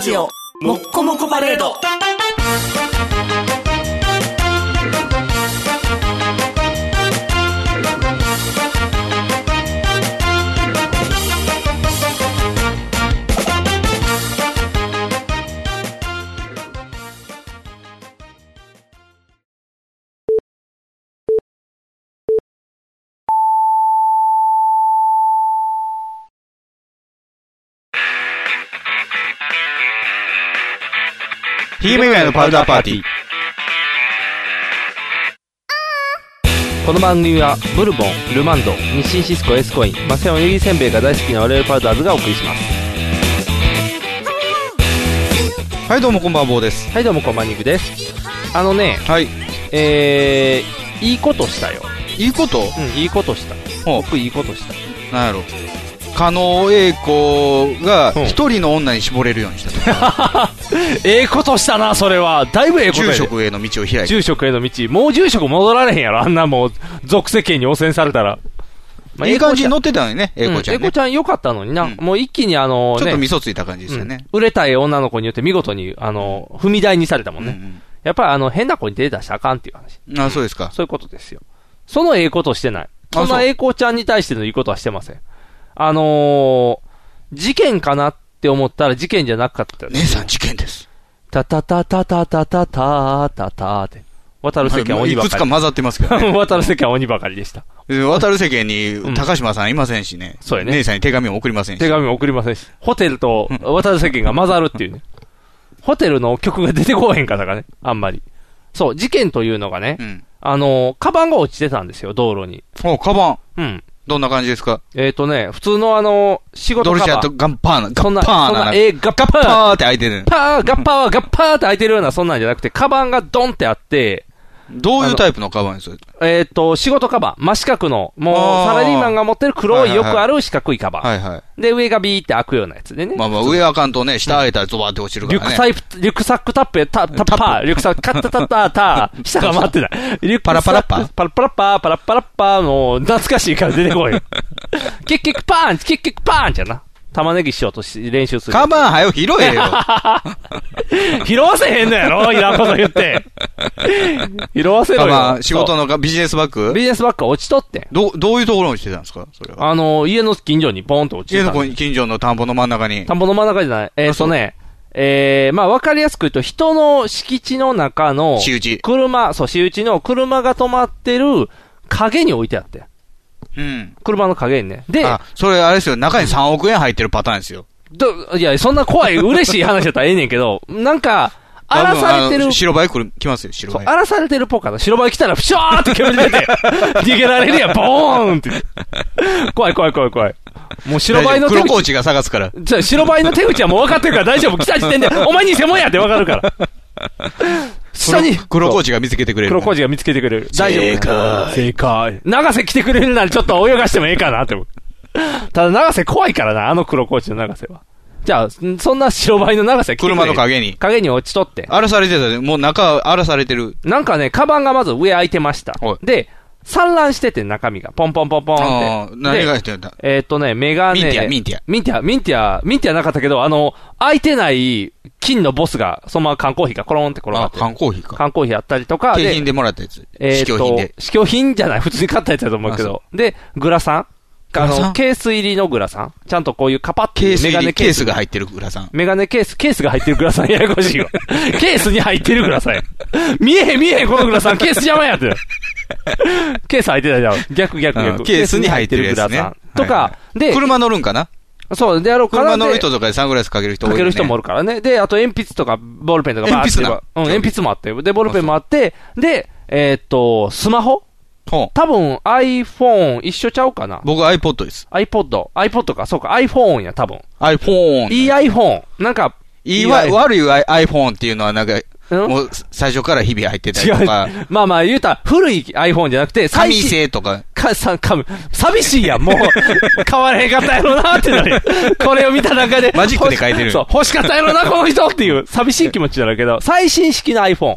ジオもっこもこパレードヒーム以外のパウダーパーティー。この番組はブルボンルマンド日清シスコエスコインマセオンユリせんべいが大好きな我々パウダーズがお送りしますはい、どうもこんばんは、坊です。はいどうもこんばんにぐですあのねはい。えー、いいことしたよいいことうんいいことしたほう僕いいことしたなんやろ。加納栄子がうん一人の女に絞れるようにしたと か。 ええことしたなそれはだいぶええことや住で職への道を開いて。住職への道もう住職戻られへんやろあんなもう属世間に汚染されたら、まあいい感じに乗ってたのにね、栄子ちゃんうんえいこね。ちちゃん良かったのにな、うんもう一気にあのょっねと味噌ついた感じですよね。うん売れたい女の子によって見事に、あの、踏み台にされたもんね。うんやっぱりあの、変な子に手出したらあかんっていう話。うんあ、そうですか。そういうことですよ。その栄光としてない。あそのそう栄光ちゃんに対してのいいことはしてません。あのー、事件かなって思ったら事件じゃなかったで姉す。さん事件です。たたたたたたたたたたって。渡る世間ははい鬼いばくつかかり。混ざってますけどね。 渡る世間は鬼ばかりでした。渡る世間うんに高島さんいませんしね。そうやね姉さんに手紙も送りませんし。手紙も送りませんし。ホテルと渡る世間が混ざるっていうね。ホテルの曲が出てこうへんからがね、あんまり。そう、事件というのがね、うん。あのー、カバンが落ちてたんですよ、道路に。お、カバン。うん。どんな感じですかえっ、とね、普通のあのー、仕事ドルカシアバとン。ガンパーナ、ガそんンな、パそーんナな、な。えー、ガッパーパーって開いてる。パー、ガッパーはガッパーって開いてるような、そんなんじゃなくて、カバンがドンってあって、どういうタイプのカバンですえっ、と、仕事カバン、真四角の、もうあー、サラリーマンが持ってる黒はいいはいよはくいある四角いカバン。はいはい。で、上がビーって開くようなやつでね。まあまあ、上あかんとね、下開いたらゾバーって落ちるかリュらックね。サイプ、リュックサックタッペ、タ、タッパー、リュックサック、カッタタッターター、下が回ってない。リュックサッパラクパラッパパラパラッパー、パラパラッパーの、懐かしいから出てこいよ。結局パーン、結局パーンじゃな。玉ねぎしようとし、練習する。カバンはよ、 広えよ。拾わせへんのやろいらんこと言って。拾わせろカよ。バン、仕事の。のかビジネスバッグビジネスバッグは落ちとってん。どう、どういうところにしてたんですかそれは。あの、家の近所にポンと落ち家てのた。近所の田んぼの真ん中に田。んぼの真ん中じゃない。えっ、とね、えー、まあ、わかりやすく言うと、人の敷地の中の、仕打ち。車、そう、私有地の車が止まってる影に置いてあって。うん。車の影にね。で、あ、それあれですよ、中に3億円入ってるパターンですよ。どいや、そんな怖い、嬉しい話だったらええねんけど、なんか、荒らされて多分あるの、白バイ来る、来ますよ、白そうバイ。荒らされてるぽかな。白バイ来たら、プシューって煙出 て、逃げられるやん、ボーンって。怖い怖い怖い怖い。もう白バイの手黒コー口、チが探すから。じゃあ白バイの手口はもう分かってるから大丈夫。来た時点 で、お前に専門やって分かるから。下に、黒コーチが見つけてくれる。黒工事が見つけてくれる。大丈夫。正解正解。長瀬来てくれるならちょっと泳がしてもええかなって思う。ただ長瀬怖いからな、あの黒工事の長瀬は。じゃあ、んそんな白バイの長瀬来てくれる車の影に影に落ちとって。荒らされてたで、もう中荒らされてる。なんかね、カバンがまず上開いてましたはい。で、散乱してて中身が。ポンポンポンポンあっあて。ー、何が入でってたえーっとね、メガネ。ミンティアミンティアミンティア、ミンティア、ミンティアなかったけど、あの、開いてない金のボスが、そのまま缶コーヒーがコロンって転があ、って。缶コーヒーか。缶コーヒーあったりとか。景で品でもらったやつ。え試ー供っ品とで、。試供品じゃない、普通に買ったやつだと思うけあど。で、グラサンあグラサの、ンケース入りのグラサンちゃんとこういうカパッてケいーうス入り、ケースが入って入ってるグラさん。メガネケース、ケースが入ってるグラサン ややこしいわ。ケースに入ってるグラサンや。見えへん見えへんこのグラサン、ケース邪魔やって。ケース入ってたじゃん。逆逆う逆。んケースに入ってるやつねケースに入ってるグラサン。とはいかは、で、車乗るんかなそう、でやろうから車で乗る人とかでサングラスかける人多いかよけねる人もおるからね。で、あと鉛筆とかボールペンとかバーっ鉛筆てなうん、鉛筆もあって。で、ボールペンもあって、で、えーっと、スマホほう多分 iPhone 一緒ちゃうかな僕 iPod です。 iPod。iPod か、そうか、iPhone や、多分。 iPhone。いい iPhone。なんか、いいいわい悪い iPhone っていうのはなんか、うんもう最初から日々入ってた違りうとか、。まあまあ、言うたら、古い iPhone じゃなくて、紙新製とか、か、さ、かむ。寂しいやん、もう。 変わらへんかったやろな、ってなる。これを見た中で。マジックで書いてるそう、欲しかったやろな、この人っていう、寂しい気持ちだろうけど、最新式の iPhone。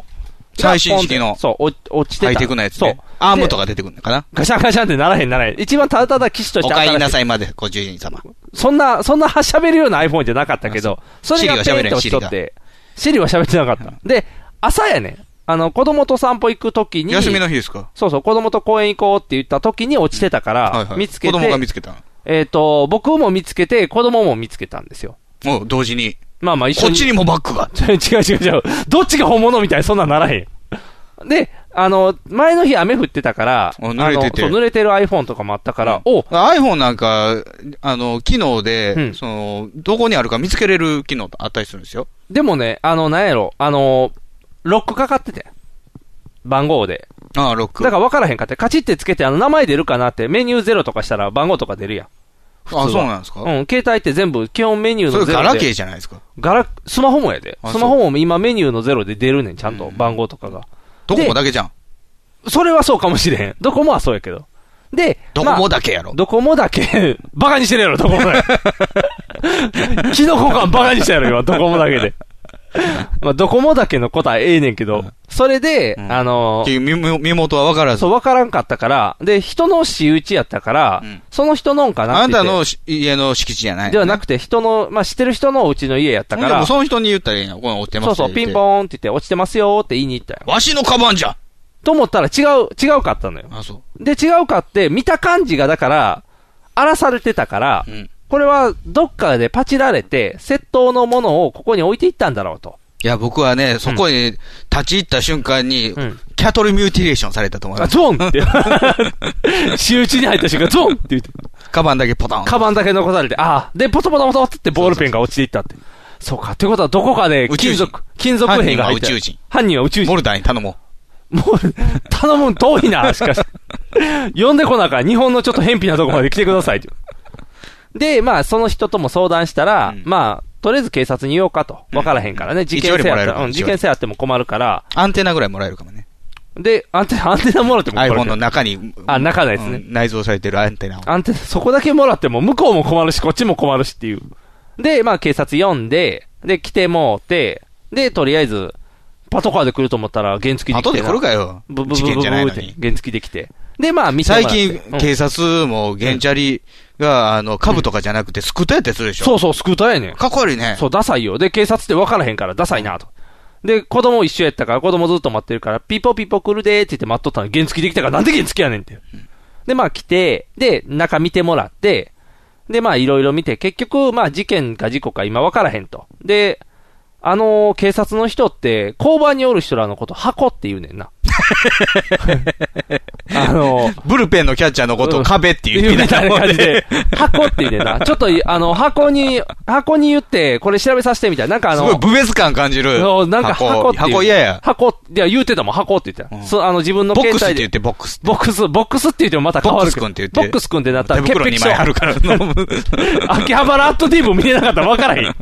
最新式のそう、落落ちてた。ハイテクなやつそうね。。アームとか。か出てくるのかなガシャンガシャンってならへんならへん。一番ただただ機種としおて新し帰りなさいまで、ご主人様。そんな、そんな喋るような iPhone じゃなかったけど、それがペンって落ちとって、シリは喋ってなかった。で、朝やねん。あの、子供と散歩行くときに、休みの日ですかそうそう、子供と公園行こうって言った時に落ちてたから、はいはい。見つけて、子供が見つけたの。えっ、と、僕も見つけて、子供も見つけたんですよ。もう同時に。まあまあ一緒こっに。ちにもバッグが。 違う違う違う。どっちが本物みたいにそんなんならへん。で、あの、前の日雨降ってたから、あ濡れててあのそう濡れてる iPhone とかもあったから、お iPhone なんか、あの、機能で、うんその、どこにあるか見つけれる機能あったりするんですよ。でもね、あの、なんやろ、あの、ロックかかってて。番号で。ああ、ロック。だから分からへんかって、カチってつけて、あの、名前出るかなって、メニューゼロとかしたら番号とか出るやん。あ普あ、通そはうなんですか、うん、携帯って全部、基本メニューそのれゼロで。ガラケーじゃないですか。ガラ、スマホもやで。あスマホも今メニューのゼロで出るねん、ちゃんと。うん番号とかが。ドコモだけじゃん。それはそうかもしれへん。ドコモはそうやけど。で、ドコモだけやろ。どこもだけ、 バカにしてるやろ、どこもだけ。 キノコ感バカにしてやろ、今、どこもだけで。まあ、どこもだけの答えええねんけど、それで、うんあのーっていう身身身元は分からずそう、。わからんかったから、で、人の私有地やったから、うんその人のんかなあってん言たってのし家の敷地じゃない。ではなくて、人の、まあ、知ってる人のうちの家やったほんかでもら、うその人に言ったらいいの。この落ちてますそうそう、ピンポン。ーンって言って、落ちてますよーって言いに行ったよ。わしのカバンじゃんと思ったら違う、違うかったのよ。あ、そで、違うかって、見た感じがだから、荒らされてたから、う。うん。これはどっかでパチられて、窃盗のものをここに置いていったんだろうと。いや、僕はね、そこに立ち入った瞬間に、うんキャトルミューティレーションされたと思いあ、ます。ゾーン って。仕打ちに入った瞬間、ゾーンって言って、カバンだけポタン。カバンだけ残されて、ああ、で、ポトポトポトってボールペンが落ちていったって。そうか。ってことは、どこかで宇宙金人属、金属片が入って犯人は宇宙人。犯人は宇宙人。モルダーに頼もう。もう、頼むん遠いな、しかし。呼んでこなあかん。日本のちょっと偏僻なとこまで来てくださいと。で、まあ、その人とも相談したら、うんまあ、とりあえず警察に言おうかと。わからへんからね。事件性一やった、応よりもらえるかららうん、事件性あっても困るから。アンテナぐらいもらえるかもね。で、アンテナ、アンテナもらっても困るから iPhone の中に。あ中のやつねうん内蔵されてるアンテナを。あんた、そこだけもらっても、向こうも困るし、こっちも困るしっていう。で、まあ警察呼んで、で、来てもうて、で、とりあえず、パトカーで来ると思ったら、原付で来て後な。で来るかよブ。ブブ事ブブ件じゃないブのってに。原付で来て。で、まあ見てもら最って近う、ん警察も、ゲンチャリが、あの、株とかじゃなくて、スクーターやったりするでしょ。そうそう、スクーターやねん。かっこ悪いね。そう、ダサいよ。で、警察って分からへんから、ダサいなと。で、子供一緒やったから、子供ずっと待ってるから、ピポピポ来るでーって言って待っとったのに原付できたから、なんで原付やねんって。で、まあ来て、で、中見てもらって、で、まあいろいろ見て、結局、まあ事件か事故か今分からへんと。で、あのー警察の人って、交番におる人らのこと、箱って言うね んな。あのーブルペンのキャッチャーのことを壁っていうみたいな感じで、箱って言うねんな。ちょっと、あの、箱に、箱に言って、これ調べさせてみたいな。なんかあすの、ごい無別感感じる。そうなんか箱っていう。箱嫌や。箱って、いや、言うてたもん、箱って言ってた。うんそう、あの、自分のボ携ックスって帯言でっ。て、ボックス。ボックス、ボックスって言ってもまた変わるけど。ボックス君って言ってボックス君ってなった手ら、潔袋癖2枚あ症る。から。 秋葉原アットディーブ見れなかったら 分からへん。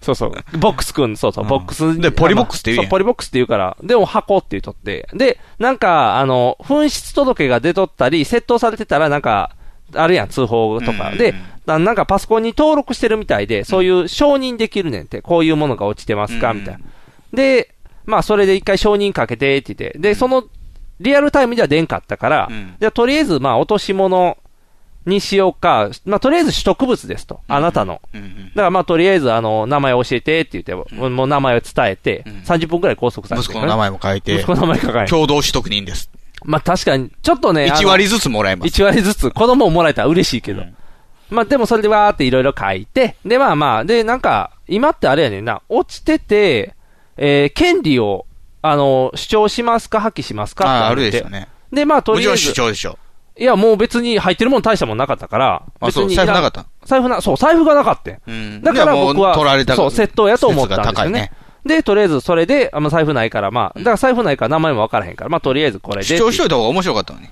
そうそう。ボックス君、そうそう、うんボックス。でポリボックスって言うやんそう、ポリボックスって言うから。でも箱って言うとって。で、なんか、あの、紛失届が出とったり、窃盗されてたらなんか、あるやん、通報とうんうんうか。んで、ななんかパソコンに登録してるみたいで、そういう承認できるねんって、こういうものが落ちてますか、うんみたいな。で、まあ、それで一回承認かけてって言って。で、その、リアルタイムでは出んかったから、うんじゃあとりあえず、まあ、落とし物にしようか、まあ、とりあえず取得物ですと、あなたの。うんうんだから、まあ、とりあえず、あの、名前教えてって言って、もう名前を伝えて、うん30分くらい拘束されて息子の名前も書いて息、子の名前書かない。共同取得人です。まあ、確かに、ちょっとね、あの1割ずつもらえます。一割ずつ、子供をもらえたら嬉しいけど。うんまあ、でもそれでわーっていろいろ書いて、で、まあまあ、で、なんか、今ってあれやねんな、落ちてて、えー権利を、あの、主張しますか、破棄しますかああ、あってる言わでしれてょうね。で、まあ、ともちりあろえん主ず、張でしょ。いや、もう別に入ってるもん大したもんなかったから。あ、そう、別に財布なかっった。た。財布な、そう、財布がなかったよ。うんだから僕いやは、もう取られたそう、窃盗やと思ったんですよ説が高いねね。で、とりあえずそれで、あまあ財布ないから、まあ、だから財布ないから名前もわからへんから、まあとりあえずこれで。主張しといた方が面白かったのに。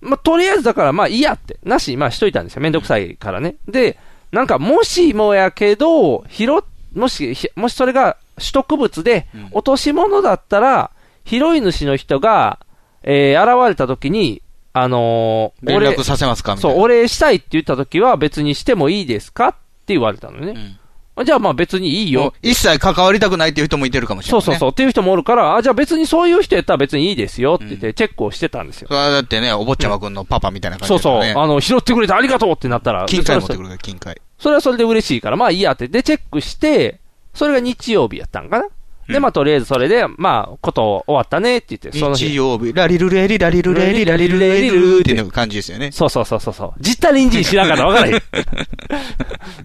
まあ、とりあえずだから、まあ、いいやって、なし、まあ、しといたんですよ。めんどくさいからね。で、なんか、もしもやけど、拾っ、もし、ひもしそれが取得物でうん、落とし物だったら、拾い主の人が、えー、現れた時に、あのー、連俺絡させますかみたそ、いうな。お礼したいって言った時は別にしてもいいですかって言われたのね。うんあじゃあまあ別にいいもうよ。一切関わりたくないっていう人もいてるかもしれそない、うね。。そうそうう。っていう人もおるから、あ、じゃあ別にそういう人やったら別にいいですよって言ってチェックをしてたんですよ。それはだってね、お坊ちゃまくんのパパみたいな感じそうだかそらね。う。あの、拾ってくれてありがとうってなったら、金塊持ってそくるれから、金塊。それはそれで嬉しいから、まあいいやって。で、チェックして、それが日曜日やったんかな。うで、んまあとりあえずそれで、まあ、こと終わったねって言って、その日日。曜日、ラリルレリ、ラリルレリ、ラリルレリルっていう感じですよね。そうそうそうそうそう。実体隣人知らんから分から へん。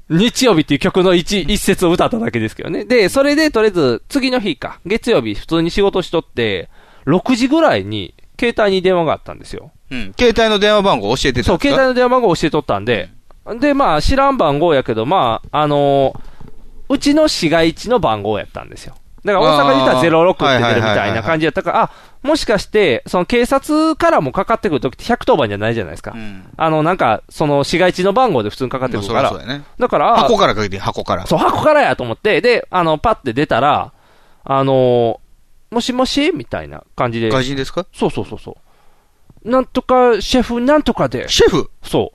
日曜日っていう曲の一一節を歌っただけですけどね。で、それでとりあえず、次の日か。月曜日普通に仕事しとって、6時ぐらいに、携帯に電話があったんですよ。うん。携帯の電話番号教えてたそんう、ですか携帯の電話番号教えとったんで、で、まあ、知らん番号やけど、まあ、あのーうちの市街地の番号やったんですよ。だから大阪で言ったら06って出るみたいな感じやったから、あ、もしかして、その警察からもかかってくるときって110番じゃないじゃないですか。うん。あの、なんか、その市街地の番号で普通にかかってまくあるそりかゃら、そうやね。だから、箱からかけて、箱から。そう、箱からやと思って、で、あの、パって出たら、あのーもしもしみたいな感じで、外人ですかそうそうそうそう。なんとか、シェフ、なんとかで、シェフそ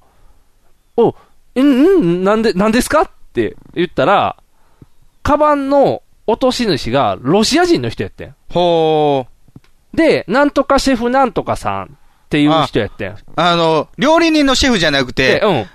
う。お、うん、うん、なんで、なんですかって言ったら、カバンの落とし主がロシア人の人やってん。ほー。で、なんとかシェフなんとかさんっていう人やってん。あの、料理人のシェフじゃなくで、て、うん。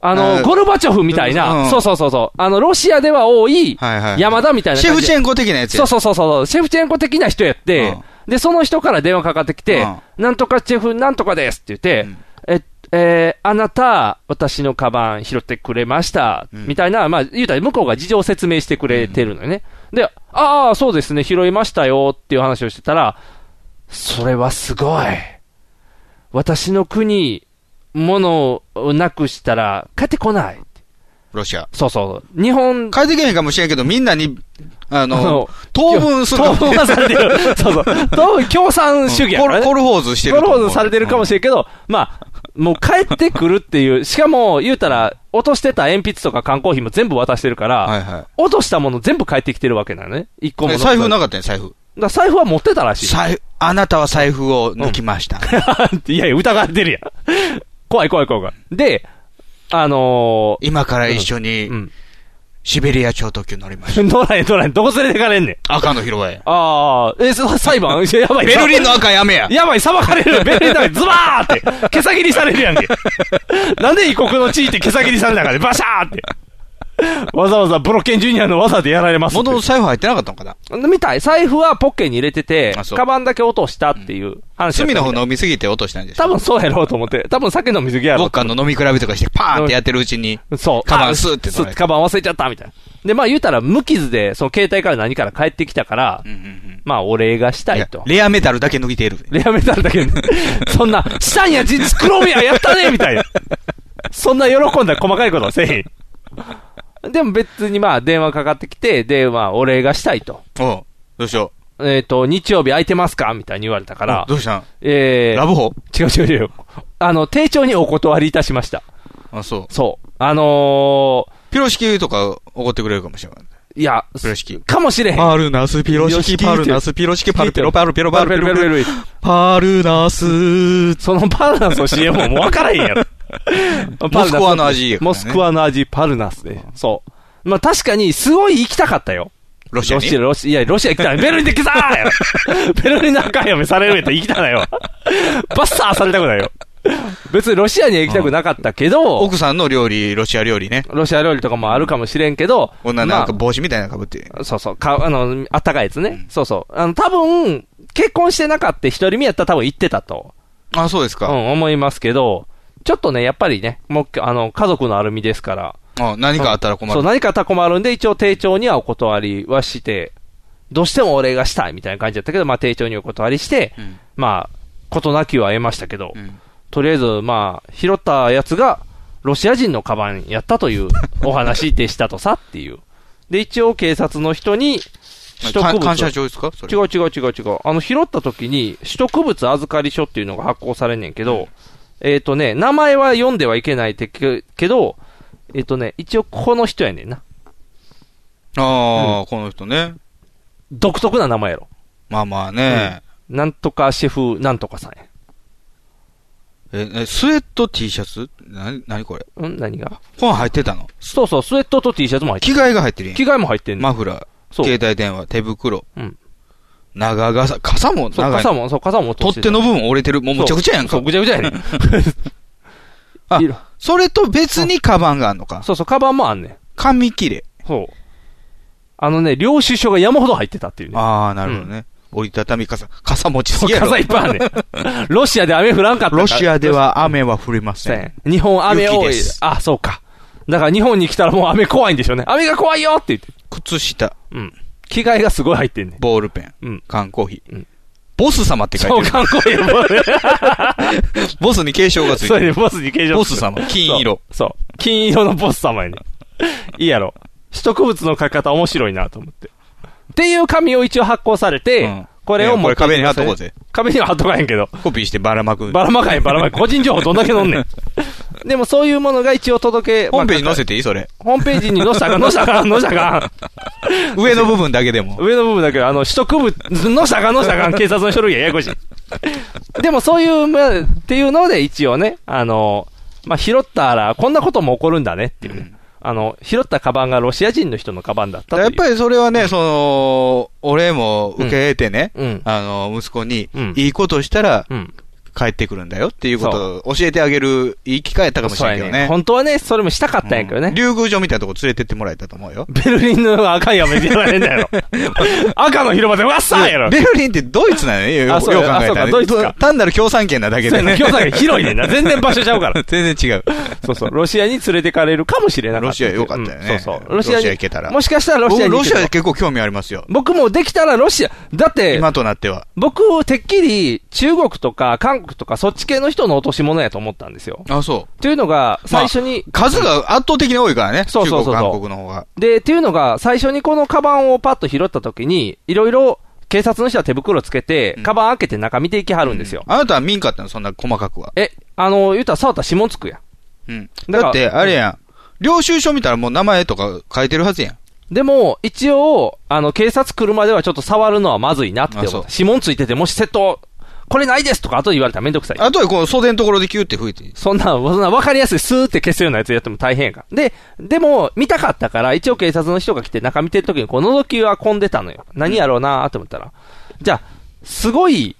あうんの、ゴルバチョフみたいうんな、そうそうそうそう。あの、ロシアでは多い、はいはい。山田みたいなシェ感フじチで。ェンコ的なやつやそうそうそうそう。シェフチェンコ的な人やって、で、その人から電話かかってきて、なんとかシェフなんとかですって言って、うんえ、えーあなた、私のカバン拾ってくれました、うんみたいな、まあ、言うたら向こうが事情を説明してくれてるのよね。で、ああ、そうですね、拾いましたよっていう話をしてたら、それはすごい。私の国、物をなくしたら帰ってこない。ロシア。そうそう。日本、帰ってけへんかもしれんけど、みんなに、ああのの、当分するか当もしれん分はされてる。 そうそう。当分共産主義やコからルね。コルホーズしてるとゴ思う。ローズされてるかもしれんけど、まあ、もう帰ってくるっていう、 しかも言うたら、落としてた鉛筆とか缶コーヒーも全部渡してるから、はいは落としたもの全部帰ってきてるわけなのね。一個い。もえ残財布だなかかったね、財布。ら財布は持ってたらしい。財布、あなたは財布を抜きました。 いやいや、疑われてるやん。 怖い怖い怖い怖い。で、あの今から一緒ー、うに、ん。 シベリア超特急乗りまし乗らへん乗らへん。どこ連れてかれんねん。た。赤の広場へ。ああ、え、そ裁判 いややば い。ベルリンの赤やめや。やばい、裁かれる。ベルリンダメ、ズバーって、毛先にされるやんけ。なんで異国の地位って毛先にされなあかんねんバシャーって。わざわざブロッケンジュニアの技でやられます元々財布入ってなかったのかなみたい。財布はポッケに入れててあ、そうカバンだけ落としたっていう話だっ隅たみたのい方飲みすぎて落としたんでし多ょ分そうやろうと思って。多分酒飲みすぎやウォろッ。カの飲み比べとかして、パーンってやってるうちに、そう。カバンあスーって取られたカバン忘れちゃったみたいな。で、まあ言うたら無傷で、その携帯から何から帰ってきたから、うんうんうんまあお礼がしたいいやと。レアメタルだけ抜いている。レアメタルだ けど、そんな、したんや、ジスクロームや、やったねみたいな。そんな喜んだ細かいことはせえへん。でも別にまあ電話かかってきて、で、まあお礼がしたいと。おうどうしよえっ、と、日曜日空いてますかみたいに言われたかう。らお、どうしたんえーラブホ違う違う違う。あの、丁重にお断りいたしました。あ、そう。そう。あのピロシキとか怒ってくれるかもしれない。ー、いや、ピロシキ。かもしれへん。ルナス、ピピロシキってス、ピロシキ、ルピロバルベルベルベルベル。パルナス。そのパルナスの CM ももう分からへんやろ。モスクワの味やからねモスクワの味、パルナスで。そう。まあ確かに、すごい行きたかったよ。ロシアロにシア、ロシア、いや、ロシア行きたい。ベルリンで来たー やろベルリンの赤い嫁されるやったら行きたないよ。バッサーされたくないよ。別にロシアには行きたくなかったけど、奥さんの料理、ロシア料理ね。ロシア料理とかもあるかもしれんけど、女なんかまあ帽子みたいなの被って。そうそう、か、あの、あったかいやつね。そうそう。あの、多分、結婚してなかった一人目やったら多分行ってたと。あ、そうですうか。ん、思いますけど、ちょっとね、やっぱりね、もう、あの、家族のある身ですから、あ何かあったら困そう、る。何かあったら困るんで、一応、丁重にはお断りはして、どうしてもお礼がしたいみたいな感じだったけど、まあ、丁重にお断りして、うんまあ、ことなきは得ましたけど、うんとりあえず、まあ、拾ったやつが、ロシア人のカバンやった というお話でしたとさっていう。で、一応、警察の人に、取得か物を感謝状ですかそれ違う違う違う違う。あの、拾った時に、取得物預かり書っていうのが発行されんねんけど、えっ、とね、名前は読んではいけないってけけど、えっ、とね、一応この人やねんな。ああ、この人ね。独特な名前やろ。まあまあね。なんとかシェフなんとかさんや。え、えスウェット T シャツなに、なにこれうん何が本入ってたのそうそう、スウェットと T シャツも入って着る。替えが入ってるやん着。替えも入ってんの。マフラー、そう携帯電話、手袋、うん。長傘、傘もそう、長い傘の。も、そう、傘も取っ手の部分折れてる。もうむちゃくちゃやんかそう、。ぐちゃぐちゃやねん。あ色 それと別にカバンがあんのか。そうそう、カバンもあんねん。紙切れ。そう。あのね、領収書が山ほど入ってたっていうね。ああ、なるほどね。折りたたみ傘。傘持ちすそうぎやろ傘いっぱいあんねん。 ロシアで雨降らんかったからロシアでは雨は降りません。日本雨多雪いです。あ、そうか。だから日本に来たらもう雨怖いんでしょうね。雨が怖いよって言って。靴下、うん。着替えがすごい入ってんねん。ボールペン、うん。缶コーヒー。うんボス様って書そ、いうてる。かっこ いいよ、もうね。ボスに継承がついそてうやね、る。ボスに形状ボス様、金色。そう。そう金色のボス様やね。いいやろ。植物の書き方面白いなと思って。っていう紙を一応発行されて、うんこれいをやもこれ壁に貼っとこうぜ。壁には貼っとかへんけど。コピーしてばらまく。ばらまかへん、ばらまかへん。個人情報どんだけ載ん ねん。でもそういうものが一応届け、ホームページまあ載せていいそれ。ホームページに載せたらあかん、載せたらあかん、載せたらあかん。上の部分だけでも。上の部分だけど、あの、取得部、のしたかのしたかん、警察の書類やややこしい。 でもそういう、まあ、っていうので一応ね、あの、まあ、拾ったら、こんなことも起こるんだねっていうね。あの、拾ったカバンがロシア人の人のカバンだったというやっぱりそれはね、その、俺も受け入れてね、うんあの、息子にうん、いいことしたらうん。帰ってくるんだよっていうことを教えてあげるいい機会やったかもしそうれんけやどね。ね。本当はね、それもしたかったんやけどね。竜宮城みたいなとこ連れてってもらえたと思うよ。ベルリンの赤い雨見られんだやろ。 赤の広場でわっさーやろ。ベルリンってドイツなのよ、よあよくそう考よえたあそらうかねドイツか単なる共産圏なだけそうでやねな。京都が広いねんな。全然場所ちゃう から。 全然違う。そうそう。ロシアに連れてかれるかもしれなかった。ロシア良かったよねうんそうそう。ロシアに行けたらもしかしたらロシア僕、に行ロけシたらア結構興味ありますよ。僕もできたらロシア、だって、今となっては。僕をてっきり中国とか韓国とかそっち系の人の落とし物やと思ったんですよ。あ、そというのが、ま最あ初に、う。数が圧倒的に多いからね。そうそうそうそう中国、韓国の方が。で、というのが、最初にこのカバンをパッと拾った時に、いろいろ警察の人は手袋つけてう、んカバン開けて中見ていきはるんですよ。あなたは民家ってのはそんな細かくは。え、あの、言うたら触ったら指紋つくやん。うん。だからだって、あれやん。領収書見たらもう名前とか書いてるはずやん。でも、一応、あの、警察来るまではちょっと触るのはまずいなってあ思そっうた。指紋ついてて、もし窃盗、これないですとか後で言われたらめんどくさい。あとはこの袖のところでキューって吹いていい。そんな、そんな分かりやすい、スーって消すようなやつやっても大変やから。で、でも、見たかったから、一応警察の人が来て中見てる時に、こう、覗きは混んでたのよ。何やろうなーって思ったら。じゃあ、すごい、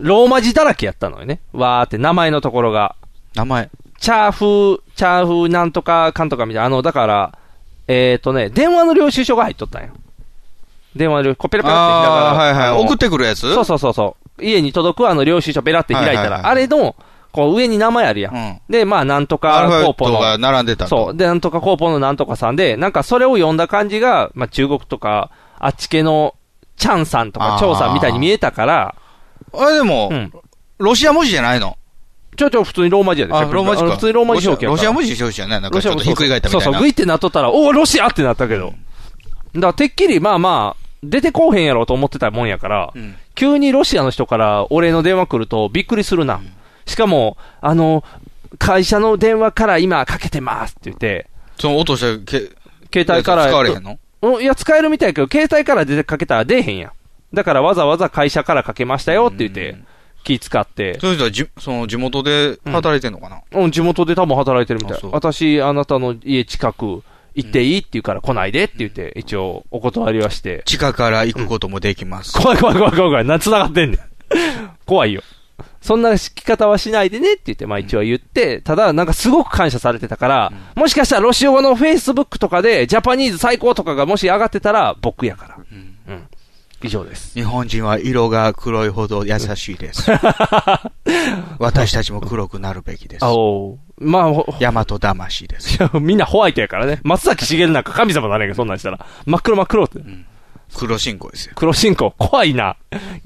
ローマ字だらけやったのよね。わーって名前のところが。名前。チャーフー、チャーフーなんとかかんとかみたいな。あの、だから、えっ、ー、とね、電話の領収書が入っとったんよ。電話の領収書、こうペラペラって開ああ、はいながらはい。あの送ってくるやつそうそうそうそう。家に届くあの領収書ペラって開いたら、はいはいはいあれの、こう上に名前あるやん。うんで、まあなんとアルファかベコーッポトがの。並んでたと。そう。で、なんとかコーポのなんとかさんで、なんかそれを読んだ感じが、まあ中国とか、あっち系の、チャンさんとか、あーチョウさんみたいに見えたから、あれでも、うん。ロシア文字じゃないのちょちょ、普通にローマ字やで。あ、ローマ字あのか。普通にローマ字表記やかロらシア文字表記じゃないなんかちょっとひっくり返ったみたいな。そうそう、グイってなっとったら、おお、ロシアってなったけど。だから、てっきり、まあまあ、出てこうへんやろうと思ってたもんやから、うん急にロシアの人からお礼の電話来るとびっくりするな。しかも、あの、会社の電話から今かけてますって言って、その音したけ、携帯から、使われへんのうんいや、使えるみたいやけど、携帯から出てかけたら出えへんやん。だからわざわざ会社からかけましたよって言って、気使って。そういう人はじ、その地元で働いてんのかな、うん、地元で多分働いてるみたいあ。そう私、あなたの家近く行っていいって言うから来ないでって言って、一応お断りはして。地下から行くこともできます。怖い怖い怖い怖い怖い。な、繋がってんねん。 怖いよ。そんな聞き方はしないでねって言って、まあ一応言って、ただなんかすごく感謝されてたから、もしかしたらロシア語の Facebook とかで、ジャパニーズ最高とかがもし上がってたら、僕やから。うん。以上です。日本人は色が黒いほど優しいです。私たちも黒くなるべきです。あおうまあ、ほ大和魂です。いや みんなホワイトやからね。松崎しげるなんか神様だねんけどそんなんしたら。真っ黒真っ黒って。黒信仰ですよ。黒信仰、怖いな。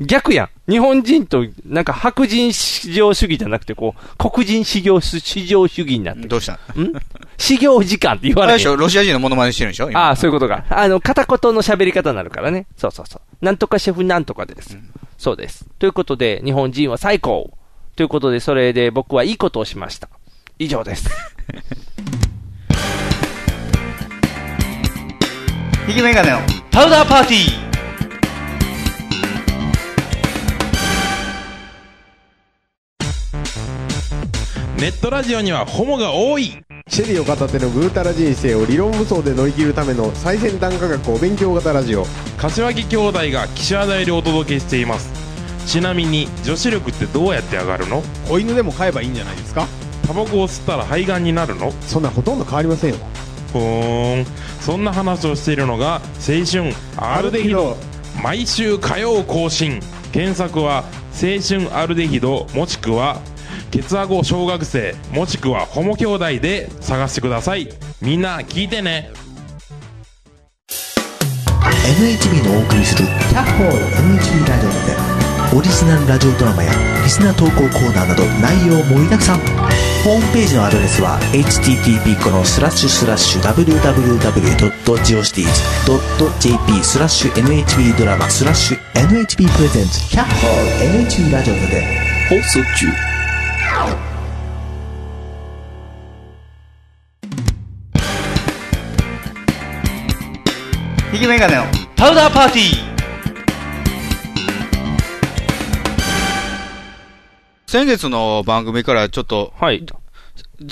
逆やん。日本人と、なんか白人至上主義じゃなくて、こう、黒人至上主至上主義になってどうしたんる。ん修行時間って言わあれれでへしん。ょロシア人のモノマネしてるんでしょ今ああ、そういうことか。あの、片言の喋り方になるからね。そうそうそう。なんとかシェフなんとかです。そうです。ということで、日本人は最高。ということで、それで僕はいいことをしました。以上です。引きメガネの。パウダーパーティーネットラジオにはホモが多いシェリーを片手のぐうたら人生を理論武装で乗り切るための最先端科学お勉強型ラジオ柏木兄弟が岸和田よりお届けしていますちなみに女子力ってどうやって上がるの子犬でも飼えばいいんじゃないですかタバコを吸ったら肺がんになるのそんなんほとんど変わりませんよふーんそんな話をしているのが青春アルデヒド毎週火曜更新検索は青春アルデヒドもしくはケツアゴ小学生もしくはホモ兄弟で探してくださいみんな聞いてね NHB のお送りする「キャッホール NHB ラジオ」でオリジナルラジオドラマやリスナー投稿コーナーなど内容盛りだくさんホームページのアドレスは http このスラッシュスラッシュ www.geocities.jp スラッシュ NHB ドラマスラッシュ NHB プレゼンツキャッホール NHB ラジオで放送中引き眼鏡のパウダーパーティー先月の番組からちょっとはい。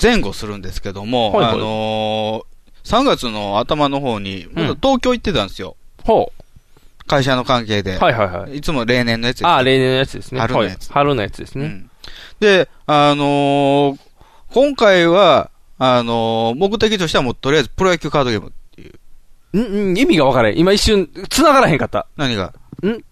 前後するんですけども、はいはいあのー、3月の頭の方に、また東京行ってたんですよ。ほ会社の関係で。う。はいはいはい。いつも例年のやつああ、例年のやつですね。春のやつはい春のやつですうね。んで、あのー今回は、あのー目的としてはもうとりあえずプロ野球カードゲーム。ん、ん、意味が分からへん。今一瞬、繋がらへんかった。何がん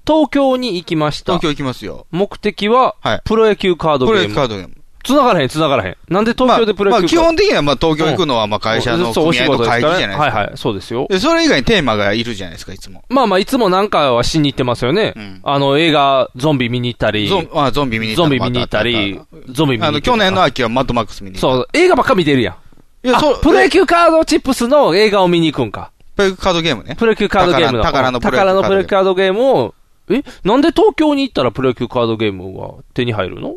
東京に行きました東。京行きますよ。目的ははい、プロ野球カープドロ野ゲー球カム。ードゲーム。繋がらへん、繋がらへん。なんで東京でプロまあ野まあ基球カード本的にはまあ東京行くのはまあ会社のそうお組合仕の事会議ですじゃかないでらねすはいか。はい、そうですよ。で、それ以外にテーマがいるじゃないですか、いつも。まあまあ、いつもなんかはしに行ってますよね。うんあの、映画、ゾンビ見に行ったり、ゾンあゾンビ見に行ゾったンビ見に行ったり、ゾンビ見に行ったり。あの、去年の秋はマッドマックス見に行った。そう、映画ばっか見てるやん。いや、あそう、プロ野球カードチップスの映画を見に行くんか。プロ野球カードゲームね。プロ野球カードゲームの。宝の宝のププロ野ロ野球球カードゲームを、え、なんで東京に行ったらプロ野球カードゲームが手に入るの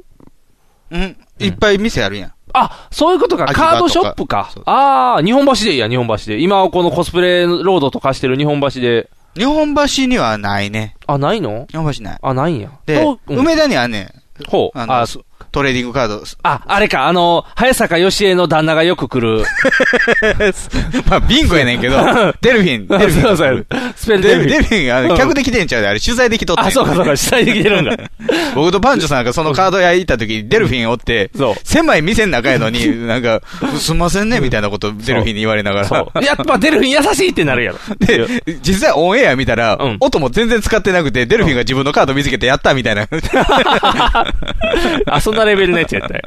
うん。いっぱい店あるやん。あ、そういうことか。秋葉カードショップかと。かああ、日本橋でいいや、日本橋で。今、このコスプレロードとかしてる日本橋で。日本橋にはないね。あ、ないの日本橋ない。あ、ないんや。でと、うん梅田にはね、ほう。あの、あ、そトレーディングカード、あ、あれか、あの、早坂よしえの旦那がよく来る。まあ、ビンゴやねん けど、デルフィン、デルフィン。そうそうスペルデデルルフフィン、ディン。ルフィン、あうの、ん客で来てんちゃうで、あれ、取材できとってん。あ、そうか、そうか、主体で来てるんだ。僕とパンチョさんがそのカード屋行った時にデルフィンおってそう、狭い店の中やの に、なんか、すんませんね、みたいなことデルフィンに言われながらそ。 う。やっぱデルフィン優しいってなるやろ。で、実際オンエア見たら、うん音も全然使ってなくて、デルフィンが自分のカード見つけてやったみたいな。 あ、そんなレベルのやつやったよ。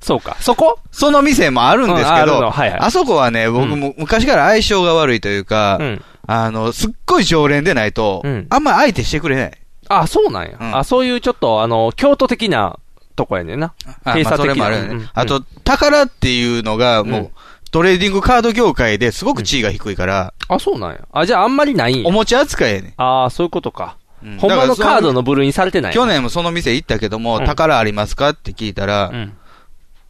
そうか。そこその店もあるんですうんあけるど、のはいはいあそこはね、僕も昔から相性が悪いというか、うん。あの、すっごい常連でないと、うんあんま相手してくれない。あ、そうなんや。うんあ、そういうちょっと、あの、京都的なとこやねんな。あ閉まあ鎖それ的もな。あるよね。うんあと、、宝っていうのが、もう、うんトレーディングカード業界ですごく地位が低いから、あ、そうなんや。あ、じゃああんまりないんやお。持ち扱いやね、ああ、そういうことか。うん本場だのからカードの部類にされてない。去。年もその店行ったけども、うん宝ありますかって聞いたら、うん。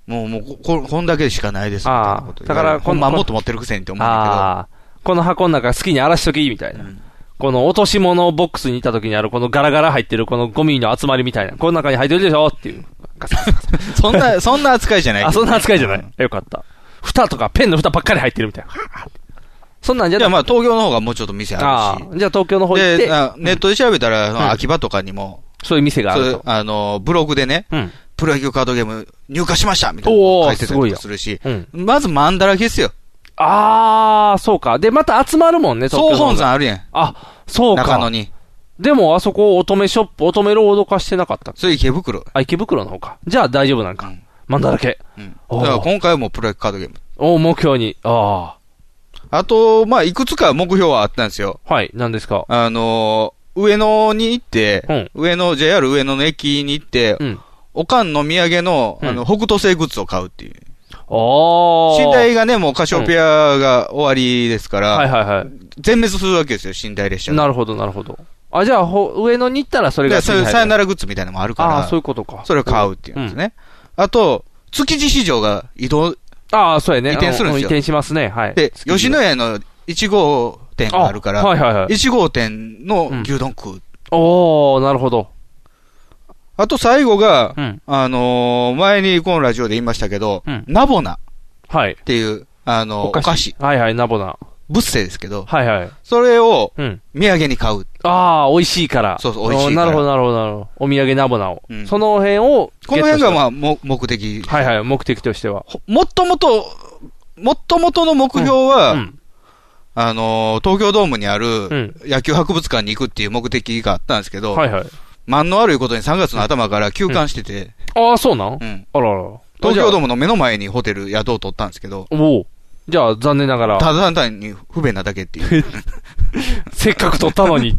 もう、もうこ、ここんだけしかないです、みたいなこと言う。あーだからほんまこんもっと持ってるくせにって思うんだああ。この箱の中好きに荒らしとき、みたいけど。なう。んこの落とし物ボックスにいた時にある、このガラガラ入ってる、このゴミの集まりみたいな。この中に入ってるでしょっていう。ガサガサガサそんな、 そんな扱いじゃないけどあ、そんな扱いじゃなうんい。よかった。蓋とかペンの蓋ばっかり入ってるみたいな。そんなんじゃいや、まあ、あ、東京の方がもうちょっと店ああるーじゃあ東京の方し。行っで、て、あネットで調べたら、ん秋葉とかにも、そういう店があるそうと。あの、ブログでね、うん。プロ野球カードゲーム入荷しましたみたいなのを書いてたりとかするし、うん。まずマンダラけっすよ。ああ、そうか。で、また集まるもんね、東京総の方が本山あるやん。あ、そう中か野。に。でも、あそこ、乙女ショップ、乙女ロード化してなかったっけ。それ池袋。あ、池袋の方か。じゃあ大丈夫なんうか。んマンダラケ。うん。おーだから今回はもうプロ野球カードゲーム。お目標に。ああと、まあ、いくつか目標はあったんですよ。あ。はい、何ですか。あのー、上野に行って、うん上野、JR 上野の駅に行って、うん。おかんの土産の、うんあの、北斗星グッズを買うっていう。おー。寝台がね、もうカシオペアが終わりですから、はいはいはい。全滅するわけですよ、寝台列車が。なるほど、なるほど。あ、じゃあ、ほ上野に行ったらそれでがそ手うにい入うる。さよならグッズみたいなのもあるから、ああ、そういうことか。それを買う。うっていうんですね。あと、築地市場が移動ああ、そうやね。移転するんですよう移転しますね。はい。で、吉野家の1号店があるから、はいはいはい。 1号店の牛丼食う。おー、なるほど。あと最後が、うん。あのー前にこのラジオで言いましたけど、うんナボナっはい。ていう、あのーお菓子、はいはい、ナボナ。ブッセですけど、はいはい。それをうん。土産に買う。ああ、美味しいから。そうそう美味しいからなるほど、なるほど、なるほど。お土産ナボナを。うんその辺をこの辺がまあ。あ、も目的。はいはい、目的としては。ほもっともと、もっともとの目標は、うん。あのー東京ドームにあるん野球博物館に行くっていう目的があったんですけど、はいはい。間の悪いことに3月の頭から休館してて、ああ、そうなんうんあらあら。東京ドーム。ムの目の前にホテル宿を取ったんですけど、おお。じゃあ、残念ながら。ただ単に不便なだけって いう。せっかく取った のに。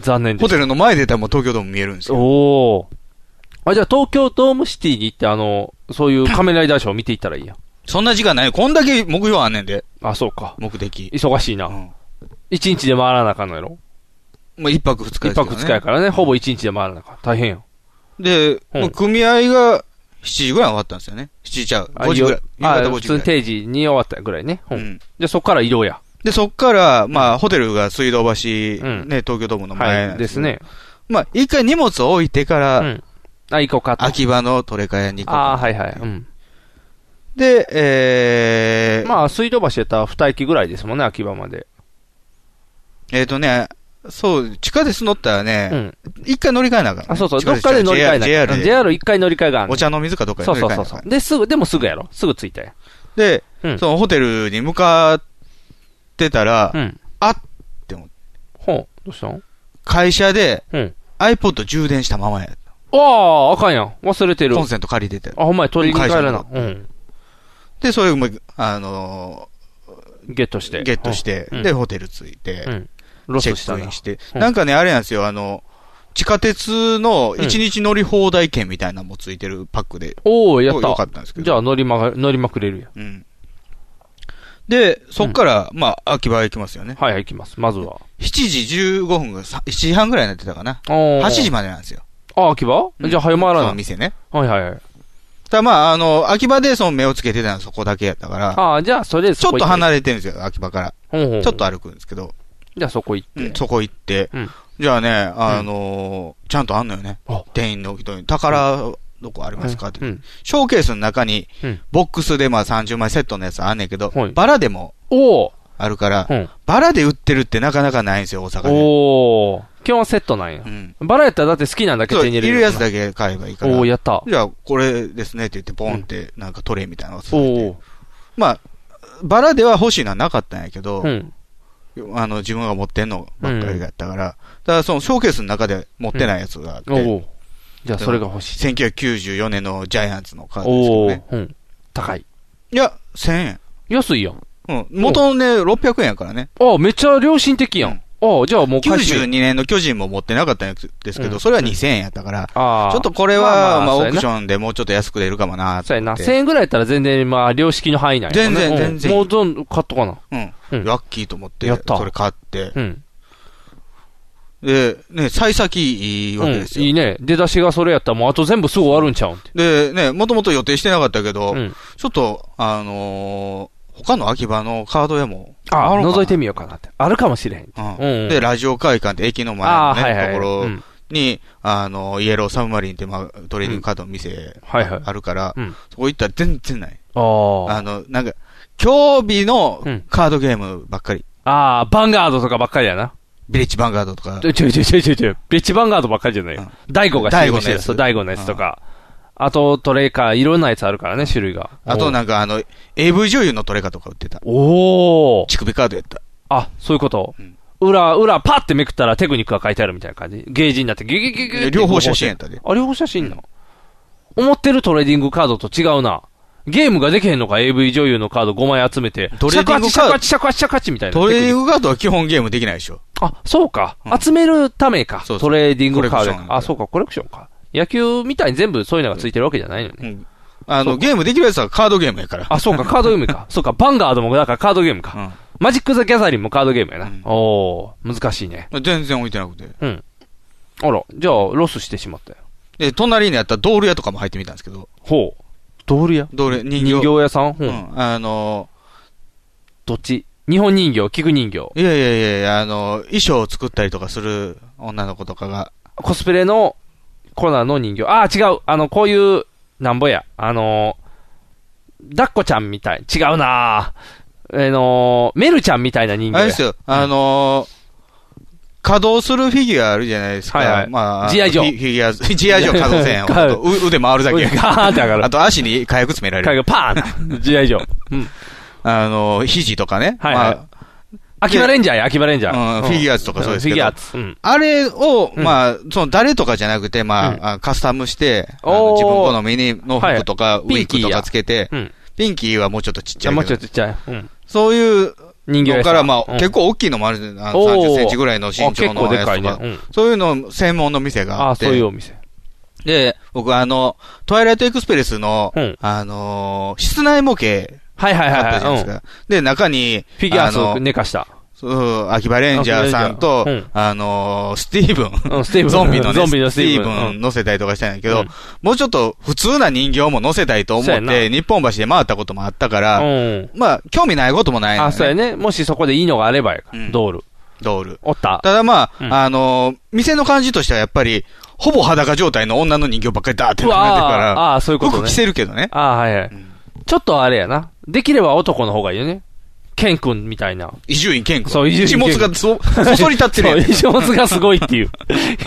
残念です。ホテルの前でたらもう東京ドーム見えるんですよ。おお。あ、じゃあ東京ドームシティに行って、あの、そ ういう仮面ライダーショーを見ていったらいいや。そんな時間ない。こんだけ目標あんねんで、あ、そうか。目的。忙しいな。うん一日で回らなあかんのやろまあ、一泊二日一、ですけど、ね。泊二日やからね、ほぼ一日で回らなあかん。大変やん。で、うんもう組合が7時ぐらいに終わったんですよね。7時ちゃう。あ5時ぐらい。夕あ方5普時通ぐにらい。定時に終わったぐらいね。う。うんん、じゃあそっから移動や。で、そっから、まあ、ホテルが水道橋、うんね、東京ドームの前はなんい。ですけど。ね。まあ、一回荷物を置いてかうら、ん。あ、行こうかと。秋葉の取れ替えに行こうああ、か。はいはい。うん。で、えー、まあ、水道橋やったら二駅ぐらいですもんね、秋葉まで。えっ、とね、そう、地下鉄乗ったらうね、ん。一、回乗り換えなあかんねあ、そうそう。地ど下鉄っかで乗り換えな JR い。で JR 一回乗り換えがあるお茶の水かどっかでそ乗うり換えそうなあそかうねんそう。で、すぐ、でもすぐやろ。すぐ着いたやん。で、うんそのホテルに向かってたら、うん。あってて思っほう、どうしたん会社でうん iPod 充電したままや。ああ、あかんやん。忘れてる。コあン、セント借りてて。ほんまや、取りに帰らな会。うん。で、それをもう、あのゲットしーて。ゲットして、うんで、ホテル着いて、うん。ロチェストしたックイなン。して。うんなんかね、あれなんですよ、あの、地下鉄の一日乗り放題券みたいなのもついてるパックで、おお、やっよかたっ。たんですけど。じゃあ乗りまが、乗りまくれるやん。うん。で、そっから、まあ、秋葉行きますよね。はいはい、行きます。まずは。 7時15分が、さ7時半ぐらいになってたかな。 8 8時までなんですよ。あ、秋葉うんじゃあ、早回そらのな。店ね。はいはいはい。ただまあ、あの、秋葉でその目をつけてたのはそこだけやったから、ああ、じゃあ、それでちそょこっ行とて離れてるんですよ、秋葉から。ほうほうちょっと歩くんですけど、じゃあ、そこ行っうてん。そこ行ってうん、じゃあね、あのー、ちゃんとあんのよねあ。店員の人に、宝、どこありますかってう。ん。ショーケースの中にうん、ボックスでまあ30枚セットのやつあんねんけどはい、バラでもおおあるからう、ん。バラで売ってるってなかなかないんですよ、大阪で。おお基本はセットなんやう。ん。バラやったらだって好きなんだけそうい手に入れるるやつだけ買えばいいからお。おやった。じゃあ、これですねって言って、ポンって、なんかトレイみたいなのをお添えておまあ、バラでは欲しいのはなかったんやけどう、ん。あの、自分が持ってんのばっかりだったから、ただそのショーケースの中で持ってないやつがあっおて、おじゃあ、それが欲しい。 1994年のジャイアンツのカードですけおどおね。うん。高い。いや、1000円。安いやん。うん。元のね、600円やからね。ああ、めっちゃ良心的やん。ああ、じゃあもう回収92年の巨人も持ってなかったんですけうんど、それは2000円やったから、ああ。ちょっとこれまは、あまあまあ、そうオやなークションでもうちょっと安く出るかもなそうやな。って1000円ぐらいやったら全然、まあ、良識の範囲内やもんね。全然うん全然もうどんどん買っとかな。うん。うんラッキーと思ってやっ、たそれ買ってう、ん。で、ね、幸先いいわうけんで。すよ。いいね。出だしがそれやったらもうあと全部すぐ終わるんちゃうんって。で、ね、もともと予定してなかったけど、うん。ちょっと、あのー他の秋葉のカード屋も、ああ、ろうかな覗いてみようかなって。あるかもしれへん。うんうんうんで、ラジオ会館って駅の前あのあ、ね、はいはい。とこうろんに、あの、イエローサブマリンって、まあ、トレーニングカードの店はいはい。あるから、うんそこ行ったら全然ない。ああの、なんか、競技のうんカードゲームばっかり。あ。ああ、バンガードとかばっかりやな。ビレッジヴァンガードとかち、ょいちょいちょいちょいちょいちょい。ベッチバンガードばっかりじゃないよ。大悟が CM し大悟のてるやつ大悟のやつとか。あと、トレーカー、いろんなやつあるからね、種類が。あとなんかあの、AV 女優のトレカとか売ってた。おお。乳首カードやった。あ、そういうことうん。裏、裏、パってめくったらテクニックが書いてあるみたいな感じ。ゲージになってギュギュギュギュって両方写真やったで。あ、両方写真なの、思ってるトレーディングカードと違うな。ゲームができへんのか、AV 女優のカード5枚集めて。トレーディングシャカードカチシャカチシャカチシャカチみたいな。トレーディグングカードは基本ゲームできないでしょ。あ、そうか、うん集めるためか。そうそうトレーディングカーコレドクションか。あ、そうか、コレクションか。野球みたいに全部そういうのがついてるわけじゃないのね。うん。あの、ゲームできるやつはカードゲームやから。あ、そうか、カードゲームか。そうか、バンガードもだからカードゲームか。マジック・ザ・ギャザリングもカードゲームやな。うんおー、難しいね。うん。全然置いてなくて。あら、じゃあ、ロスしてしまったよ。で、隣にあったドール屋とかも入ってみたんですけど、ほう。ドール屋ドール屋、人人形。形屋さん、ほううん。あの、どっち日本人形、器具人形。いやいやいやいや、あの、衣装を作ったりとかする女の子とかが、コスプレのコナーの人形。ああ、違う。あの、こういう、なんぼや。あのー、ダッコちゃんみたい。違うなーあのー、メルちゃんみたいな人あれ形や。ですよ、あのー稼働するフィギュアあるじゃないですか。はいはいまあ、 G.I. ジョーフィフィギュア、G.I. ジョー稼働せん よ。はいほんとう腕回るだ け。ガーンって上がるあと足に火薬詰められる。影がパーン時 代以上。うん。あのー、肘とかね。はいはいま秋葉レンジャーや、秋葉レンジャー。あうんフィギュアーズとかそうですけど。フィギュアーツ。うん。あれを、うんまあ、その誰とかじゃなくて、まあ、うんあカスタムして、あおーの自分好みにの服とか、いウィッグとかつけて、うん。ピンキーはもうちょっとちっちじゃゃいけあもどうちょっとちっちゃい。うん。そういう人形の屋さかんら、まあ、うん結構大きいのもあるじゃんあのおー30センチぐらいの身長のあ結構でやつかといねか。。うん。そういうの専門の店があああ、って。そういうお店。で、僕あの、トワイライトエクスプレスの、うんあのー室内模型はいはいあっはたいじゃなはいい。でうんすか。で、中に、フィギュアあーのズ寝かした。そう、秋葉レンジャーさんあと、秋葉レンジャーうんあのースティーブン。うん、スティーブン。ゾンビのね、ゾンビのスステティィーーブン。ブン乗せたりとかしたんやけうど、んもうちょっと普通な人形も乗せたいと思っそうやて、日本橋で回ったこともあったから、うん。まあ、興味ないこともないのあ、よそうやね、ね。もしそこでいいのがあればやかうら。んドール。ドール。おった。ただまあ、うんあのー店の感じとしてはやっぱり、ほぼ裸状態の女の人形ばっかりだーってう並んでるわから、ああー、そういうこと服ね着。せるけどね。ああ、はいはいん。ちょっとあれやな。できれば男の方がいいよね。ケン君みたいな。伊集院健君。そう伊集院一健君物がそ、そそり立ってるそやう、 ん異常がすご いっていう。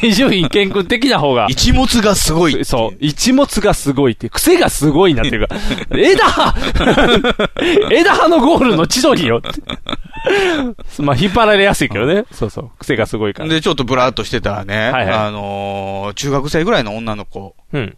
伊集院健君的な方が。一物がすごい。そう、一物がすごいって、癖がすごいなって いうか、枝葉 枝葉のゴールの千鳥よって。 まあ、引っ張られやすいけどね。そうそう、癖がすごいから。で、ちょっとブラーっとしてたらね、はいはいあのー中学生ぐらいの女の子うん、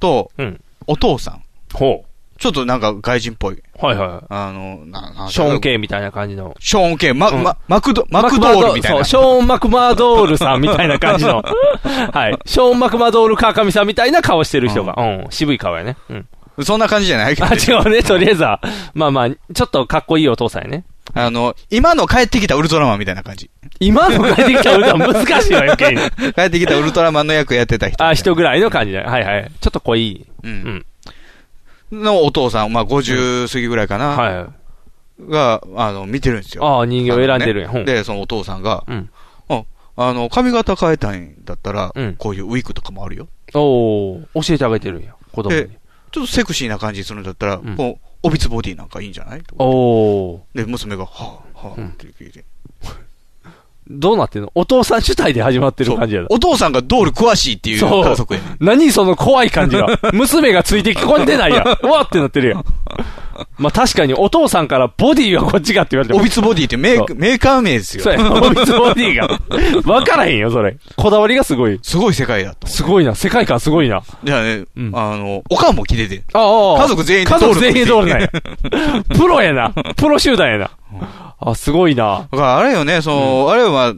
と、うん。お父さん。ほちょっとなんか外人っぽい。う。はいは。あの、な、ないショーン・ケイみたいな感じの。ショーン系、マ、うんマ、マクド、マクドールみたいそう、な。ショーン・マクマードールさんみたいな感じ の。はい。ショーン・マクマードール・川上さんみたいな顔してる人が。うん、渋い顔やね。うん。そんな感じじゃないけどあ、。違うね。とりあえずは。まあまあ、ちょっとかっこいいお父さんやね。あの、今の帰ってきたウルトラマンみたいな感じ。今の帰ってきた歌は難しいわ、余計に。帰ってきたウルトラマンの役やってた人。あ、人ぐらいの感じだ。はいはい。ちょっと濃い。う。うんん。のお父さん、まあ50過ぎぐらいかな。はい。が、あの、見てるんですよ。ああ、人形を選んでるんや。ほん。で、そのお父さんが、うん。あの、髪型変えたいんだったらうん、こういうウィッグとかもあるよ。おお教えてあげてるんや。子供にで。ちょっとセクシーな感じするんだったら、うんこう、オビツボディなんかいいんじゃないとおおで、娘が、はぁ、はぁ、って聞いて。どうなってんのお父さん主体で始まってる感じやだ。お父さんがドール詳しいっていうそう家族やね何その怖い感じが。娘がついてきこんでな いやん。うわってなってるやん。まあ確かにお父さんからボディはこっちがって言われてもオビツボディってメーそカーメーカー名ですそうよ。やね。オビスボディが。 わからへんよ、それ。こだわりがすごい。すごい世界だと。すごいな。世界観すごいな。じゃあね、うんあの、おかんも着てて。ああ家族全員で家ドー族ル全員ドールだなんや。プロやな。プロ集団やな。あ、すごいな。からあれよね、その、あれはまあ、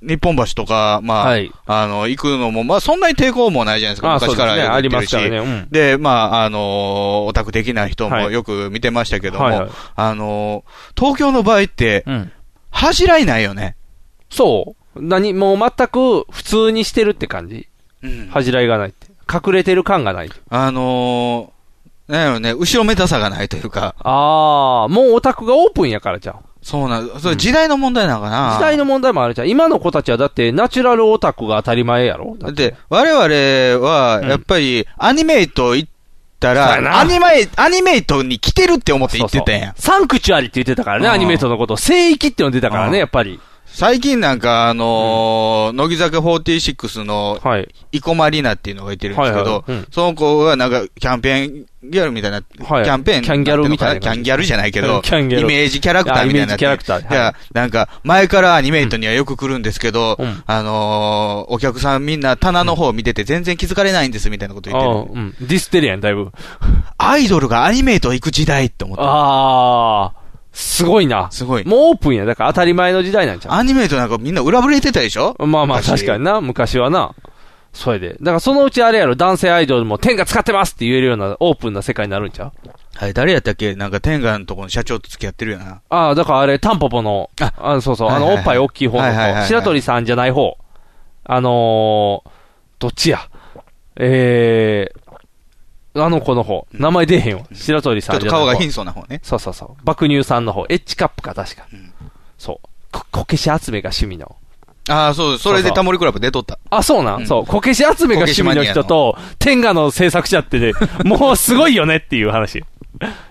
日本橋とか、まあ、はい。あの、行くのも、まあ、そんなに抵抗もないじゃないですか。あ、そ昔うですね。からあやってりまるすし。からね。うん。で、まあ、あの、オタク的な人はもいよく見てましたけども、はいはいあの、東京の場合って、うん。恥じらいないよね。そう。何もう全く普通にしてるって感じ。うん恥じらいがないって。隠れてる感がない。あのー、なんやろね、後ろめたさがないというか、ああ、もうオタクがオープンやからじゃん。そうなん、それ時代の問題なのかな、時代の問題もあるじゃん。今の子たちはだってナチュラルオタクが当たり前やろだだっってて、我々は、うんやっぱり、アニメイト行ったそうやなら、アニメ、アニメイトに来てるって思って行ってたやんそうそうサンクチュアリって言ってたからね、うんアニメートのこと。聖域って呼んでたからうね、んやっぱり。最近なんか、あのー乃木坂46の、はい。生駒里奈っていうのがいてるんですけど、はいはいうんその子がなんか、キャンペーンギャルみたいな、はいキャンペーンキャンギャルみたいなんてうのかキャンギャルじゃないけうんど、キャンギャルイメージキャラクターみたいになってあイメージキャラクターじゃはいあ、なんか、前からアニメイトにはよく来るんですけど、うんあのーお客さんみんな棚の方見てて全然気づかれないんですみたいなこと言ってる。うん。うんディステリアン、だいぶ。アイドルがアニメイト行く時代って思った。ああ、すごいな。すごい。もうオープンや。だから当たり前の時代なんちゃアニメイトなんかみんな裏ぶれてたでしょうまあまあ昔確かにな、昔はな。それで。だからそのうちあれやろ、男性アイドルも天が使ってますって言えるようなオープンな世界になるんちゃうはい、誰やったっけなんか天下のとこの社長と付き合ってるよな。ああ、だからあれ、タンポポの、ああそうそう、はいはいあはいの、おっぱい大きい方はいはいはいのはい子、白鳥さんじゃない方。あのー、どっちやえー、あの子の方。名前出えへんわ。白鳥ちょさっんじとゃない顔方が貧相な方ね。そうそうそう。爆乳さんの方、エッジカップか、確か。うんそう。ここけし集めが趣味の。ああ、そうです。それでタモリクラブ出とった。あ、そうなん、うんそう。こけし集めが趣味の人と、天下の制作者って ね、もうすごいよねっていう話。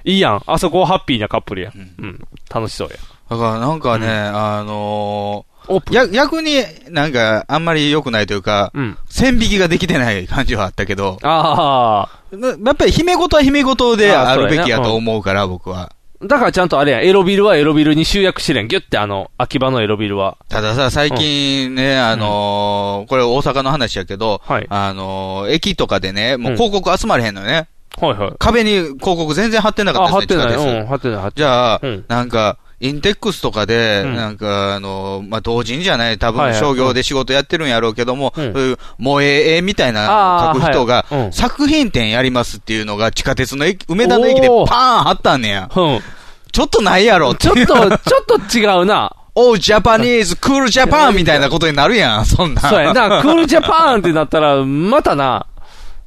いいやん。あそこハッピーなカップルや。うん。楽しそうや。だからなんかね、あのオープー、ン。や、逆になんかあんまり良くないというか、うん。線引きができてない感じはあったけど、あなやっぱり姫事は姫事であーあそうやるなべきやと思うから、僕は。あ。だからちゃんとあれやん。エロビルはエロビルに集約してるやん。ギュってあの、秋葉のエロビルは。たださ、最近ね、あのー、これ大阪の話やけど、はいあのー、駅とかでね、もううん広告集まれへんのよね。はいはい。壁に広告全然貼ってなかあ、った貼っですてね、ない。地下鉄うん、貼ってない、貼ってじゃあ、うんなんか、インテックスとかで、うんなんか、あの、まあ、同人じゃない、多はい分はい商業で仕事やってるんやろうけども、うんそういう、萌え絵みたいなあー書く人が、はいうん作品展やりますっていうのが地下鉄の駅、梅田の駅でパーおンー貼ったんねや。ない。うん。ちょっとないやろってちょっ と、ちょっと違うな。おう、ジャパニーズ、クールジャパンみたいなことになるやん、 そんな。そうやな。クールジャパンってなったら、またな。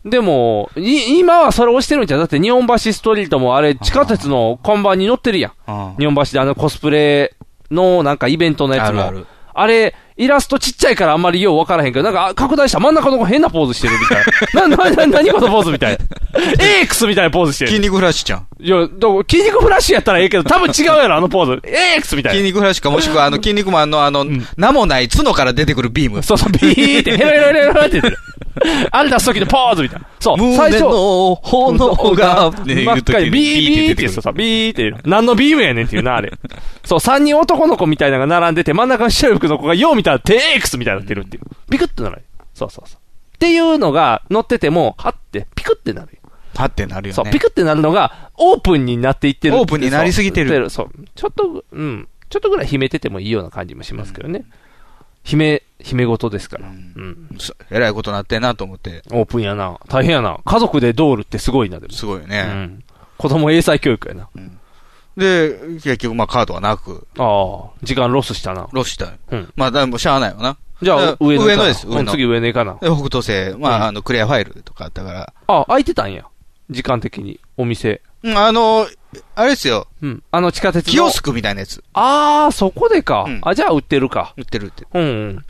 でも、い、今はそれ押してるんじゃうだって日本橋ストリートもあれ、地下鉄の看板に載ってるやん。うん日本橋であのコスプレのなんかイベントのやつも。あるあるあれ、イラストちっちゃいからあんまりようわからへんけど、なんかあ拡大した真ん中の子変なポーズしてるみたいな。 な、な、な、何このポーズみたいな。AX みたいなポーズして筋る。肉フラッシュちゃん。いや、だから筋肉フラッシュやったらええけど、多分違うやろ、あのポーズ。AX みたいな。筋肉フラッシュか、もしくは、あ の、筋肉マンの、あの、名もない角から出てくるビーム。そうそう、ビーって、ヘロヘロヘロヘロって言ってる。あれ出す時のポーズみたいな。そう、最胸初。の炎が、って真いっう時赤ににビービ出ーってて言うくとる。さ、ビーって言う。何のビームやねんっていうな、あれ。そう、三人男の子みたいなのが並んでて、真ん中の白い服の子がよう見たら、テークスみたいになってるっていう。ビクッとなる。そうそうそう。っていうのが乗ってても、はって、ピクってなるよ。パってなるよね。そう、ピクってなるのが、オープンになっていってる。オープンになりすぎてるそう。そうちょっと、うん。ちょっとぐらい秘めててもいいような感じもしますけどね。秘め、秘め事ですから。うん。そえらいことなってんなと思って、オープンやな。大変やな。家族でドールってすごいな、でも。すごいようね。ん。子供英才教育やな。で、結局、まあ、カードはなく、ああ、時間ロスしたな。ロスしたよ。うんまあ、でもしゃあないよな。じゃあだ、上野行かな。上野です、上うん野。次で上野行かな。北斗星、まうんあ、あの、クレアファイルとかあったから。あ、空いてたんや。時間的に。お店。うん、あの、あれですよ、うん。あの地下鉄の。キオスクみたいなやつ、ああ、そこでか。うんあ、じゃあ売ってるか。売ってるって。うん、うん。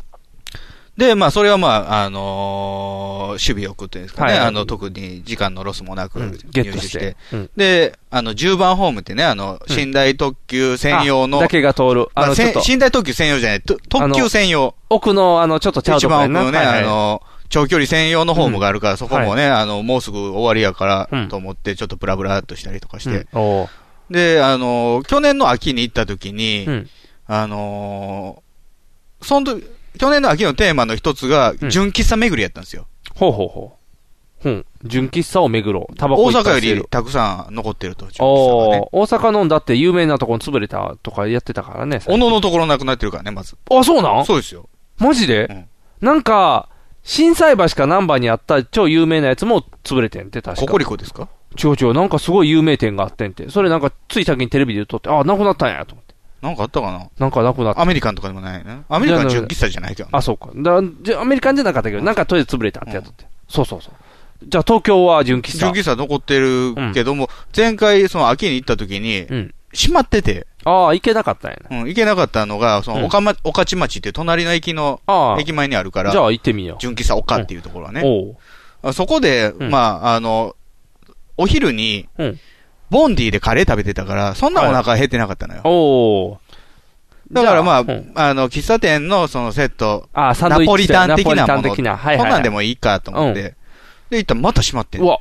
で、まあ、それはまあ、あのー守備よくっていうんですかね、はいはいあの、特に時間のロスもなくうん入ゲッ手トししてて。。うん。で、あの、10番ホームってね、あの、うん寝台特急専用の、あだけが通る。まああの、ちょっせと、寝台特急専用じゃない、と特急専用。奥の、あの、ちょっとちゃう一とこ番や奥のな。ね、はいはいあ、の、長距離専用のホームがあるから、そこもね、あの、もうすぐ終わりやかうら、んと思って、ちょっとブラブラっとしたりとかして。うんおうで、あの、去年の秋に行った時に、うん。あのーその時、去年の秋のテーマの一つが、ん純喫茶巡りやったんですよ。ほうほうほう。うん。純喫茶を巡ろう。タバコ大いっぱい阪よ吸えるりたくさん残ってると、純喫お茶おがね。大阪のんだって有名なとこに潰れたとかやってたからね。おののところなくなってるからね、まず。あ、そうなんそうですよ。マジで、うんなんか、震災橋か南波にあった超有名なやつも潰れてんって、確か。ココリコですか違う違う、なんかすごい有名店があってんて。それなんかつい先にテレビで撮って、あ、なくなったんやと思って。なんかあったかななんかなくなった。アメリカンとかでもないね。アメリカン純喫茶じゃないけどねあ、そうか。だじゃアメリカンじゃなかったけど、なんかとりあえず潰れたってやつって。そうそうそう。じゃあ東京は純喫純茶。喫茶残ってるけども、前回、その秋に行った時に、うん。閉まってて、ああ、行けなかったんやな。うん、行けなかったのが、そうんの、おかま、おかち町っていう隣の駅の、ああ。駅前にあるから、じゃあ行ってみよ純喫茶おかっていうところはう。ね。おう。あそこで、んまあ、あの、お昼に、うんボンディでカレー食べてたから、そんなお腹減ってなかったのよ。おう。だからまあ、じゃあうんあの、喫茶店のそのセット、ああ、サンドナイッチポリタン的なナもポリタの、ン的な。はいはい、はい。こんなんでもいいかと思って。で、行ったらまた閉まってんうわ。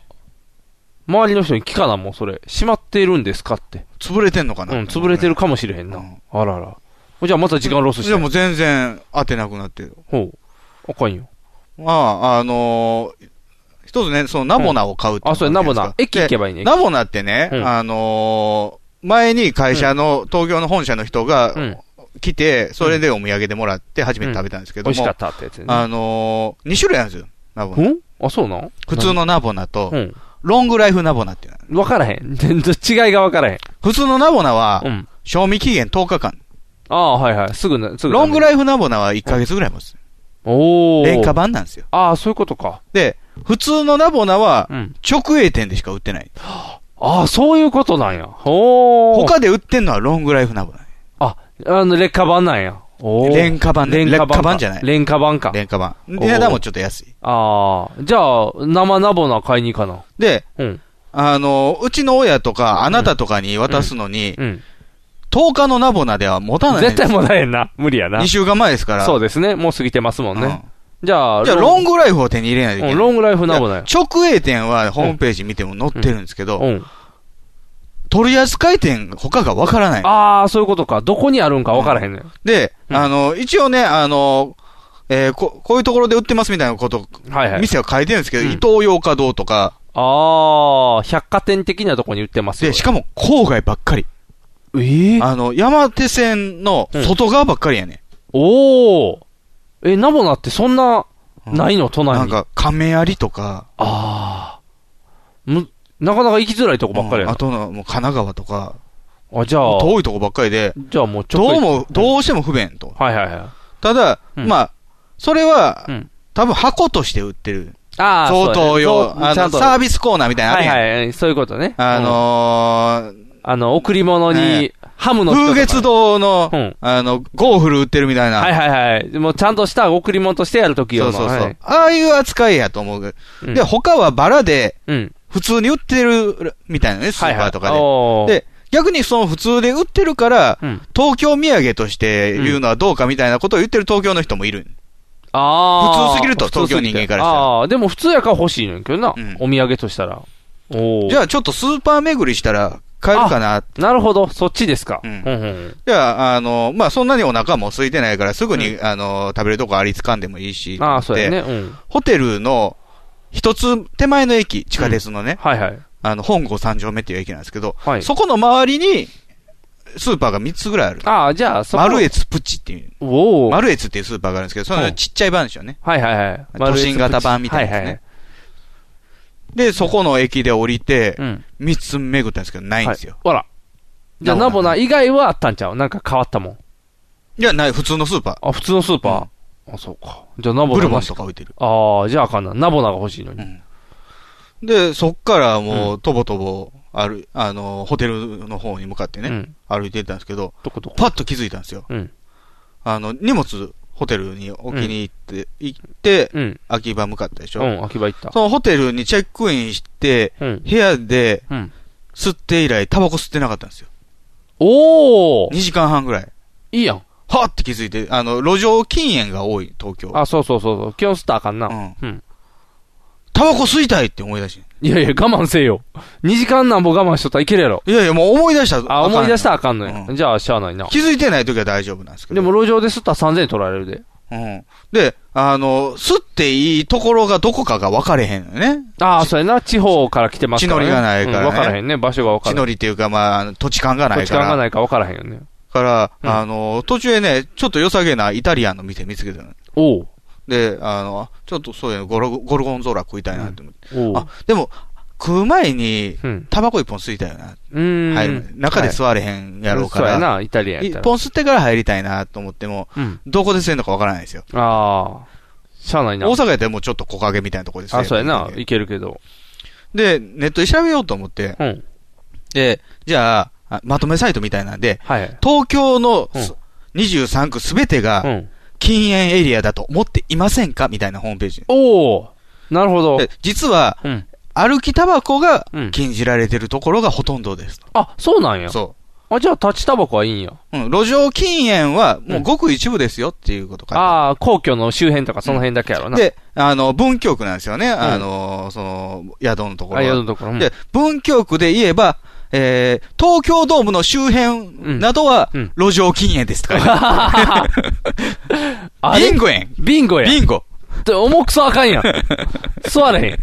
周りの人に聞かな、もうそれ。閉まってるんですかって。潰れてんのかなうん、潰れてるかもしれへんな。うんあらら。じゃあまた時間ロスして。じゃあもう全然当てなくなってる。ほう。あかんよ。まあ、あのー一つね、そのナボナを買うっていあ、のがそれナボあるナ。じ駅ゃないで行けすかばいいね。でナボナってね、うんあのー前に会社の、東京の本社の人がうん。来て、それでお土産でもらって初めて食べたんですけ美ど味しも、かったってやつね。あのー、2種類あるんですよ、ナボうナ。んあ、そうなん普通。のナボナとう、ん。ロングライフナボナっていうのがあるわからへん。 全然違いがわからへん。普通のナボナはう、ん。賞味期限10日間。ああ、はいはい。すぐな、すぐな。ロングイライフナボナは1ヶ月ぐらい持つ。おお。廉価版なんですよ。ああ、そういうことか。で、普通のナボナはう、ん。直営店でしか売ってない。ああ、そういうことなんや。おお。他で売ってんのはロングライフナボナ。あ、あの、劣化版なんや。おー廉価版ね廉価版劣化か版じゃない廉価版か。廉価版。おー値段もちょっと安い。ああ。じゃあ、生ナボナ買いに行かな。で、うん。あの、うちの親とか、あなたとかに渡すのに、うん。 10日のナボナでは持たないんです絶対もらえんな。無理やな2。週間前ですから。そうですね。もう過ぎてますもんうねん。じゃあ、じゃあ、ロングライフを手に入れないといけうない。んロングライフナボナよ。直営店はホームページ見ても載ってるんですけど、うん。取り扱い店他がわからない。ああ、そういうことか。どこにあるんか分からへんねん。で、うんあの、一応ね、あの、えーこ、こういうところで売ってますみたいなこと、はいはい。店は書いてるんですけど、うん伊東洋華堂とか、ああ、百貨店的なとこに売ってますよで、。しかも郊外ばっかり。えー、あの、山手線の外側ばっかりやね。おお。え、ナボナってそんな、うんないの都内に。なんか、亀有とか、ああ。む、なかなか行きづらいとこばっかりうやんあな。との、もう神奈川とか、あ、じゃあ、遠いとこばっかりで、じゃあもうちょっどと。うも、どうしても不便と。はいはいはい。ただ、うんまあ、それは、うん多分箱として売ってる。ああ、相当よ用、あの、サービスコーナーみたいなのあはるいやんはいはい、そういうことね。あうん、のーあの、贈り物にね、ハムの人とか風月堂の、うんあの、ゴーフル売ってるみたいな。はいはいはい。もうちゃんとした贈り物としてやるときそよ。うそうそう、はいああいう扱いやと思う。うんで、他はバラで、うん。普通に売ってるみたいなね、スーパーとかで。はいはいおーで、逆にその普通で売ってるから、うん東京土産として言うのはどうかみたいなことを言ってる東京の人もいる。ああ。普通すぎると東京人間からしたらああー、でも普通やから欲しいねんけどな。うんお土産としたら。おお。じゃあちょっとスーパー巡りしたら買えるかな。なるほど、そっちですか。うんほんほんじゃあ、あの、まあ、そんなにお腹も空いてないから、すぐに、あの、食べるとこありつかんでもいいし。ああ、そうやね。うん。ホテルの一つ手前の駅、地下鉄のね、はいはい。あの、本郷三条目っていう駅なんですけど、はいそこの周りに、スーパーが3つぐらいある。ああ、じゃあ、そこ。マルエツプチっていう、おお。マルエツっていうスーパーがあるんですけど、そのちっちゃい版ですよね。はいはいはい。都心型版みたいなやつねで、そこの駅で降りては、いはい。うん。 3つ巡ったんですけど、ないんですはよ。い。ほら。じゃあ、ナナボボナナ以外はあったんちゃうなんか変わったもん。い、や、ない、普通のスーパあ、普通のスーパー。あ、そうか。じゃあ、ナー。ボブナルボなンしと。か置いてる。ああ、じゃああかんな。ナボナが欲しいのに。で、そっからもう、とぼとぼ、ある、あの、ホテルの方に向かってね、うん歩いてたんですけど、どこどこ。パッと気づいたんですよ。うん。あの、荷物、ホテルに置きに行って、行って、うん。秋葉向かったでしうょ、ん、秋葉行ったそ。のホテルにチェックインして、うん。部屋でうん。吸って以来、タバコ吸ってなかったんですよ。おお2時間半ぐらい。いいやん。はっって気づいて、あの、路上禁煙が多い、東京。あ、そうそうそうそう。今日吸ったらあかんな。うんうん。タバコ吸いたいって思い出しいやいや、我慢せよ。2時間なんぼ我慢しとったらいけるやろ。いやいや、もう思い出したらあ、かん思い出したらあかんのやう。んじゃあ、しゃあないな。気づいてない時は大丈夫なんですけでど。も、路上で吸ったら3000円取られるで。うん。で、あの、吸っていいところがどこかが分かれへんのね。ああ、そうやな。地方から来てますからね。地の利がないからねうん分からへんね。場所が分か地らへん。の利っていうか、まああの、土地勘がな土い地か勘がら。ないから分からへんよね。から、うんあの、途中でね、ちょっと良さげなイタリアンの店見つけたの。おう。で、あの、ちょっとそういうのゴルゴゴルゴンゾーラ食いたいなって思って。おうあ。、でも、食う前に、うん。タバコ一本吸いたいよな。うーん。入る中で座れへんやろうかそうやら。な。イタリアンや一、ったら。本吸ってから入りたいなと思っても、うん。どこで吸えんのかわからないですよ。ああ。しゃあないな。大阪やったらもうちょっと木陰みたいなところですあ、そうやな。いけるけど。で、ネットで調べようと思って、うん。で、じゃあ、あまとめサイトみたいなんで、はいはい。東京のうんす23区すべてうがん。禁煙エリアだと思っていませんかみたいなホームページ。おお。なるほど。で実は、うん。歩きタバコがうん禁じられてるところがほとんどですと。あ、そうなんや。そあ、じゃあ、立ちタバコはいいんや。う。うん。路上禁煙は、もんうごく一部ですよっていうことか。ああ、皇居の周辺とかその辺だけやろな。、で、あの、文京区なんですよね。あの、その、宿のとこあ、ろ宿は。のところも。で、文京区で言えば、えー、東京ドームの周辺などはうん、路上禁煙ですとか書いてある。 あれビンゴ園ビンゴや。ビンゴって重くそあかんやん。座れへん。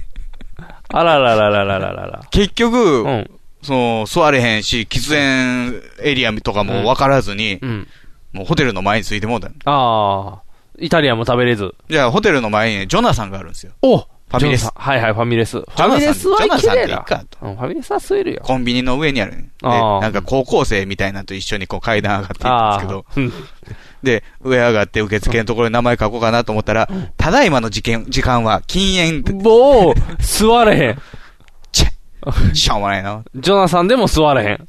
あらららららららら。結局、うん。その、座れへんし、喫煙エリアとかも分からずに、うん。もうホテルの前についてもうたのああ、イタリアンも食べれず。じゃあ、ホテルの前にね、ジョナサンがあるんですよ。おファミレスはいはい、ファミレス。フナサァンミレスはいけねえジョナサンでいないか。うん、ファミレスは吸えるよ。コンビニの上にあるね。で、あーなんか高校生みたいなのと一緒にこう階段上がっていあくんですあ、うん。けど、で、上上がって受付のところに名前書こうかなと思ったら、ただいまの事件、時間は禁煙、もう、座れへん。しょうもないな。ジョナサンでも座れへん。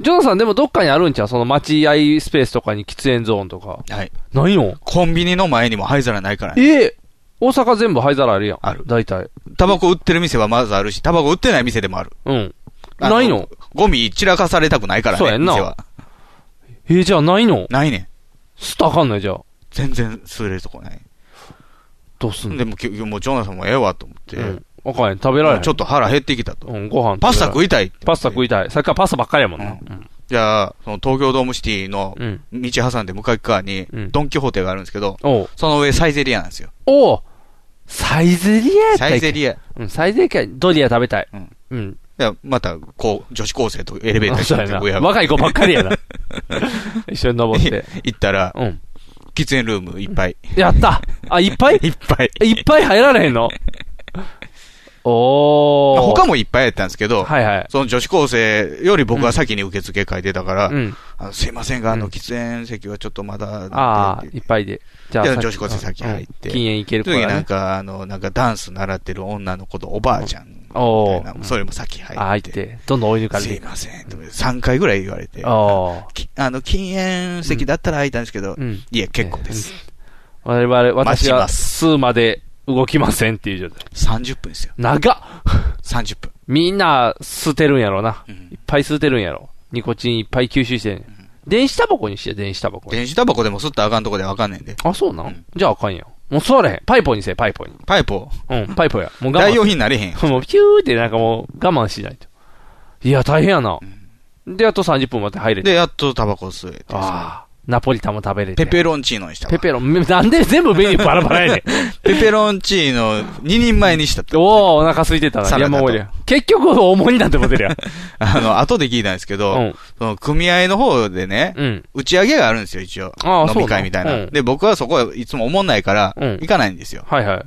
ジョナさん、でもどっかにあるんちゃうその待合スペースとかに喫煙ゾーンとか。はい。ないよ。コンビニの前にも灰皿ないからね。ええ大阪全部灰皿あるやん。ある大体。タバコ売ってる店はまずあるし、タバコ売ってない店でもある。うん。あのないのゴミ散らかされたくないからね。そうやんな店は。えーじゃあないのないねん。スタあかんないじゃあ。全然吸えるとこない。どうすんのでも、きゅもうジョナサンもええわと思って、うん。あかんやん。食べられへん。ちょっと腹減ってきたと。うん、ご飯。パスタ食いいたいって。パスタ食いたい。さっきからパスタばっかりやもんな。うん。じゃあ、その東京ドームシティのうん。道挟んで向かい側にうん、ドン・キホーテがあるんですけど、おうその上サイゼリアなんですよ。おうサイゼリアやったっサけイゼリア。うん、サイゼリア、ドリア食べたい。うんうん。いやまた、こう、女子高生とエレベーターあそうやに乗な。って上若い子ばっかりや な。一緒に登って。行ったら、うん。喫煙ルームいっぱい。やったあ、いっぱい いっぱい。いっぱい入られへ んのおー。まあ他もいっぱいやったんですけど、はいはい。その女子高生より僕は先に受付書いてたから、うん。あのすいませんが、あうの、ん喫煙席はちょっとまだ、ああ、ってい言っってぱいで。じゃじゃあ、あ女子高生先入ってうん禁煙いけるそかの時ら、なんね。か、あの、なんかダンス習ってる女の子とおばあちゃんみたおいなー。、それも先ああ、入入っ、ってて。どんどん追い抜かれすていいく。ませんと、3回ぐらい言われて、おー。きあの、禁煙席だったら空いたんですけど、うん。いえ、結構です。我々、私は待ちます数まで動きませんっていう状態。 30分ですよ。長っ30分。みんな吸ってるんやろな。うんいっぱい吸ってるんやろ。ニコチンいっぱい吸収してんねん。電子タバコにして、電子タバコ。電子タバコでも吸ったらあかんとこでわかんねんで。あ、そうな、うんん、じゃああかんやん。もう座れへん。パイポにせえ、パイポに。パイプをうん、パイポや。もう我慢代用品になれへん。もうピューってなんかもう我慢しないと。いや、大変やな。で、あと30分待って入れて。で、やっとタバコ吸えて。ああ、ナポリタンも食べれて。ペペロンチーノにしたわペペロン。めなんで全部メニューバラバラやねん。 ペペロンチーノ2人前にしたって。おお、お腹空いてたな。サいや、ラダもとう俺や。結局、重になんてもてるやん。あの、後で聞いたんですけど、うん。その組合の方でね、うん。打ち上げがあるんですよ、一応。ああ飲み会みたいな。そうなのうんで、僕はそこはいつも思んないから、うん行かないんですよ。はいはい。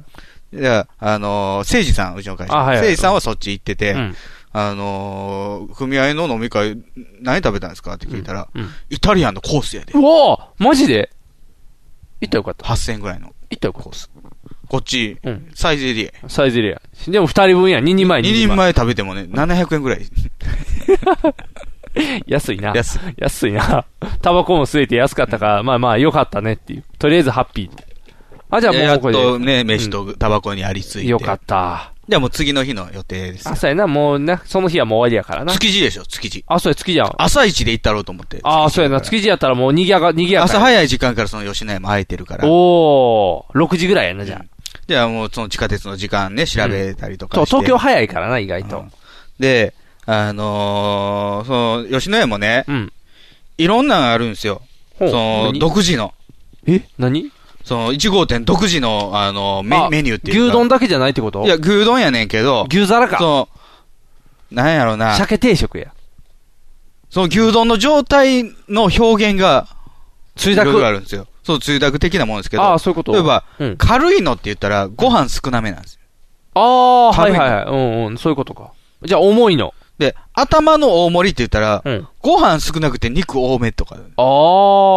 じゃあ、あのー、誠治さん、うちの会社。あはいはい誠治さんはそっち行ってて、うん。あのー、組合の飲み会、何食べたんですかって聞いたら、うん。イタリアンのコースやで。うおーマジで行ったらよかった。 8000円ぐらいの行ったらよかった。こっち、うんサイゼリア。サイゼリア。でも二人分や。二人前、 2二人人前。前食べてもね、700円ぐらい。安いな。安い。安いな。タバコも吸えて安かったから、まあまあ、よかったねっていう。とりあえずハッピー。あ、じゃあでやもうっこれとで。ね、飯とタバコにありついて。よかった。じゃあもう次の日の予定ですよ。朝やな、もうな、その日はもう終わりやからな。築地でしょ、築地。あ、そうや、月じゃん。朝一で行ったろうと思って。ああ、そうやな、築地やったらもう賑やか、賑やか。朝早い時間からその吉野家も空いてるから。おー、6時ぐらいやな、じゃあ。じゃあもうその地下鉄の時間ね、調べたりとそかう、して。東京早いからな、意外と。で、あのー、その、吉野家もね、うん。いろんなのあるんですよ。ほそうの、何独自の。え何その、1号店独自の、あの、メあメニューっていうか。牛丼だけじゃないってこといや、牛丼やねんけど、牛皿か。その、なんやろうな。鮭定食や。その牛丼の状態の表現が、つゆいだろいろあく。るんですよ。そう、つゆだく的なもんですけあどあ、、そういうこと。例えば、うん。軽いのって言ったら、ご飯少なめなんですよ。ああ、はい軽いのはいはい。うんうん、そういうことか。じゃあ、重いの。で、頭の大盛りって言ったら、うん。ご飯少なくて肉多めとか、あ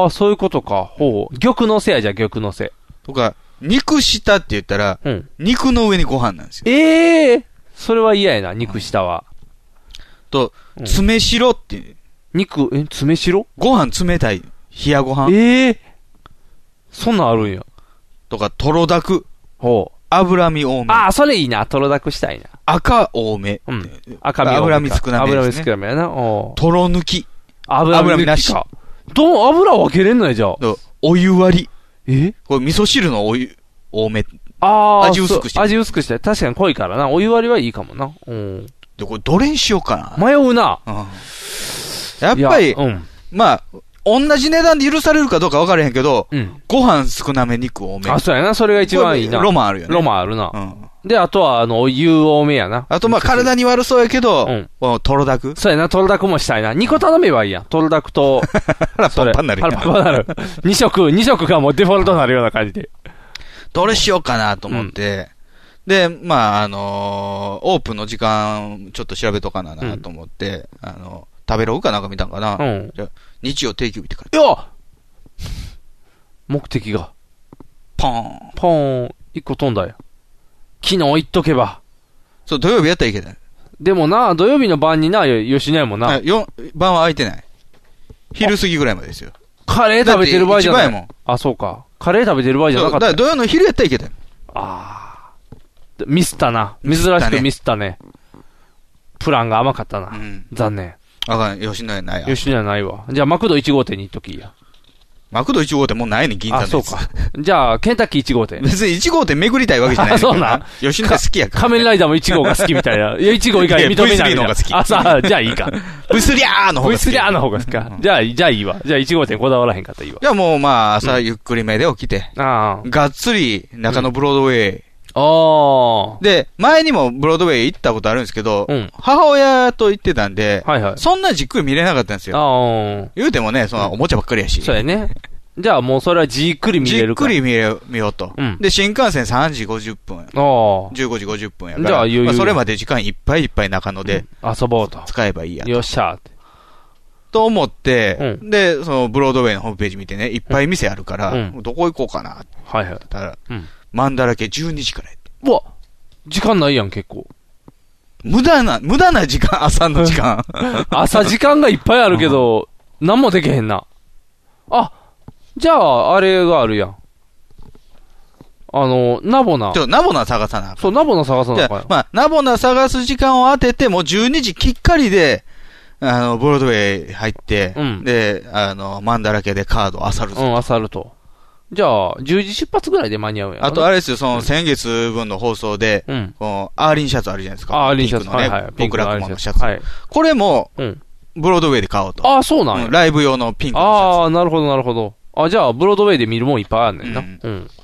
あ、そういうことか。ほう。玉のせやじゃ、玉のせ。とか、肉下って言ったら、うん。肉の上にご飯なんですよ。ええそれは嫌やな、肉下は。とうん、詰めしろって、肉、え、爪白ご飯冷たい、冷やご飯ええそんなんあるんや。とか、とろだく、ほう。脂身多め、ああ、それいいな。とろだくしたいな。赤多め、うん。赤身多めか脂身少なめですね脂身少なめやな。おうとろ抜き、油油身なしか。どう、油分けれんのや、じゃあ。とお湯割り、えこれ味噌汁のお湯多め、ああ。味薄くしてそう味薄くして。確かに濃いからな。お湯割りはいいかもな。うん。でこれどれにしようか迷うな。な。うんやっぱいりや、うん。まあ、同じ値段で許されるかどうか分からへんけど、うん。ご飯少なめ、肉多め。あ、そうやな。それが一番いいな。ロマンあるよね。ロマンあるな。うん。で、あとは、あの、お湯多めやな。あと、 まあ、体に悪そうやけど、うんこのトロダク。そうやな、トロダクもしたいな。2個頼めばいいやん。トロダ クと、腹パそれ。ンパンになるやパんンパンになる。2色、2色がもうデフォルトになるような感じで。どれしようかなと思って、で、まあ、あのーオープンの時間、ちょっと調べとかななと思って、あの、食べログかなんか見たんかな、うん。日曜定休日って書いていや目的が。パーン。ポーン、1個飛んだよ。昨日言っとけば。そう、土曜日やったらいけない。でもな、土曜日の晩にな、吉野家もな、はいよ晩は空いてない。昼過ぎぐらいまでですよ。カレー食べてる場合じゃだなって一番やい。あ、そうか。カレー食べてる場合じゃそなうかだっかたらよ。土曜の昼やったらいけたよああ。ミスったな。珍ミスっしたくねミスったね。プランが甘かったな。うん残念。あかん、吉野家ないや。吉野家ないわ。じゃあ、マクド1号店に行っときや。マクド1号店もうないねん、銀座のあ、やつそうか。じゃあ、ケンタッキー1号店。別に1号店巡りたいわけじゃないねけどあそうなん吉野家好きやから。仮面ライダーも1号が好きみた いな。いや、1号以外認めないみたいいや V3 の方が好きな。あ、さあ、じゃあいいか。ブスリャーの方が好き。 V3 の方が好きか。じゃあ、じゃあいいわ。じゃあ1号店こだわらへんかったらいいわ。じゃあもうまあ、朝ゆっくりめで起きて、あがっつり中野ブロードウェイ。あ。あで、前にもブロードウェイ行ったことあるんですけど、うん母親と行ってたんで、あ。はいはい。そんなじっくり見れなかったんですあよ。あうん。言うてもね、そのおもちゃばっかりやし。そうやね。じゃあもうそれはじっくり見じれっるかくら。り見れ見ようと、うんで、新幹線3時50分、あ15時50分やかじゃあら、余裕まあそれまで時間いっぱいいっぱい中野であ。遊ぼうと。使えばいいやよっしゃーって。と思って、うで、そのブロードウェイのホームページ見てね、いっぱい店あるから、うどこ行こうかなってはいはい。言ったら、うんマンだらけ12時からやって。うわ時間ないやん、結構。無駄な、無駄な時間、 朝の時間。朝時間がいっぱいあるけど、何もできへんな。あ、じゃあ、あれがあるやん。あの、ナボナちょ。っとナボナ探さなあかん。そう、ナボナ探さなじあゃかんあよ、まあ、ナボナ探す時間を当てて、もう12時きっかりで、あの、ブロードウェイ入って、うんで、あの、マンだらけでカード漁るぞ。うん、あさると。じゃあ、10時出発ぐらいで間に合うやん。あと、あれですよ、その、先月分の放送で、うん。この、アーリンシャツあるじゃないですか。あ、アリンシャツ。ピンクのはね、いはい。ピンクラアクリマンのシャツ。はい。これも、うん。ブロードウェイで買おうと。あ、そうなんうやん。ライブ用のピンクのシャああ、なるほど、なるほど。あ、じゃあ、ブロードウェイで見るもんいっぱいあんねんな。ううんん。ツ。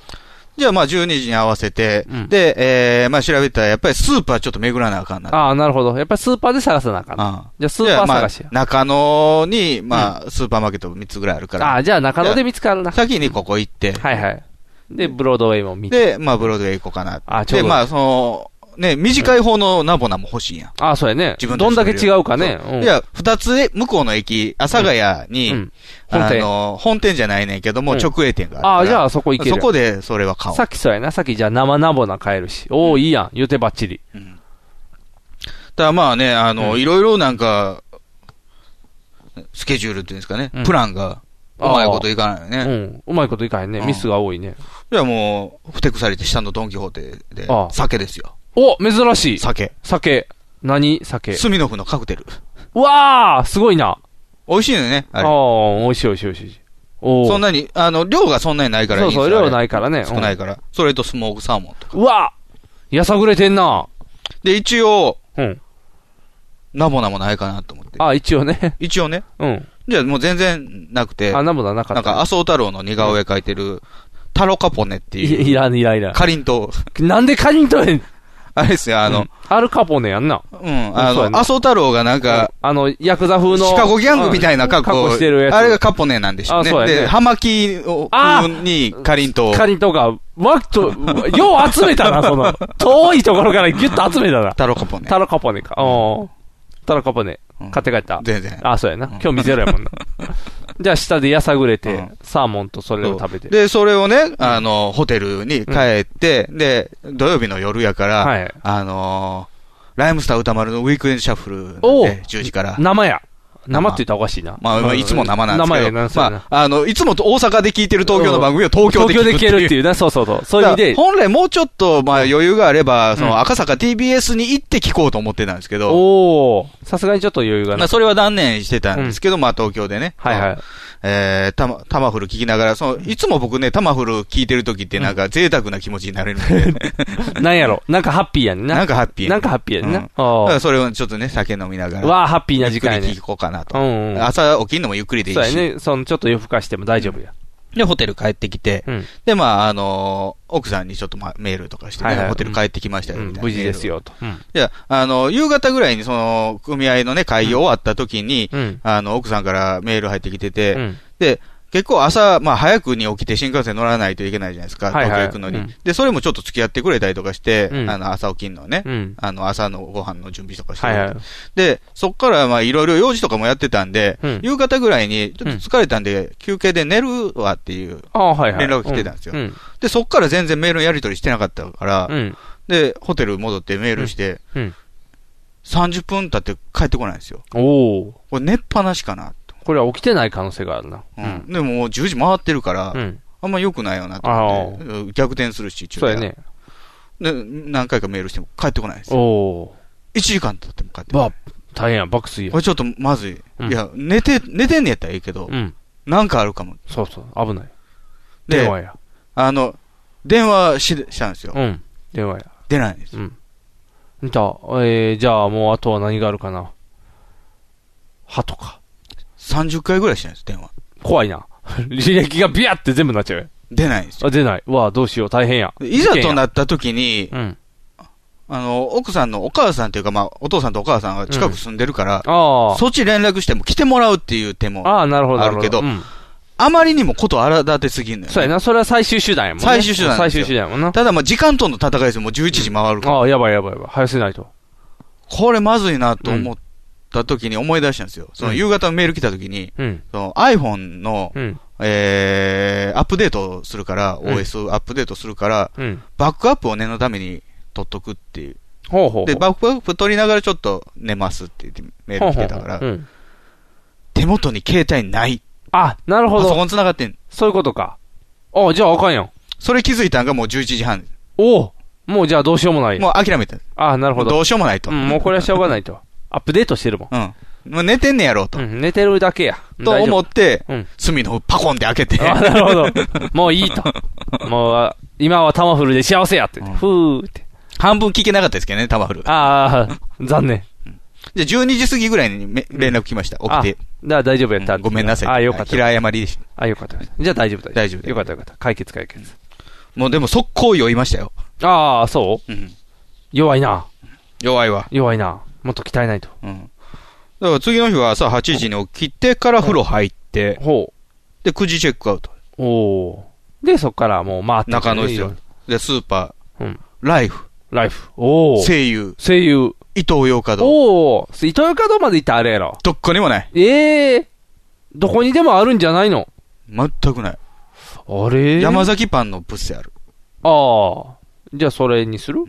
じゃあまあ12時に合わせて、うんで、えー、まあ調べたらやっぱりスーパーちょっと巡らなあかんな。ああ、なるほど。やっぱりスーパーで探さなあかんな。あじゃあ、スーパー探しじゃやあ。まあ中野に、まあスーパーマーケット3つぐらいあるかあら、あ、じゃあ、中野で見つかるな。先にここ行って、はいはい。で、ブロードウェイも見て。で、まあブロードウェイ行こうかな。あちょうで、どまあその、ね、短い方のナボナも欲しいやん。ああ、そうやね。自分たどちんでだ見けれる違うかね。うん。いや、二つ向こうの駅、阿佐ヶ谷に、うん。本あ店。の、本店じゃないねんけども、うん直営店があるから。ああ、じゃあ、そこ行けるそやん。こでそれは買おうさ。っきそうやな。さっきじゃあ、生ナボナ買えるし。おお、いいやん。言うてばっちり。ただまあね、あの、うんいろいろなんか、スケジュールっていうんですかね、うんプランが、うあーまいこといかないようね。ん。うまいこといかへんね。うんミスが多いね。じゃあもう、ふてくされて下のドンキホーテであ、ー酒ですよ。お珍しい。酒。酒。何酒。スミノフのカクテル。うわあすごいな。美味しいのよね、あああれ。ー、美味しい美味しい美味しい。おお。そんなに、あの、量がそんなにないからいいそんうですよそう、量あなれいからね。少ないから。それとスモークサーモンとか。うん。うわやさぐれてんな。で、一応、うん。ナボナもないかなと思って。あ、一応ね。一応ね。うん。じゃあもう全然なくて、あ、ナボナなかなっんかた。麻生太郎の似顔絵描いてる、タロカポネっていいう、いらん、いらん、いらん。かりんとう、なんでカニとへんあれですよ、あの、アルカポネやんな。うん、あそうのや、な麻生太郎がなんか、あの、ヤクザ風の。シカゴギャングみたいな格うん好、してるやつ。あれがカポネなんでしょうね。あそうやねで、葉巻をあーにかりんとう、カニとか、わっと、よう集 めたな、その。遠いところからギュッと集めたな。タロカポネ。タラカポネか。うん。タラカポネうん。買って帰った。全然。あ、そうやな。うん今日見ゼロやも んな。じゃあ下でやさぐれて、うんサーモンとそれを食べて。で、それをね、あの、ホテルに帰って、で、土曜日の夜やから、はいあのーライムスター歌丸のウィークエンドシャッフルなんでおう10時から。生や。生って言ったらおかしいな。まあ、まあ、いつも生なんですけ生ど、やな、そうやなまあ、あの、いつもと大阪で聞いてる東京の番組を東京で聞くっていう。東京で消えるっていうね、そうそうそう。そういう意だ味からで、本来もうちょっと、まあ余裕があれば、そうのん赤坂 TBS に行って聞こうと思ってたんですけど、おおさすがにちょっと余裕がまなあい。それは断念してたんですけど、まあ東京でね。はいはい。えー、たま、タマフル聞きながら、その、いつも僕ね、タマフル聞いてる時ってなんか贅沢な気持ちになれるんで、 なんやろ。なんかハッピーや んな。なんかハッピー。なんかハッピーやんうんな。だからあそれをちょっとね、酒飲みながあ。ら、わあ、ハッピーなゆっ時くり間やね聞。こうかなとう。んうん。朝起きるのもゆっくりでいいそうやし。ね。その、ちょっと夜更かしても大丈夫や。で、ホテル帰ってきて、うん。で、まあ、あのー奥さんにちょっとまあメールとかしてね、はいはいホテル帰ってきましたよ、うみたんいな、無事ですよ、と。うん。いや、あの、夕方ぐらいにその、組合のね、会議終わった時に、うん。あの、奥さんからメール入ってきてて、うん。結構朝、まあ早くに起きて新幹線乗らないといけないじゃないですか、はい東は京い行くのに、うんで、それもちょっと付き合ってくれたりとかして、うんあの、朝起きんのね。うん。あの、朝のご飯の準備とかして、はいはい。で、そっから、まあ、いろいろ用事とかもやってたんで、うん夕方ぐらいに、ちょっと疲れたんで、休憩で寝るわっていう。ああ、はいはい。連絡来てたんですようん。で、そっから全然メールのやり取りしてなかったから、うん。で、ホテル戻ってメールして、うんうん30分経って帰ってこないんですよ。おおこれ寝っぱなしかなと。ーこれは起きてない可能性があるな。うん。でももう10時回ってるから、うん。あんま良くないよなと思って、うん逆転するし、中そう断やね。で、何回かメールしても帰ってこないんですおよ。お1時間経っても帰ってー。こないば、大変や、爆睡やこ。れちょっとまずい。うんいや、寝て、寝てんねやったらいいけど、うん。なんかあるかも。そうそう、危ない。で電話や。あの、電話ししたんですよ。うん。電話や。出ないんですうよ。ん。見た。えー、じゃあもうあとは何があるかな。歯とか。 30回ぐらいしたんです、電話。怖いな。 履歴がビヤって全部なっちゃうよ。出ないんですよ。あ、出ない。うわあ、どうしよう。大変や。でいざと事件やなった時に、うん。あの、奥さんのお母さんというか、まあ、お父さんとお母さんが近く住んでるから、ああ。そっち連絡しても来てもらうっていう手も、ああ、なるほど、なあるるほけど。どうん。あまりにもこと荒立てすぎるのよ、ね。そうやな。それは最終手段やもんね。最終手段なん最です終よ手段やもんな。ただまあ時間との戦いですよ、もう11時回るから。ああ、やばいやばいやばい。早せないと。これまずいなと思った時に思い出したんですよ。その夕方メール来た時に、うん。その iPhone の、うん。えー、アップデートするから、ん OS アップデートするから、うん。バックアップを念のために取っとくっていう。ほうほうほう。で、バックアップ取りながらちょっと寝ますって言ってメール来てたかほうほうほうら、うん。手元に携帯ない。あ、なるほパソど。コン繋がってん。そういうことか。ああ、じゃああかんやん。それ気づいたんがもう11時半。おお。もうじゃあどうしようもない。もう諦めた。ああ、なるもほうど。どうしようもないと。うん、もうこれはしょうがないと。アップデートしてるもん。うん。もう寝てんねやろうとう。ん、寝てるだけや。と思っってうん、隅の方パコンって開けて、 ああ、なるほど。もういいと。もうあ、今はタマフルで幸せやって。うんふーって。半分聞けなかったですけどね、タマフル。ああ、残念。で、12時過ぎぐらいにめ連絡来ました。起きて。だから大丈夫やった、うんごめんなさい。ああ、よかった。平謝りでした。ああ、よかった。じゃあ大丈夫だ。大丈夫だよかったよかった。解決解決。もうでも速攻酔いましたよ。ああ、そううん。弱いな。弱いわ。弱いな。もっと鍛えないと。うん。だから次の日は朝8時に起きてから風呂入って、ほで、9時チェックアウト。う。おおー。で、そっからもう回って。中野ですよ。で、スーパー、うんライフ、ライフ。おお。声優、声優。伊藤洋華堂。おお。伊藤カドまで行ったあれやろ。どっこにもない。ええどこにでもあるんじゃないの全くない。あれ山崎。崎パンのブッセある。ああ。じゃあそれにする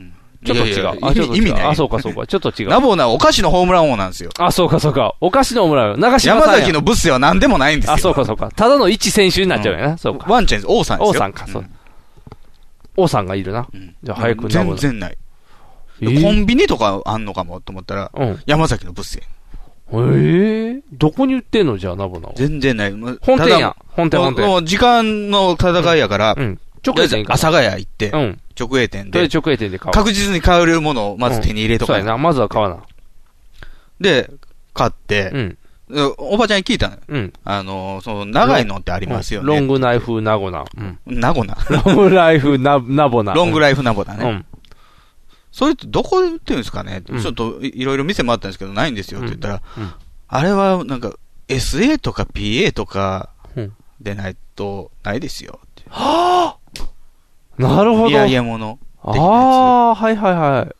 ちょっと違う。いやいやあちょっと違う意味ない。あ、そうかそうか。ちょっと違ラう。ボーナはお菓子のホームラン王なんですよ。あ、そうかそうか。お菓子のオムライス。長島山さんや。崎のブッセは何でもないんですよ。あ、そうかそうか。ただの一選手になっちゃうよな。そうか。ワンチャンです。王さんですよ。王さんか、そうう。王さんがいるな。んじゃあ早く名古全屋然ない。えコーンビニとかあんのかもと思ったら、うん。山崎のブッセ。ええどこに売ってんのじゃあ、ナボナは。全然ない。もう本店や。。た本だ店、もう本も店。う時間の戦いやからう、ん。直営店行阿か佐ヶ谷行ってな。、うん。直営店とりあえで、ず直営店で買う。確実に買えるものをまず手に入れとそうかやな。な。まずは買わな。で、買ってう、ん。でおばちゃんに聞いたのよ。うん。あのー、その、長いのってありますよね。ロングナイフナゴナ。うん。ナゴナ。ロングナイフナ、ナボナ。ロングライフナボだうね。ん。それってどこで売ってるんですかねちうんょっといろいろ店もあったんですけど、ないんですよって言ったらうん、あれはなんか SA とか PA とかうんでないとないですよって。なるほど。いやいやもの。ああ、はいはいはい。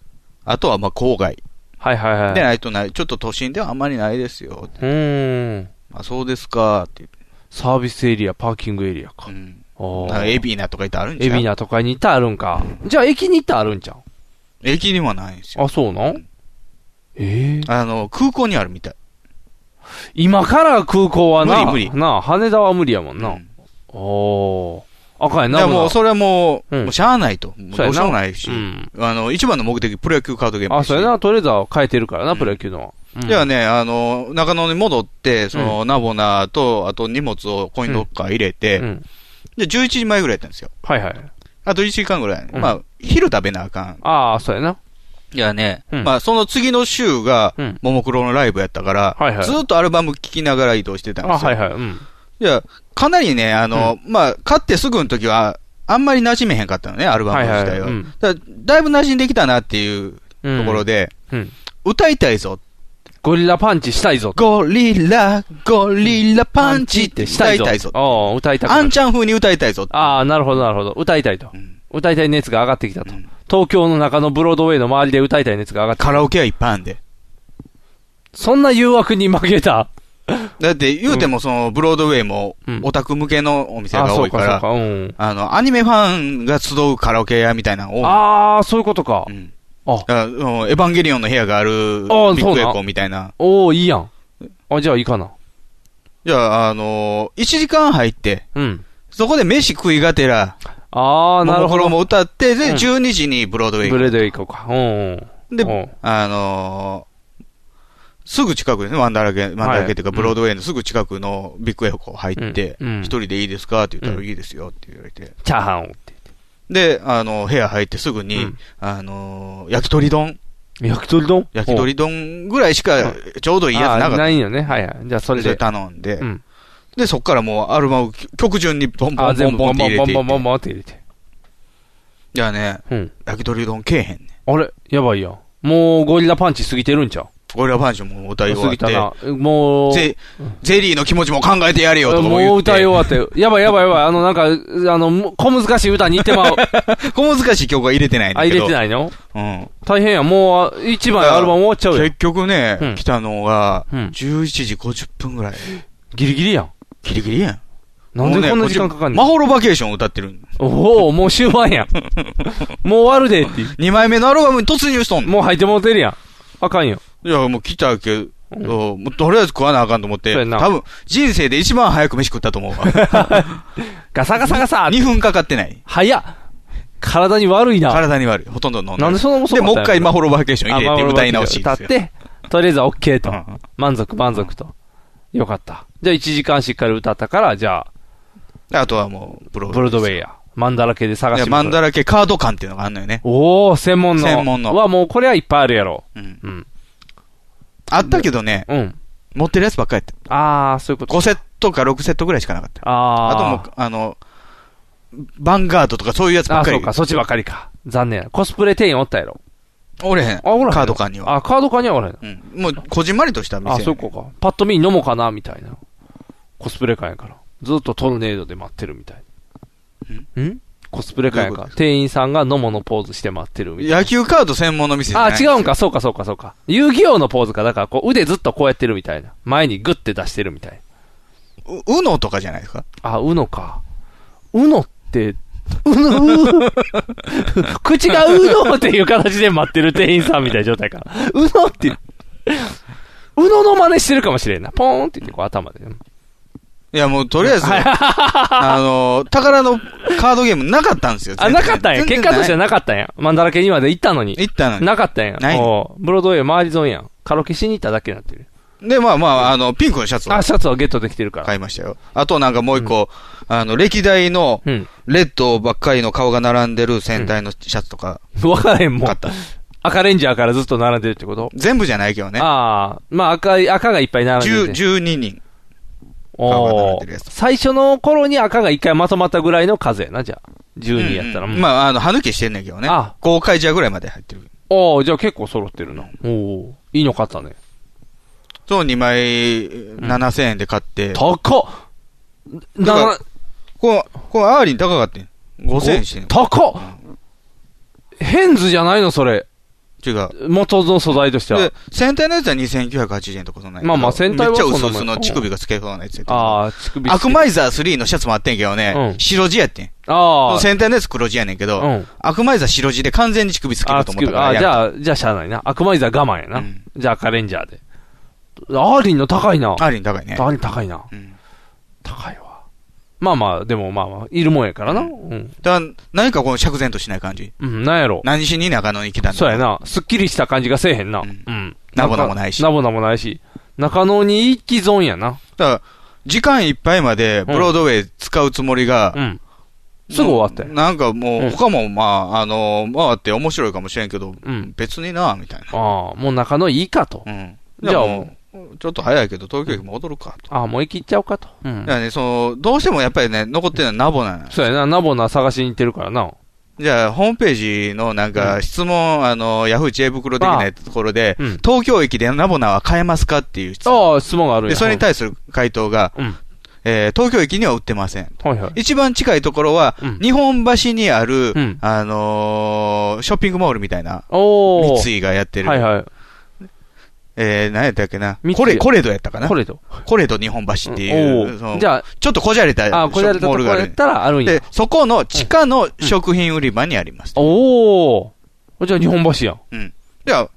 あとはまあ郊外はいはいはい。でないとない。ちょっと都心ではあんまりないですよって。うーん。まあそうですかって言って。サービスエリア、パーキングエリアかう。ん。おなんかエビーナとか言ってあるんエじゃビんナ都会に行ったらあるんか。じゃあ駅に行ったらあるんじゃん。駅にはないんですよ。あ、そうなんええあの、空港にあるみたい。今から空港はな、無理無なあ、羽田は無理やもんうな。んおー。あかんやいな。やもうそそれはもう、うんもうしゃあないと。もうそどうやなうしようもないしう。ん。あの、一番の目的、プロ野球カードゲームあ、ですしそうやな。とりあえずは変えてるからな、プロ野球のは。うんではね、あの、中野に戻って、その、ナボナと、あと荷物をコインロッカー入れて、うん。で、11時前ぐらいやったんですよ。はいはい。あと1時間ぐらい。うんまあ、昼食べなあかん。ああ、そうやな。いやね、うんまあ、その次の週がうん、ももクロのライブやったから、はいはいずっとアルバム聴きながら移動してたんあですよ。はいはい。うん。いや、かなりね、あの、まあ、買ってすぐの時は、あんまり馴染めへんかったのね、アルバムはい自は体い。は。うん。だからだいぶ馴染んできたなっていうところで。で、うん。歌いたいぞ。ゴリラパンチしたいぞ。ゴリラ、ゴリラパンチって歌いたいぞ。ああ、歌いたくなるあんちゃん風に歌いたいぞ。ああ、なるほど、なるほど。歌いたいと。ん歌いたい熱が上がってきたと。うん東京の中のブロードウェイの周りで歌いたい熱が上がってきカラオケはいっぱいあんで。た。そんな誘惑に負けた。だって言うてもそのブロードウェイもうんオタク向けのお店ああ、がそ多ういかか、そら、うか。うん。あの、アニメファンが集うカラオケ屋みたいなの多い。ああ、そういうことか。うんああ、あのエヴァンゲリオンの部屋があるビあッあグエそうコなーみたいな。おおいいやん。あ、じゃあいいかな。じゃあ、あのー、1時間入って、うん。そこで飯食いがてら、ああ、なるほもど。も歌って、で、うん12時にブロードウェイブレードウェイ行こうか。うんうん。でうんあのーすぐ近くですね、ワンダーラゲ、ワンダーラゲっていうか、うんブロードウェイのすぐ近くのビッグエコー入って、うんうん一人でいいですかって言ったうらんいいですよって言われて。チャーハンを。で、あの、部屋入ってすぐに、うんあのー焼き鳥丼、焼き鳥丼焼き鳥丼ぐらいしかちょうどいいやつなあかーった。ないよね。はいはい。じゃあそそれれでで。頼んで、うん。で、そっからもうアルバム、曲順にポンポあー、ンポ全ン部ポンボっンて入ボれンボてンいボンボンって。ボンって入れて。じゃあね、うん。焼き鳥丼けえへんねん。あれやばいやん。もうゴリラパンチ過ぎてるんちゃうゴリラパンチも歌い終過わっぎたてな。もう。ゼ、ゼリーの気持ちも考えてやれよとかも言って。もう歌い終わって。やばいやばいやばい。あの、なんか、あの、も小難しい歌に行って まう。小難しい曲は入れてないんだあ、けど。入れてないのうん。大変や。もう、あ一枚アルバム終わっちゃうよ。結局ね、うん来たのが、うん11時50分ぐらい。ギリギリやん。ギリギリやん。なんもうでねこんな時間かこかんっのちマホロバケーション歌ってる。おおもう 終盤やん。もう終わるでって。 2枚目のアルバムに突入しとんの。もう入ってもうてるやん。あかんよ。いや、もう来たけど、もうとりあえず食わなあかんと思って、そ多うやな分、人生で一番早く飯食ったと思うわ。 ガサガサガサ2分かかってない。早っ体に悪いな。体に悪い。ほとんど飲んで。なんでそんなもんで、もう一回マホホロバケーション入れて歌い直し。歌って、とりあえずは OK とう。ん満足満足と。よかった。じゃあ1時間しっかり歌ったから、じゃあ、であとはもう、ブローブドウロェードウェイや。マンダラ系で探イ。いしや、てマンダラ系カード感っていうのがあんのよね。おお専門の。専門のはもうこれはいっぱいあるやろ。うん。うん。あったけどね、うん。持ってるやつばっかりやった。ああ、そういうこと。 5セットか6セットぐらいしかなかった。あああ。ともう、あの、バンガードとかそういうやつばあっー、かり。そうか、そっちばっかりか。残念や。コスプレ店員おったやろ。おれへん。あ、おらへんカード間には。あ、カード館にはおらへんの。うん。もう、こじんまりとした店。あ、そういうことか。パッと見飲もうかな、みたいな。コスプレ館やから。ずっとトルネードで待ってるみたい。んコスプレ館やどうかいうら。店員さんが飲ものポーズして待ってるみたい野球カード専門の店じな。ゃあないー、違うんか、そうか、そうか、そうか。遊戯王のポーズか。だから、こう、腕ずっとこうやってるみたいな。前にグッて出してるみたいな。う。うのとかじゃないですか。あ、うのか。うのって、うの、う 口がうのっていう形で待ってる店員さんみたいな状態か。うのって、うのの真似してるかもしれんな。ポーンって言ってこう頭で。いや、もう、とりあえず、 あの、宝のカードゲームなかったんですよ。あ、なかったんや。全然結果としてはない。なかったんや。マンダラケにまで行ったのに。行ったのなかったんや。ないおうブロードウェイ周り損やん。カラオケしに行っただけになってる。に。で、まあまあ、あの、ピンクのシャツをあ、シャツはゲットできてるから。買いましたよ。あとなんかもう一個、あの、歴代の、うん。レッドばっかりの顔が並んでる戦隊のシャツとか わからへんも買んっ。た。赤レンジャーからずっと並んでるってこと全部じゃないけどね。ああ、まあ赤い、赤がいっぱい並んでる10ね。 12人。顔が並おんおでるやつ最初の頃に赤が一回まとまったぐらいの数やな、じゃあ。12やったら。うんうんまあ、あの、歯抜けしてんねんけどね。あ公開じゃぐらいまで入ってる。おおじゃあ結構揃ってるな。おおいいの買ったね。そう、2枚7000円で買って。高っだかなら、こう、こう、アーリン高かったん5000円してんの高っヘンズじゃないの、それ。違う。元の素材としてはで。、戦隊のやつは2980円とかそんなんやけどまあまあ戦隊はめっちゃそん薄なもん々の乳首がつけそうなやつやったああ、乳首。アクマイザー3のシャツもあってんけどね、うん白地やってん。ああ。戦隊のやつ黒地やねんけど、うんアクマイザー白地で完全に乳首つけあるあ、と乳思った首。からああ、やめたじゃあ、じゃあしゃあないな。アクマイザー我慢やうな。んじゃあ赤レンジャーで。アーリンの高いな。アーリン高いね。アーリン高いな。うん高いわ。まあまあ、でもまあまあ、いるもんやからな。ううん。だから、何かこの釈然としない感じ。うん、なんやろ。何しに中野に来たんだそうやな。すっきりした感じがせえへんな。ううんん。ななんかぼなもないしなぼなもないし。中野に一気損やな。だから、時間いっぱいまでブロードウェイ使うつもりが、うん。すぐ終わったよ。なんかもうんう、他もまあ、あの、回って面白いかもしれんけど、うん別にな、みたいな。ああ、もう中野いいかとう。ん。じゃあもう、ちょっと早いけど、東京駅戻るか、と。ああ、もう行き行っちゃおうかと。うだんか。らね、その、どうしてもやっぱりね、残ってるのはナボなのよ。そうやな。なぼな探しに行ってるからな。じゃあ、ホームページのなんうんか、質問、あの、ヤフー知恵袋的なところでうん、東京駅でナボナは買えますかっていう質問。ああ、質問があるんやで、それに対する回答が、うん。えー東京駅には売ってません。はいはい。一番近いところは、うん日本橋にある、うんあのーショッピングモールみたいな、おお。三井がやってる、はいはい。えー、何やったっけな三井、コレ、コレドやったかなこれと。コレド日本橋っておいう、そーのじゃちょっとこじゃれたシあ、あョあ、これやッれピングモールたとこがあやっる。たらあるんやで。、そこの地下の食品売り場にあります。おお。じゃあ日本橋やん。じゃあ、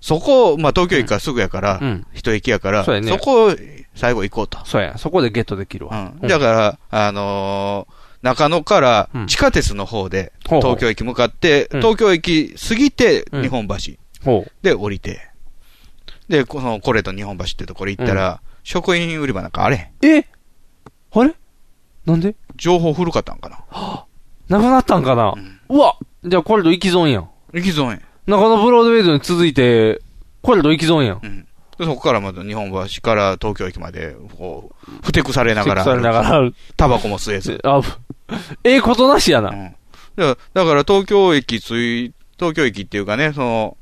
そこ、まあ、東京駅からすぐやからう、ん。一駅やから、そうやねそこ、最後行こうと。そうや。そこでゲットできるわ。うんだから、あのー中野からうん地下鉄の方で、ほうほう東京駅向かって、うん東京駅過ぎて、うん日本橋ほう。で降りて、で、この、これと日本橋ってところ行ったら、食品売り場なんかあれへんえあれなんで情報古かったんかな。なくなったんかな、うわじゃあコレド生き損やん。行きそうやん。中野ブロードウェイドに続いて、コレド生き損やん。でそこからまた日本橋から東京駅まで、こう、ふてくされなチェがックら、されながら、タバコも吸えず。あ、ええことなしやな。うんだから、だから東京駅つい、東京駅っていうかね、その、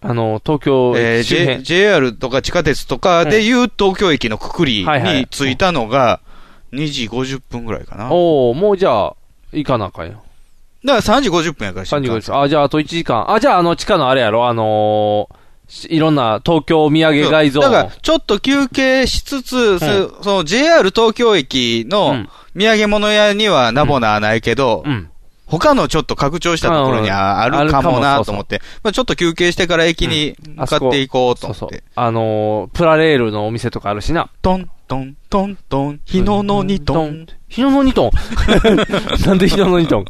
あの、東京えー駅周 J、辺。 JR とか地下鉄とかでいう東京駅のくくりはいはいに着いたのが2時50分ぐらいかな。だかおおもうじゃあ、行かなあかんよ。ら3時50分やから新3時幹線5時。あ、じゃああと1時間。あ、じゃああの地下のあれやろ、あのーしいろんな東京土産街ゾーだン。から、ちょっと休憩しつつ、そその JR 東京駅うのん土産物屋にはナボナはないけど、うん。他のちょっと拡張したところにはあうんるかもあるかもそうそなうと思って、まあちょっと休憩してから駅に向かっていこうとそう思そうって。。あのープラレールのお店とかあるしな。トントントントン、日野のにトン。。日野の2トン なんで日野の2トン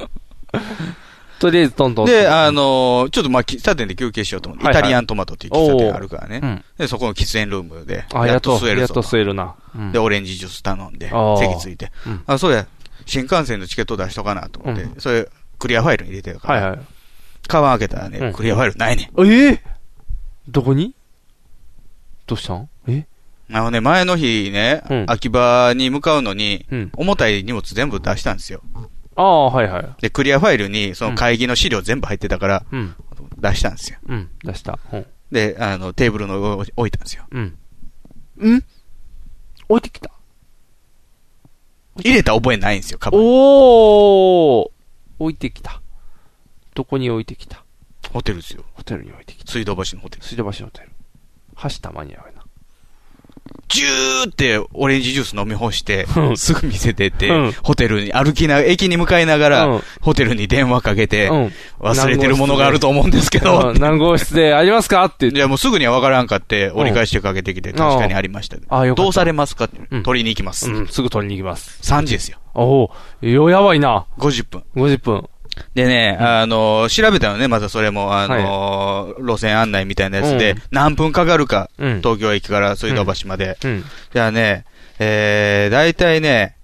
とりあえずトントン。で、あのーちょっとまあ喫茶店で休憩しようと思って、はいはいイタリアントマトっていう喫茶店があるからね。うん。で、そこの喫煙ルームで、やあ、やっっとと、吸えるやっぞとと。吸えるな。うんで、オレンジジュース頼んであ、ー席ついてうん。あ、そうや、新幹線のチケット出しとかなと思ってう、それ、クリアファイルに入れてるかはいら、はい。カバン開けたらうねん、クリアファイルないねええどこにどうしたんえん。あのね、前の日ねうん、秋葉に向かうのに、うん。重たい荷物全部出したんですよ。ああ、はいはい。で、クリアファイルに、その会議の資料全部入ってたから、うん。出したんですよ。うん。出した。うん。で、あの、テーブルの上に置いたんですよ。うん。うん置いてきた。入れた覚えないんですよ、カバン。おお置いてきた。どこに置いてきたホテルですよ。ホテルに置いてきた。水道橋のホテル。水道橋のホテル。走った間に合うな。ジューってオレンジジュース飲み干してう、んすぐ店出て、うんホテルに歩きな、駅に向かいながら、うんホテルに電話かけて、うん。忘れてるものがあると思うんですけうどん、何号室でありますかって言っ て。じゃあもうすぐには分からんかって、折り返してかけてきて、ん確かにありました。ああ、よかどっうされますかって、うん取りに行きまた。す。うん、すぐ取りに行きます。 3時ですよ。おおよ、やばいな。 50分。 50分。でね、あのー調べたのね、またそれも、あのー路線案内みたいなやつで、うん何分かかるか、うん。東京駅から水道橋まで。うん。じゃあね、えー、だいたいね、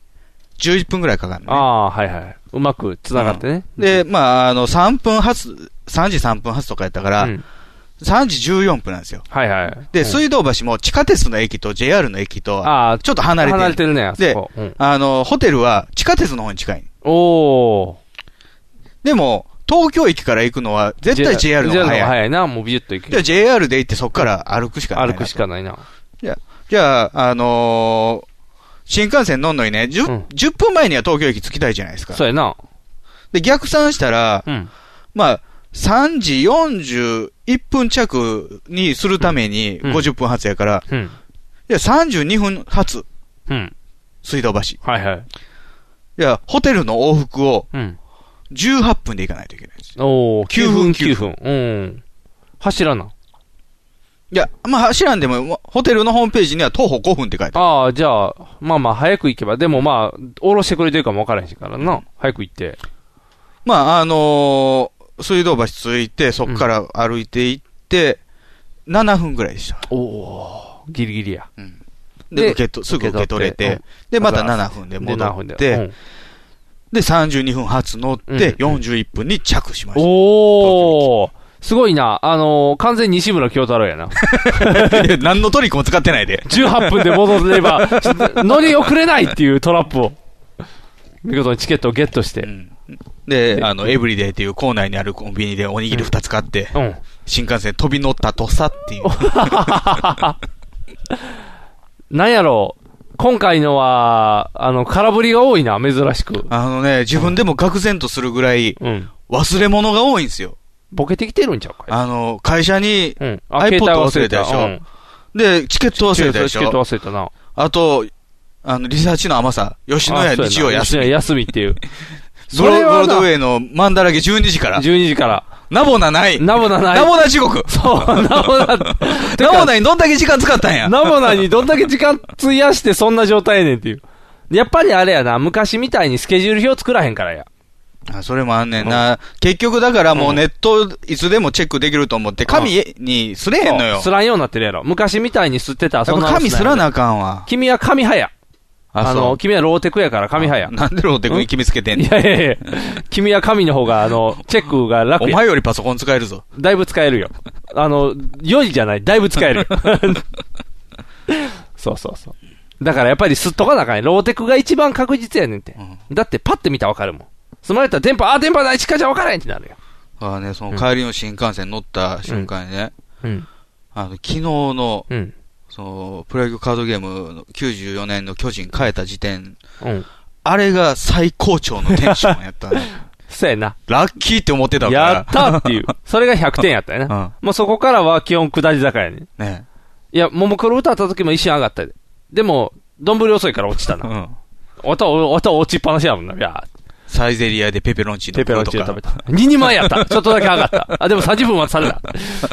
11分くらいかかるのね。ああー、はいはい。うまく繋がってね。で、まあ、あの、3分発、3時3分発とかやったから、うん3時14分なんですよ。はいはい。で、うん水道橋も地下鉄の駅と JR の駅と、ああ、ちょっと離れてる離れてるね、あそこ。うんあの、ホテルは地下鉄の方に近い。おー。でも、東京駅から行くのは絶対 JR の方が早 JR い。早いな、もうビュッと行じゃあけ。 JR で行ってそこから歩くしかないな歩くしかないな。じゃあ、あのー新幹線乗んのにね、10、うん10分前には東京駅着きたいじゃないですかそ。うやな。で、逆算したら、うん。まあ、3時41分着にするためにうん50分発やから、うん。いや、32分発、うん。水道橋。いはいはい。や、ホテルの往復をうん。 18分で行かないといけないんですよ。おー、 9 9分分9分。うん。走らな。いや、まあ、走らんでも、まあホテルのホームページには徒歩5分って書いてある。ああ、じゃあ、まあまあ、早く行けば。でもまあ、降ろしてくれてるかもわからへんしからな。早く行って。まあ、あのー水道橋着いて、そこから歩いて行って、7分ぐらいでした。おおギリギリや。で、で受けと、すぐ受け取れ受てけ取って、で、またま7分でで、戻何っ分で。うて、んで、32分発乗っうんて、41分に着しました。おーすごいな。あのー完全に西村京太郎やな。 いや何のトリックも使ってないで。 18分で戻れば、 乗り遅れないっていうトラップを。見事にチケットをゲットして。で、であの、エブリデイっていう校内にあるコンビニでおにぎり2つ買って、うん。新幹線飛び乗ったとさっていう。なんやろう。今回のは、あの、空振りが多いな、珍しく。 あのね、自分でも愕然とするぐらいうん。忘れ物が多いんですよ。ボケてきてるんちゃうかいあの、会社に、うん。 iPod 携帯忘れたでしょうんで、チケット忘れたでしチケットょ。忘れたな。あと、あの、リサーチの甘さ、吉野あ家そうやな日曜休吉野家み。 休みっていう。ブそロれブロはードウな、ェイのマンダラゲ12時から。 12時から。ナボナない。ナボナない。ナボナ地獄。そう、 ナボナ、ナボナにどんだけ時間使ったんや。ナボナにどんだけ時間費やしてそんな状態やねんっていう。やっぱりあれやな、昔みたいにスケジュール表作らへんからや。あそれもあんねんな。結局だからもうネットいつでもチェックできると思って、紙にすれへんのよ。すらんようになってるやろ。昔みたいに吸ってたらやそっんなぱ紙すらな話あかんわ。君は紙派や。あの、君はローテクやから紙派や。なんでローテクに決めつけてんねいん。やいやいや、君は紙の方が、あの、チェックが楽おや。前よりパソコン使えるぞ。だいぶ使えるよ。あの、良いじゃない、だいぶ使 える。そうそうそう。だからやっぱりすっとかなあかんねローテクが一番確実やねんて。だってパッて見たらわかるもん。すまれたら電波、あ、電波ない、近じゃわからへんってなるよ。ああね、その帰りの新幹線乗った瞬間にね、うん。あの、昨日の、うん。その、プロ野球カードゲームの94年の巨人変えた時点、うん。あれが最高潮のテンションや ったね。そうやな。ラッキーって思ってたから。やったーっ ていう。それが100点やったよな。うんもうそこからは基本下り坂やねん。ねいや、ももクロ歌った時も一瞬上がったで。でも、どんぶり遅いから落ちたうな。ん。音、音落ちっぱなしやもんな。いやサイゼリアでペペロンチーノペペロンチーノ食べ食べたた。2人前や った。ちょっとだけ上がった。あ、でも30分はされた。う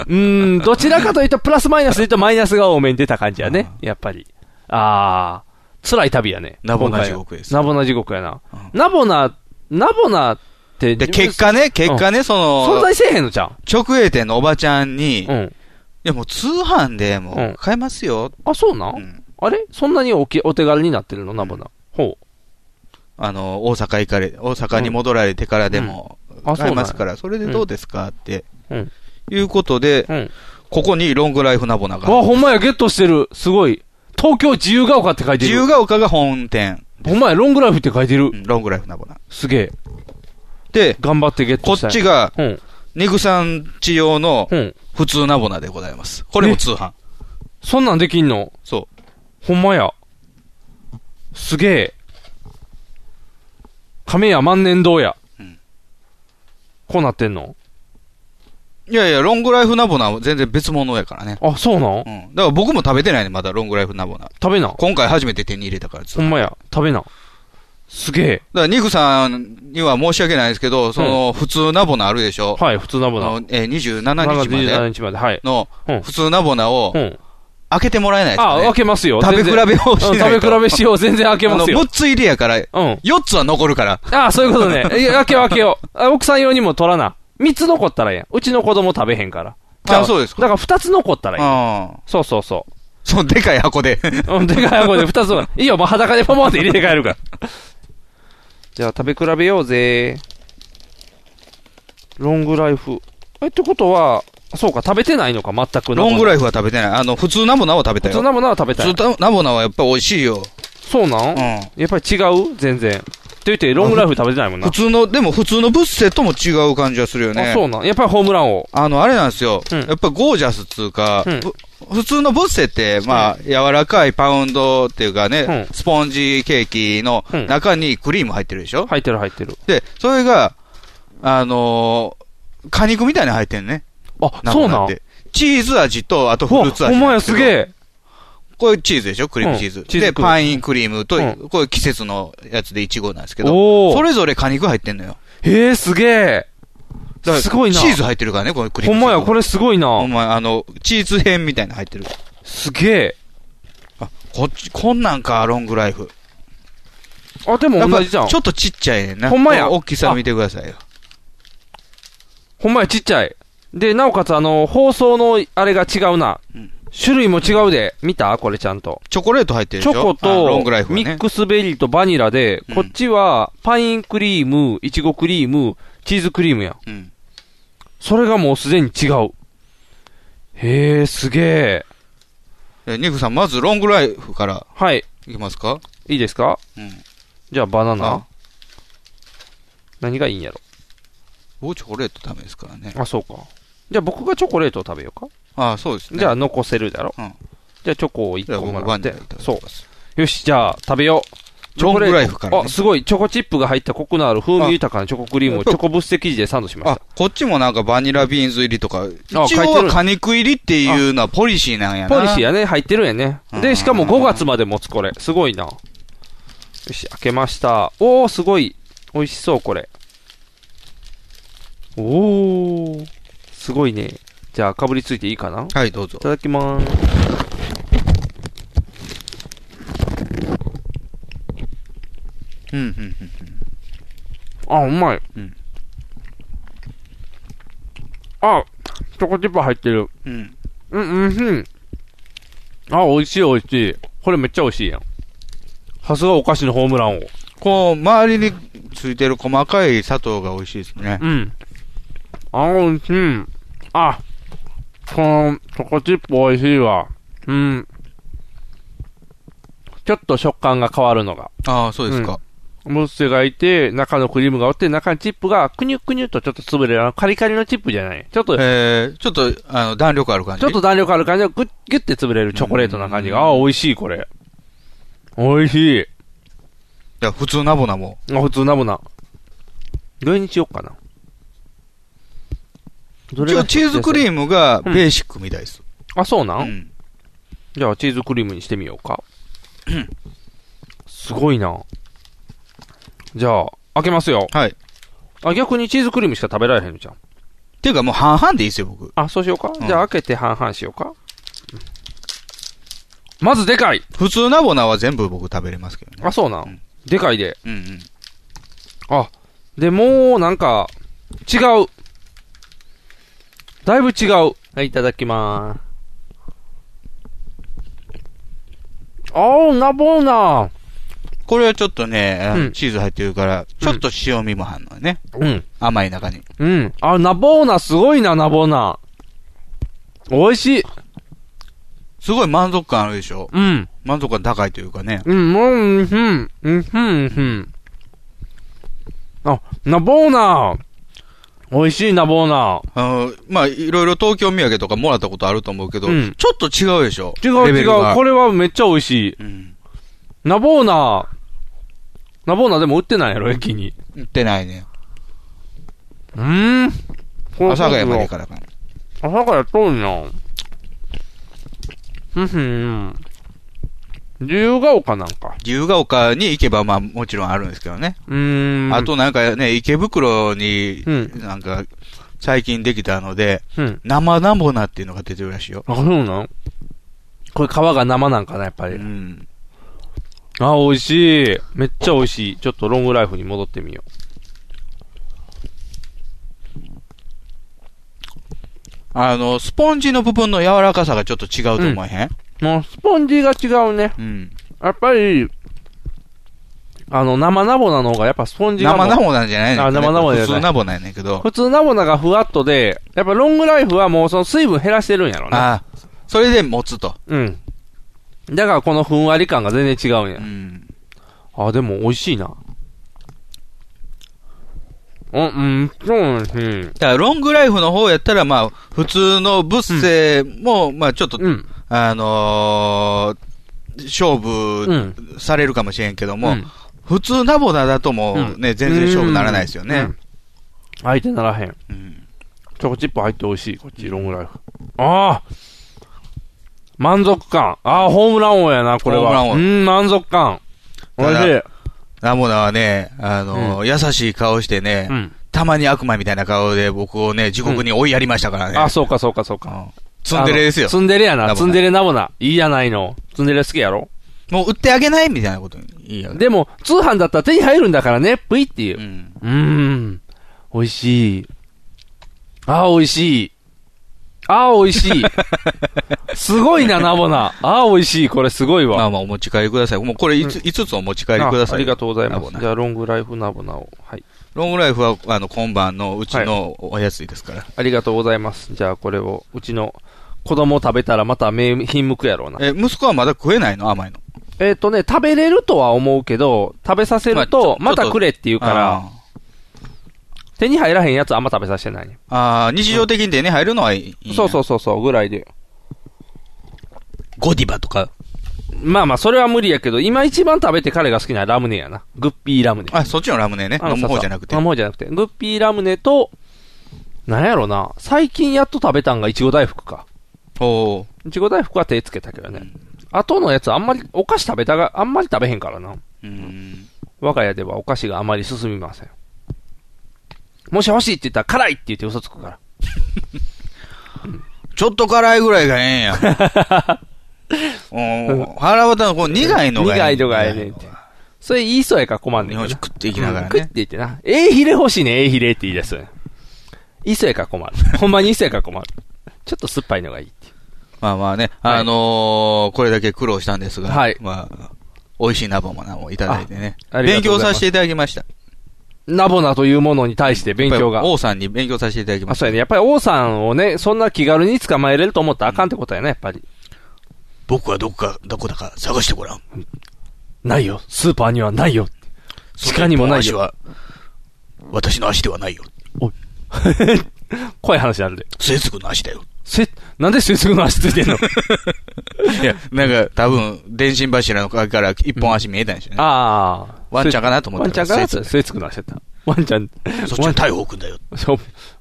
ーん、どちらかというと、プラスマイナスで言うとマイナスが多めに出た感じやね。やっぱり。あー、辛い旅やね。ナボナ地獄です今回はナボナ地獄やな。ナボナ、ナボナって、で、結果ね、結果ね、そ存の、在せえへんのじゃん。直営店のおばちゃんに、ういん。やもう通販でうもんう買えますよ。あ、そうなん、うんあれそんなにおきお手軽になってるのナボナ。ほう。あの、大阪行かれ、大阪に戻られてからでもうんあそう買なえんやますから、それでどうですかって、うん。いうことで、うん。ここにロングライフナボナわ、が。ほんまや、ゲットしてる。すごい。東京自由が丘って書いて自る。由が丘が本店。ほんまや、ロングライフって書いてるう。んロングライフナボナ。すげえ。で、頑張ってゲッこトしたっい。ちが、うん。ネグさん治療のうん。普通ナボナでございます。これも通販。そんなんできんのそほんまや。すげえ。亀屋万年堂や。うんこうなってんのう。いやいや、ロングライフナボナは全然別物やからね。あ、そうなんうん。だから僕も食べてないね、まだロングライフナボナ。食べな。今回初めて手に入れたからずっほとだんかまや。食べな。すげえ。ら、ニクさんには申し訳ないですけど、その、普通ナボナあるでしょ。はい、普通なあボナ。のえー27 7日まで27日まで。はい。のうん普通ナボナをうん。開けてもらえないですあ、かね開。けますよ。食べ比べをしうんないと食べ比べしよう。全然開けますあよの、。6つ入りやから、うん。 4つは残るから。ああ、そういうことね。いや開けよう開けよう。あ奥さん用にも取らな。三つ残ったらええやん。うちの子供食べへんから。あそうですかだから二つ残ったらええ。ああ。そうそうそう。そのでかい箱 で。うん、でかい箱で二つも。いいよ、もう裸でポンポンって入れて帰るから。じゃあ食べ比べようぜ。ロングライフ。え、ってことは、そうか、食べてないのか、全く。ロングライイフは食べてない。あの、普通ナボナは食べた普通よ。なものは食べた普い。通ナボナはやっぱ美味しいよ。そうなうん、ん。やっぱり違う全然。って言って、ロングライフ食べてないもんな。普通の、でも普通のブッセとも違う感じはするよね。あ、そうなんやっぱりホームラン王。あの、あれなんですよ。うんやっぱゴージャスっつうか、うんぶ普通のブッセって、まあ、柔らかいパウンドっていうかね、うんスポンジケーキのうん中にクリーム入ってるでしょ、入ってる入ってる。で、それが、あのー果肉みたいに入ってんね。あ、ナそボうナっなんてチーズ味と、あとフルほーツ味ほんまなんや、ですすけど。げえ。これチーズでしょクリームチーズ。うんチーズで、クリームパインクリームと、うんこれ季節のやつでイチゴなんですけど、おそお。れぞれ果肉入ってんのよ。へえ、すげだかえ。らすごいな。チーズ入ってるからね、このクリーほムチーんまズ。や、これすごいほ。なんまあの、チーズ編みたいなの入ってる。すげえ。こっち、こんなんか、ロングライフ。あ、でもやっ同ぱじじゃんちょ。っとちっちゃいねんな。ほんまや大きさ見てくださいよ。ほんまや、ちっちゃい。で、なおかつ、あの、放送のあれが違うな。種類も違うで。見たこれちゃんと。チョコレート入ってるチでしょョコあロとングライ、フはミッね。クスベリーとバニラで、うんこっちは、パインクリーム、いちごクリーム、チーズクリームやん。うんそれがもうすでに違う。へえ、すげえ。えニフさん、まずロングライフからはい。いきますかいいですかうん。じゃあ、バナあナ。何がいいんやろ。僕、チョコレートダメですからね。あ、そうか。じゃあ、僕がチョコレートを食べようか。ああ、そうですね。じゃあ、残せるだろ。うんじゃあ、チョコをじゃ1あ、個僕、もらバっニラていただ。きそうま。す。よし、じゃあ、食べよう。チョロンコレーグトライフからあ、ね。すごい。チョコチップが入ったコクのある風味豊かなチョコクリームをチョコブッセ生地でサンドしましあた。、こっちもなんかバニラビーンズ入りとか、一応書いてるは果肉入りっていうのはポリシーなんやな。ポリシーやね、入ってるんやね。うで、んしかも5月まで持つこれ。すごいな。よし、開けました。おー、すごい。美味しそう、これ。おー。すごいね。じゃあ、かぶりついていいかなはい、どうぞい。ただきまーす。うん、うん、うんうん。あ、うまい。うんあ、チョコチップ入ってる。うん。うん、うん、うん。あ、美味しい、美味しい。これめっちゃ美味しいやん。さすがお菓子のホームラン王。こう、周りについてる細かい砂糖が美味しいですね。うん。あ、美味しい。あ、このチョコチップ美味しいわ。うん。ちょっと食感が変わるのが。ああ、そうですか。ムッセがいて、中のクリームがおって、中のチップがくにゅくにゅとちょっと潰れる。あのカリカリのチップじゃない。ちょっと、ちえー、ちょっと、あの、弾力ある感じ。ょっと弾力ある感じがぐっぎゅって潰れるチョコレートな感じが。ああ、美味しい、これ。美味しい。いや、普通ナボナも。あ、普通なもな。どれにしよっかな。ど一応チーズクリム。ームがベーシックみたいです。あ、そうなん、うんじゃあチーズクリームにしてみようか。 すごいな。じゃあ、開けますよ。はい。あ、逆にチーズクリームしか食べられへんのじゃん。っていうかもう半々でいいですよ、僕。あ、そうしようか。うんじゃあ開けて半々しようか。まずでかい普通ナボナは全部僕食べれますけどね。あ、そうなん、うんでかいで。うんうん。で、もうなんか、違う。だいぶ違う。はい、いただきまーす。あー、なぼーなこれはちょっとね、あのうんチーズ入ってるから、ちょっと塩味もあんのね。うん。甘い中に。うん。あ、ナボーナ、すごいな、ナボーナ。美味しい。すごい満足感あるでしょ。うん。満足感高いというかね。うん、もう、うん、ふん、うん、ふん、うんふん。あ、ナボーナ。美味しい、ナボーナ。あの、まあ、いろいろ東京土産とかもらったことあると思うけど、うんちょっと違うでしょ。違う、レベ違ルがう。これはめっちゃ美味しい。うん。ナボーナ。ナボーナでも売ってないやろ、駅に。売ってないね。うーん。阿佐ヶ谷までかか。らかな。阿佐ヶ谷遠いな。ふんふん。自由が丘なんか。自由が丘に行けば、まあ、もちろんあるんですけどね。うーん。あ、となんかね、池袋にう、ん。なんか、最近できたので、うん。生ナボナっていうのが出てるらしいよ。あ、そうなんこれ皮が生なんかな、やっぱうり。ん。あ、美味しい。めっちゃ美味しい。ちょっとロングライフに戻ってみよあの、スポンジの部分の柔らかさがちょっと違うと思えへん、う。もう、スポンジが違うね。うん、やっぱり、あの、生ナボナの方が、やっぱスポンジがもう。生ナボなんじゃないのあ生ナボナじゃ普ない通ナボなんやねんけど。普通ナボナがふわっとで、やっぱロングライフはもうその水分減らしてるんやろね。ああ、それで持つと。うん。だからこのふんわり感が全然違うんやう。ん。あ、でも美味しいな。うん、うん、そうですね。だから、ロングライフの方やったら、まあ、普通のブッセも、まあ、ちょっと、うん。あのー勝う負ん。されるかもしれんけども、ん普通ナボナだともうね、全然勝負ならないですよ。うねん。相手ならへん。うん。チョコチップ入って美味しい、こっち、ロングライフ。ああ満足感。ああ、ホームラン王やな、これホーは。ムラン王うん、満足感。美味しい。ナボナはね、あのー優しい顔してね、うん。たまに悪魔みたいな顔で僕をね、地獄に追いやりましたからね。あ、そうか、そうか、そうか。うんツンデレですよあの。ツンデレやナボな。ナツンデレナボナ。いいじゃないの。ツンデレ好きやろもう売ってあげないみたいなこと言いやがる。でも、通販だったら手に入るんだからね。ぷいっていうう。ん。うーん。美味しい。あー、美味しい。あー、美味し い。すごいな、ナボナ。あー、美味しい。これすごいわ。まあまあ、お持ち帰りください。もうこれ5つ,、五つお持ち帰りください。あありがとうございまナボす。ナじゃあ、ロングライフナボナを。はい。ロングライフは、あの、今晩のうちのおやつですから。ありがとうございます。じゃあ、これを、うちの子供食べたらまた名品目やろうな。え、息子はまだ食えないの甘いの。えっ、とね、食べれるとは思うけど、食べさせると、まあまちょたくれって言うから、あ手に入らへんやつあんま食べさせてない、ね。ーあー、日常的に手に入るのはいい。。そうそううそうそう、ぐらいで。ゴディバとか。まあまあ、それは無理やけど、今一番食べて彼が好きなラムネやな。グッピーラムネ。あ、そっちのラムネね。あの飲むそうそ方うじゃなくて飲。む方じゃなくて。グッピーラムネと、なんやろな。最近やっと食べたんがいちご大福か。おーいちご大福は手つけたけどね。後のやつあんまり、お菓子食べたが、あんまり食べへんからな。うん。我が家ではお菓子があまり進みません。もし欲しいって言ったら辛いって言って嘘つくから。ちょっと辛いぐらいがええんや。うん、腹渡のこの苦いのが苦いのがええねんてそれ言いそうやから困んね日んけど本酒な。食っていきながら食っね。ていってな。ええヒレ欲しいね、ええヒレって言い出す。いいそうやから 困る。ほんまにいいそうやから困る。ちょっと酸っぱいのがいいっていう。まあまあね、はいあのーこれだけ苦労したんですが、はいまあ、美味しいナボもなもいただいてね。あありが勉とうご強ざいますさせていただきました。ナボナというものに対して勉強やっがぱり。王さんに勉強させていただきあ、ました。そうやね。やっぱり王さんをね、そんな気軽に捕まえれると思ったらあかんってことやね、やっぱり。僕はどこか、どこだか探してごらん。ないよ。スーパーにはないよ。地下にもないその一本足よ。は、私の足ではないよ。 怖い話になるで。末継の足だよ。せ、なんで水すぐの足ついてんのいや、なんか多分、電信柱の陰から一本足見えたんでしょうね。ああ。ワンちゃんかなと思ったワンちゃんかなと、せつくの足やった。ワンちゃん、そっちの大宝君だよ。そう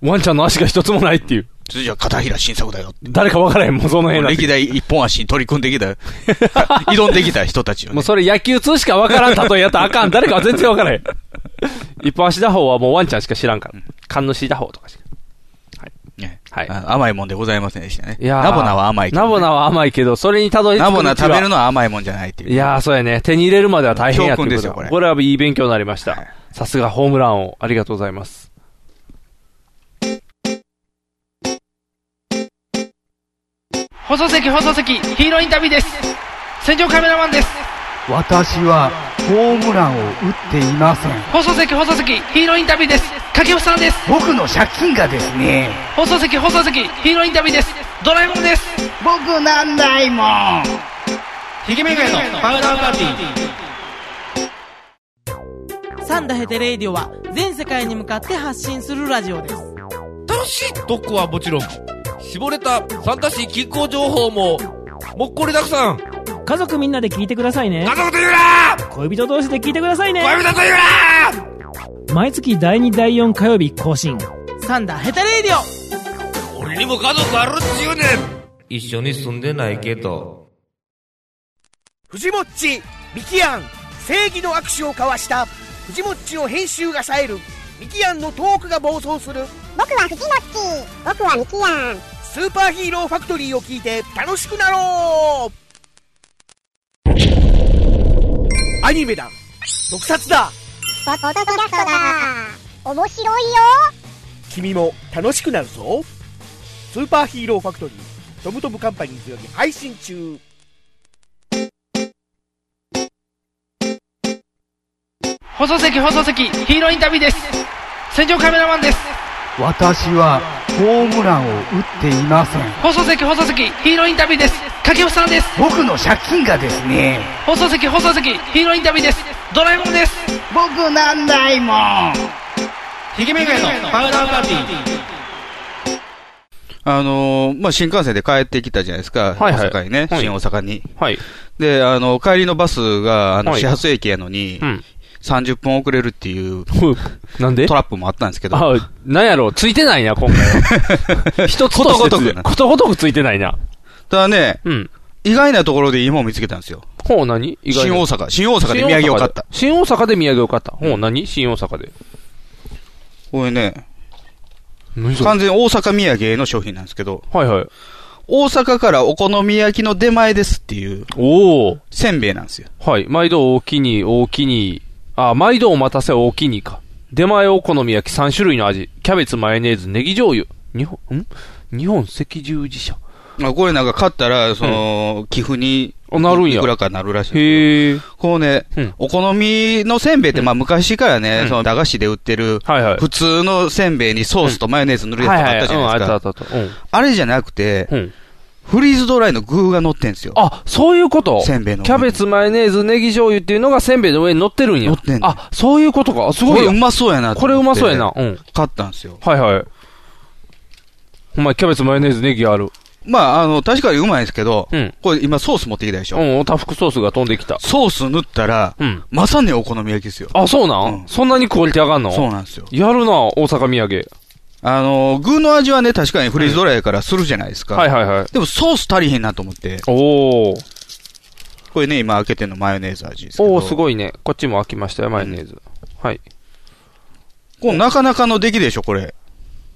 ワンちゃんの足が一つもないっていう。それじゃ片平新作だよ。誰か分からへん、もうその辺だ歴代一本足に取り組んでき た、挑んできた人たちを、もうね。それ野球通しか分からん例えやったらあか ん。誰かは全然分からへん。一般足打法はもうワンちゃんしか知らんから。神主打法とかしか。ねはいあ甘いもんでございませんでしたね。いやーナボナは甘いけどね、ナボナは甘いけど、それにたどり着くナボナ食べるののは甘いもんじゃないっていう。いやー、そうやね。手に入れるまでは大変やっていう教訓でこすとよこだれこれはいい勉強になりましはいた。さすがホームランを。ありがとうございます。放送席放送席ヒーローインタビューです戦場カメラマンです私はホームランを打っていません放送席放送席ヒーローインタビューです掛布さんです僕の借金がですね放送席放送席ヒーローインタビューですドラえもんです僕なんないもんひげめがえのパウダーパーティーサンダヘテレイディオは全世界に向かって発信するラジオです楽しい特攻はもちろん、絞れた参加し近郊情報も、もっこりだくさん。家族みんなで聞いてくださいね家族と言うな恋人同士で聞いてくださいね恋人と言うな毎月第2第4火曜日更新サンダヘテレイディオ俺にも家族あるっちゅうねん一緒に住んでないけど。藤もっちミキアン正義の握手を交わした藤もっちの編集が冴えるミキアンのトークが暴走する僕はフジモッチ僕はミキヤンスーパーヒーローファクトリーを聞いて楽しくなろうアニメだ特撮だポッドキャストだ面白いよ君も楽しくなるぞスーパーヒーローファクトリートムトムカンパニーズより配信中放送席放送席ヒーローインタビューです戦場カメラマンです私はホームランを打っていません放送席放送席ヒーローインタビューです掛布さんです僕の借金がですね放送席放送席ヒーローインタビューですドラえもんです僕なんないもんひげめがえのパウダーパーティーあのーまあ、新幹線で帰ってきたじゃないですか。はいはい大阪にね、はい新大阪に。はい。で、あの、帰りのバスが、あの、はい始発駅やのに、うん。 30分遅れるっていうふうなんでトラップもあったんですけど、あ、なんやろ、ついてないな、今回 は。一つことしてとごとくなことごとくついてないな。ただね、うん。意外なところでいいもん見つけたんですよ。ほう、何意外新な大阪。新大阪で土産を買った。。新大阪で土産を買った。ほう、何新大阪で。これね、何それ完全大阪土産の商品なんですけど、はいはい。大阪からお好み焼きの出前ですっていう、おお。せんべいなんですよ。はい。毎度大きに、大きに。あ、毎度お待たせ大きにか。出前お好み焼き3種類の味。キャベツ、マヨネーズ、ネギ醤油。日本、ん日本赤十字社。まあ、これなんか買ったら、その、寄付に、あなるんやいくらかなるらしいんですよ。へえ。こうね、うんお好みのせんべいって、まあ昔からね、うんその駄菓子で売ってる、はいはい。普通のせんべいにソースとマヨネーズ塗るやつはいとかはあい。ったじゃないですうん、あかっ。たあったあった。うん。あれじゃなくて、うん。フリーズドライの具が乗ってんすよ。あ、そういうことせんべいの上に。キャベツ、マヨネーズ、ネギ醤油っていうのがせんべいの上に乗ってるんや。乗ってんのあ、そういうことか。あすこごいれうや。まそうやなと思ってこれうまそうやな。。うん。買ったんすよ。はいはい。お前、キャベツ、マヨネーズ、ネギある。まあ、あの、確かにうまいんですけど、うんこれ今ソース持ってきたでしょ。うん、おたふくソースが飛んできた。ソース塗ったら、うん。まさにお好み焼きですよ。あ、そうなん、うんそんなにクオリティ上がんのそうなんですよ。やるな、大阪土あの、具の味はね、確かにフリーズドライやからするじゃないですか。産。はいはいはい。でもソース足りへんなと思って、おー。これね、今開けてるのマヨネーズ味ですけど。おおすごいね。こっちも開きましたよ、マヨネーズ。はい。これなかなかの出来でしょ、これ。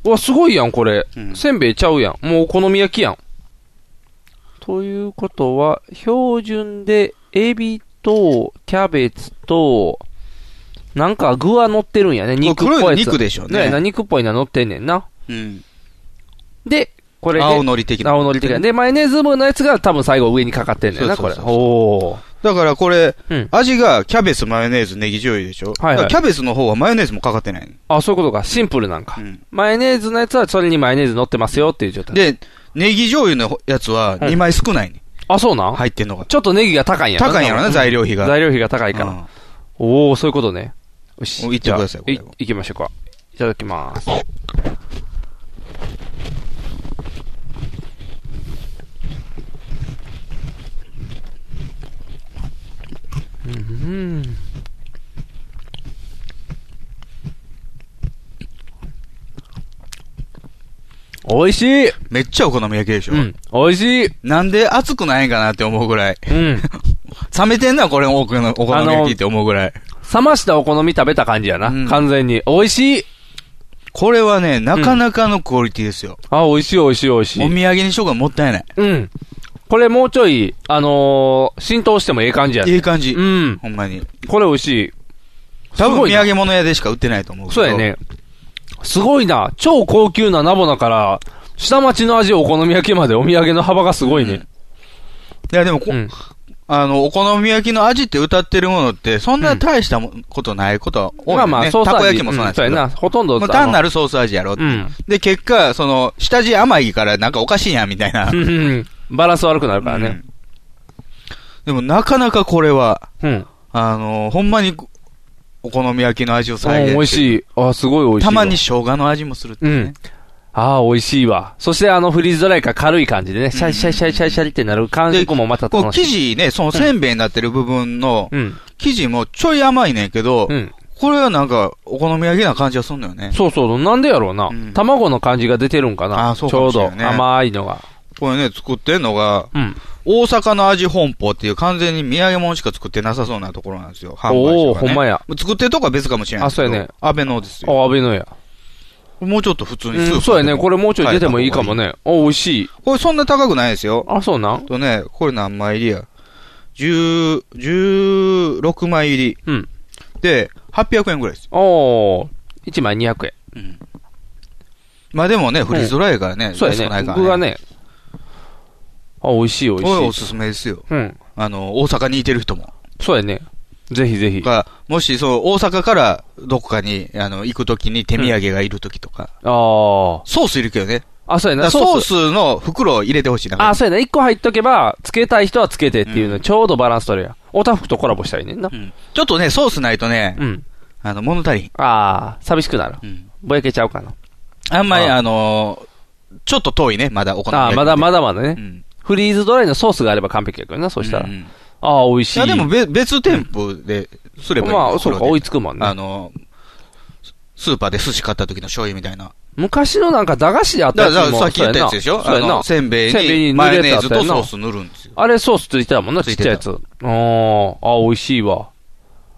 うわ、すごいやん、これ。せんべいちゃうやん。もうお好み焼きやん。ということは、標準で、エビと、キャベツと、なんか具は乗ってるんやね。肉っぽいやこつ。れ肉でしょうねやな肉っぽいのは乗ってんねんな。うん。で、これで。青のり的な青のり的な。で、マヨネーズ分のやつが多分最後上にかかってんねんな、これ。おだからこれ、味がキャベツ、マヨネーズ、ネギ醤油でしょ、はいはだいからキャベツの方はマヨネーズもかかってないのあ、そういうことか。シンプルなんか。うんマヨネーズのやつはそれにマヨネーズ乗ってますよっていう状態。で、ネギ醤油のやつは2枚少ないね、あ、そうなん入ってんのが。ちょっとネギが高いんや高いんやろなうん材料費が材料費が高いから。おおそういうことね。よし。行ってくださいじゃあい。行きましょうか。いただきます。うん。美味しいめっちゃお好み焼きでしょ、うん、美味しいなんで熱くないんかなって思うぐらい。うん。冷めてんな、これ多くのお好み焼きって思うぐらい。冷ましたお好み食べた感じやな。完全に。美味しいこれはね、なかなかのクオリティですよ。あ、美味しい美味しい美味しおい。土産にしようがもったいない。うん。これもうちょい、あのー浸透してもええ感じやね。いい感じ。うん。ほんまに。これ美味しい。多分すごい土な産物屋でしか売ってないと思うけど。そうやね。。すごいな。超高級なナボナから、下町の味お好み焼きまでお土産の幅がすごいね。いや、でもこ、あの、お好み焼きの味って歌ってるものって、そんな大したもことないことは多いよね。まあまあ、ソース味たこ焼きもそうなんですけうど。そうやな。ほとんど。まあ単なるーソース味やろって。うんで、結果、その、下地甘いからなんかおかしいやんみたいな。ス。 バランス悪くなるからね。でも、なかなかこれは、うんあの、ほんまに、お好み焼きの味を再現うしんて美味しい。あ、すごい美味しいたわ。まに生姜の味もするってうね。ん。ああ、美味しいわ。そしてあのフリーズドライから軽い感じでね、シャリシャリシャリシャリシャリってなる感触もまたこう楽しい。生地ね、そのせんべいになってる部分のうん、生地もちょい甘いねんけど、これはなんか、お好み焼きな感じがすんのよね。そうそう、なんでやろうな。卵の感じが出てるんかな。そうちかょもうしれどんね甘いのが。これね、作ってんのが、うん大阪の味本舗っていう完全に土産物しか作ってなさそうなところなんですよ。販売お所おがねほんまや。作ってるとこは別かもしれないあ、そうやね。安倍のですよ。あ、安倍のや。もうちょっと普通にうんスーパーとかそうやね。これもうちょい出てもいいかもね。お、美味しい。これそんな高くないですよ。あ、そうなんとね、これ何枚入りや。十、十六枚入り。うん。で、800円ぐらいですよ。おー、1枚200円。まあでもね、フリーズドライからね、そうや安くなね。いから僕がね。あ、美味しい美味しい。これおすすめですよ。うん。あの、大阪にいてる人も。そうやね。ぜひぜひ。が、もし、そう、大阪からどこかに、あの、行くときに手土産がいるときとか。ああ。ソースいるけどね。あ、そうやだな。からソースの袋を入れてほしいな。あ、そうやな。一個入っとけば、つけたい人はつけてっていうの、ちょうどバランス取れや。おたふくとコラボしたらいいねんな。ちょっとね、ソースないとね、あの、物足りひん。ああ、寂しくなる。ぼやけちゃうかな。あんまり、ああのー、ちょっと遠いね、まだお好み焼ああ、き。まだまだまだね。フリーズドライのソースがあれば完璧やけどな、そうしたら。ああ、美味しい。いや、でもべ別店舗ですればいいまあ、そうか、追いつくもんね。あのー、スーパーで寿司買った時の醤油みたいな。昔のなんか駄菓子であっだたやからつもさっき言ったやつでしょそうやなあのせんべいにせマヨネー塗るやズつあとったよソなース塗るんですよ。あれソースついてたもんな、ちっちゃいやつ。ああ、あ美味しいわ。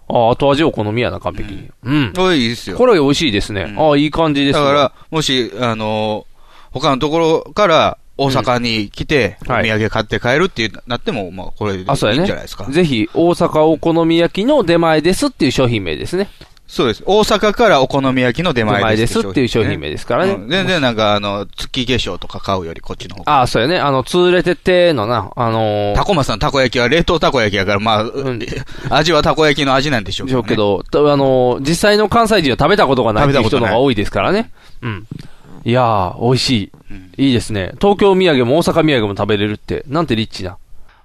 ああ、後味お好みやな、完璧に。うん。これいいですよ。これ美味しいですね。ああ、いい感じですだわから、もし、あのー、他のところから大阪に来て、お土産買って帰るっていうなっても、まあ、これでいいんあ、じそうゃやなね。いですか。ぜひ、大阪お好み焼きの出前ですっていう商品名ですね。そうです。大阪からお好み焼きの出前です。出前ですっていう商品名ですからねうん全然なんか、あの、月化粧とか買うよりこっちの方が。ああ、そうやね。あの、通れてってのな、あのータコマスのたこ焼きは冷凍たこ焼きやから、まあ、 味はたこ焼きの味なんでしょうけど、ね。けど、とあのー実際の関西人は食べたことがないっていう人の方が多いですからね。うん。いやー、美味しい。いいですね。東京土産も大阪土産も食べれるって、なんてリッチな。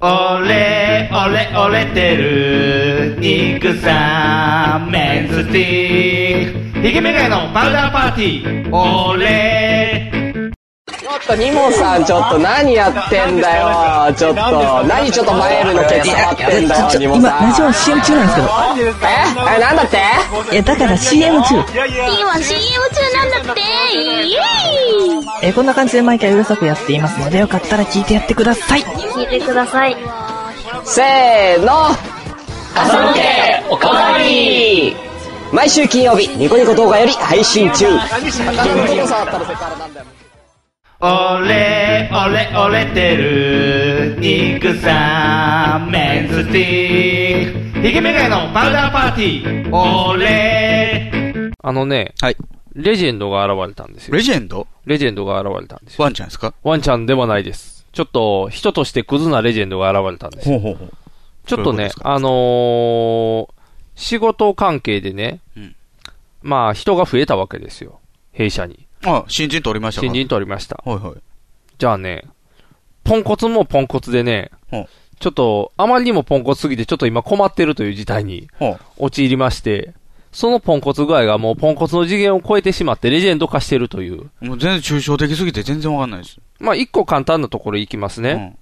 オレオレオレてる肉さメンズティックひげメガネのパウダーパーティーオレちょっとニモさんちょっと何やってんだよちょっと何ちょっと前ルのケツ触ってんだよニモ今、さんラジオ CM 中なんですけど。ええなんだっていや、だから CM 中。今 CM 中なんだってイエーイえ、こんな感じで毎回うるさくやっていますので、よかったら聞いてやってください。聞いてくださいせーの朝向けおかわり毎週金曜日ニコニコ動画より配信中俺俺俺てる肉さんメンズティーヒゲメガネのパウダーパーティー俺あのね、レジェンドが現れたんですよ。レジェンドレジェンドが現れたんですよ。ワンちゃんですかワンちゃんではないです。ちょっと、人としてクズなレジェンドが現れたんですよ。ちょっとどういうことねです、かあのー仕事関係でね、まあ、人が増えたわけですよ。弊社に。あ、新人取りましたか新人取りました。じゃあね、ポンコツもポンコツでね、ちょっと、あまりにもポンコツすぎて、ちょっと今困ってるという事態に陥りまして、そのポンコツ具合がもうポンコツの次元を超えてしまって、レジェンド化してるという。もう全然抽象的すぎて全然わかんないです。まあ、一個簡単なところいきますね。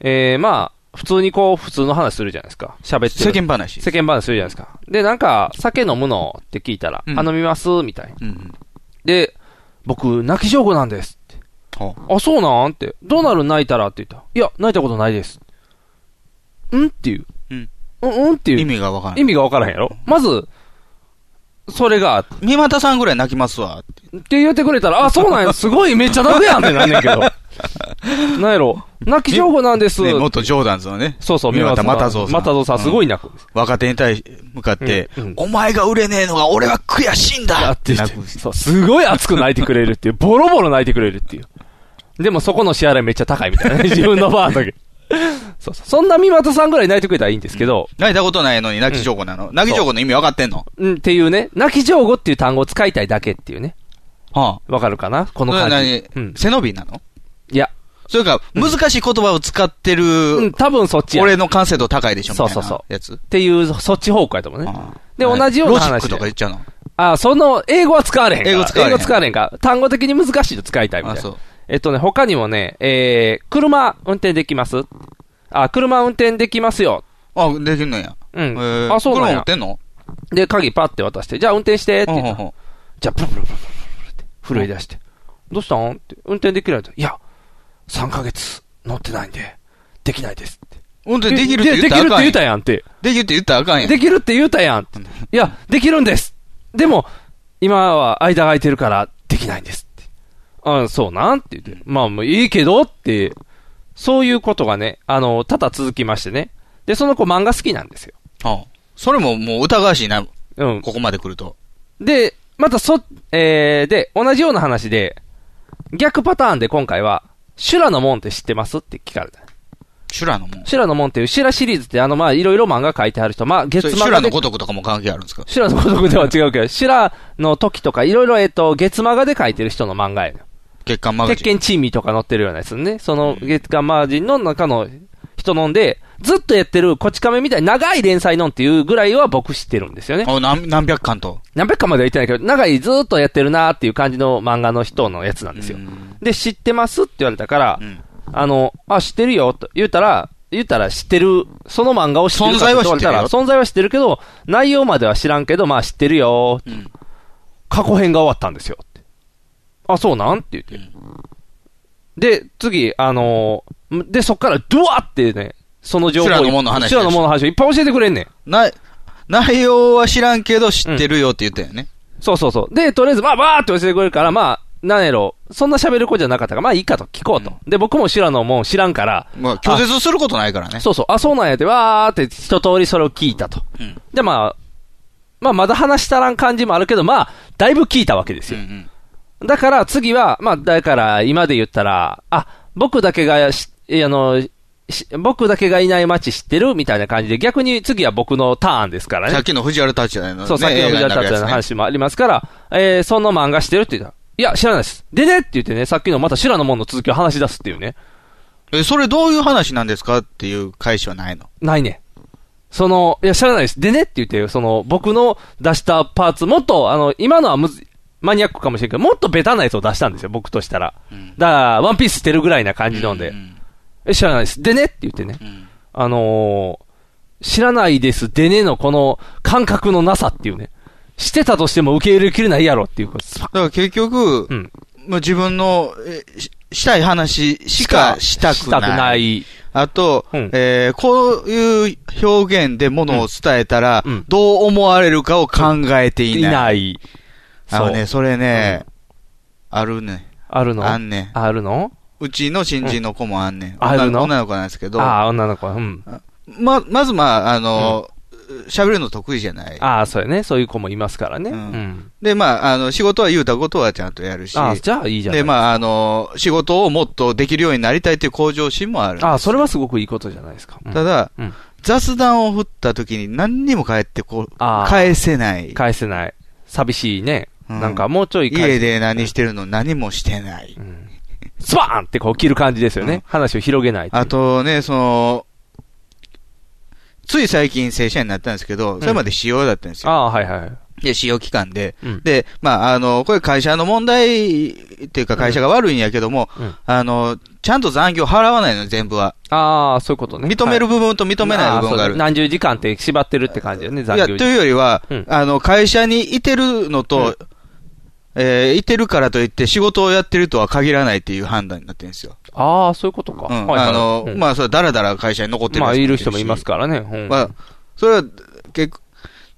えー、まあ、普通にこう、普通の話するじゃないですか。喋ってる。世間話世間話するじゃないですか。で、なんか、酒飲むのって聞いたら、うんあ、飲みますみたいな。で、僕、泣き上手なんですって。あ、そうなんって。どうなる泣いたらって言ったら。いや、泣いたことないです。んっていう。うん。うん、うんっていう。意味がわからない。意味がわからへんやろまず、それが、三股さんぐらい泣きますわ。って言ってくれたら、あ、そうなんや、すごい、めっちゃダメやんってなんね んけど。なんやろ、泣き上手なんです。ね、元ジョーダンズのね。そうそう三三股股又蔵さん。又蔵さんすごい泣く、若手に対し向かって、お前が売れねえのが俺は悔しいんだって言ってそう、すごい熱く泣いてくれるっていう、ボロボロ泣いてくれるっていう。でもそこの支払いめっちゃ高いみたい なね、自分のバーだけ。そうそう。そんな三股さんぐらい泣いてくれたらいいんですけど、泣いたことないのに泣き上手なの。泣き上手の意味わかってんのうん、っていうね、泣き上手っていう単語を使いたいだけっていうね。はわかるかなこのそ感れじ。何背伸びなのいや。それか、難しい言葉を使ってる、多分そっちや俺の完成度高いでしょ、みたいなそうそうそうやつ。っていう、そっち方向やと思うね。で、はい同じような話で。ロジックとか言っちゃうのあ、その、英語は使われへんから。英語使われへんへんから。単語的に難しいと使いたいみたいな。えっとね、他にもね、えー、車運転できますあ、車運転できますよ。あ、できんのや。うん。えーあ、そうなんや。車運転ので、鍵パッて渡して、じゃあ運転してって言ったらじゃあ、ブルブルブルブルブルって震え出して。どうしたんって、運転できないと。いや、3ヶ月乗ってないんで、できないですって。運転できるって言ったでらきるあっかてん言やうたやんって。できるって言ったらあかんやん。できるって言うたやんって。いや、できるんです。でも、今は間が空いてるから、できないんですって。うん、そうなんって言って。まあ、もういいけどって、そういうことがね、あの、多々続きましてね。で、その子漫画好きなんですよ。それももう疑わしいな。うん。ここまで来ると。で、またそ、えー、で、同じような話で、逆パターンで今回は、修羅の門って知ってますって聞かれた。修羅の門修羅の門っていう、修羅シリーズってあの、まあ、いろいろ漫画書いてある人、まあ、そ月れ漫修画羅でのごとくとかも関係あるんですか修羅の孤独では違うけど、修羅の時とか、いろいろ、えっと、月漫画で書いてる人の漫画やね月刊マガ鉄ジン。拳チーミーとか載ってるようなやつね。その月刊マガジンの中の人のんで、ずっとやってる、こち亀みたいな長い連載のんっていうぐらいは僕知ってるんですよね。何何百巻と。何百巻までは言ってないけど、長いずっとやってるなーっていう感じの漫画の人のやつなんですよ。で、知ってますって言われたから、あの、あ、知ってるよと言ったら、言ったら知ってる、その漫画を知ってるかって言われたら、存在は知ってるよ存在は知ってるけど、内容までは知らんけど、まあ知ってるよー、過去編が終わったんですよって。あ、そうなんって言って。で、次、あのーで、そっからドワーってね、その情報修羅の門の話修羅の門の話をいっぱい教えてくれんねん。ない、内容は知らんけど知ってるよって言ったよね。そうそうそう。で、とりあえず、まあ、ばーって教えてくれるから、まあ、なんやろ、そんな喋る子じゃなかったから、まあいいかと聞こうと。で、僕も知らんのもう知らんから。まあ、拒絶することないからね。そうそう、あ、そうなんやって、わーって一通りそれを聞いたと。で、まあ、まあ、まだ話したらん感じもあるけど、まあ、だいぶ聞いたわけですよ。だから、次は、まあ、だから、今で言ったら、あ、僕だけがし、えあの、し僕だけがいない街知ってるみたいな感じで、逆に次は僕のターンですからね。さっきの藤原達也のね。そう、さっきの藤原達映画になるや也つのね話もありますから、えー、その漫画してるって言ったら、いや、知らないです。でねって言ってね、さっきのまた修羅の門の続きを話し出すっていうね。え、それどういう話なんですかっていう返しはないの。ないね。その、いや、知らないです。でねって言って、その、僕の出したパーツ、もっと、あの、今のはむずマニアックかもしれんけど、もっとベタなやつを出したんですよ、僕としたら。だから、ワンピースしてるぐらいな感じなんで。え、知らないです。でねって言ってね。あのー知らないです、でねのこの感覚のなさっていうね。してたとしても受け入れきれないやろっていうこと。だから結局、まあ、自分のえししたい話しかしたくない。したくないあと、えーこういう表現でものを伝えたら、どう思われるかを考えていない。いない。あのね、それね、あるね。あるのあんね。あるのうちの新人の子もあんねん。うんある女の女の子なんですけど。ああ、女の子は、うん。ま、まずまあ、あの、喋、るの得意じゃない。ああ、そうやね。そういう子もいますからね。うん。で、まあ、あの、仕事は言うたことはちゃんとやるし。ああじゃあいいじゃないで、まあ、あの、仕事をもっとできるようになりたいという向上心もある。ああ、それはすごくいいことじゃないですか。うんただ、雑談を振った時に何にも返ってこう、返せない。返せない。寂しいね。なんかもうちょい返し家で何してるの何もしてない。スパーンってこう切る感じですよね。話を広げない。あとね、その、つい最近正社員になったんですけど、それまで使用だったんですよ。ああ、はいはい。で、使用期間で。で、まあ、あの、これ会社の問題っていうか会社が悪いんやけども、あの、ちゃんと残業払わないのよ、全部は。ああ、そういうことね。認める部分と認めない部分があるそう何十時間って縛ってるって感じだよね、残い業や、というよりは、あの、会社にいてるのと、えーいてるからといって仕事をやってるとは限らないっていう判断になってるんですよ。ああ、そういうことか。うんはいはいあの、うんまあ、それだらだら会社に残ってるまあ、人もいしる人もいますからね。うんまあ、それは、結構、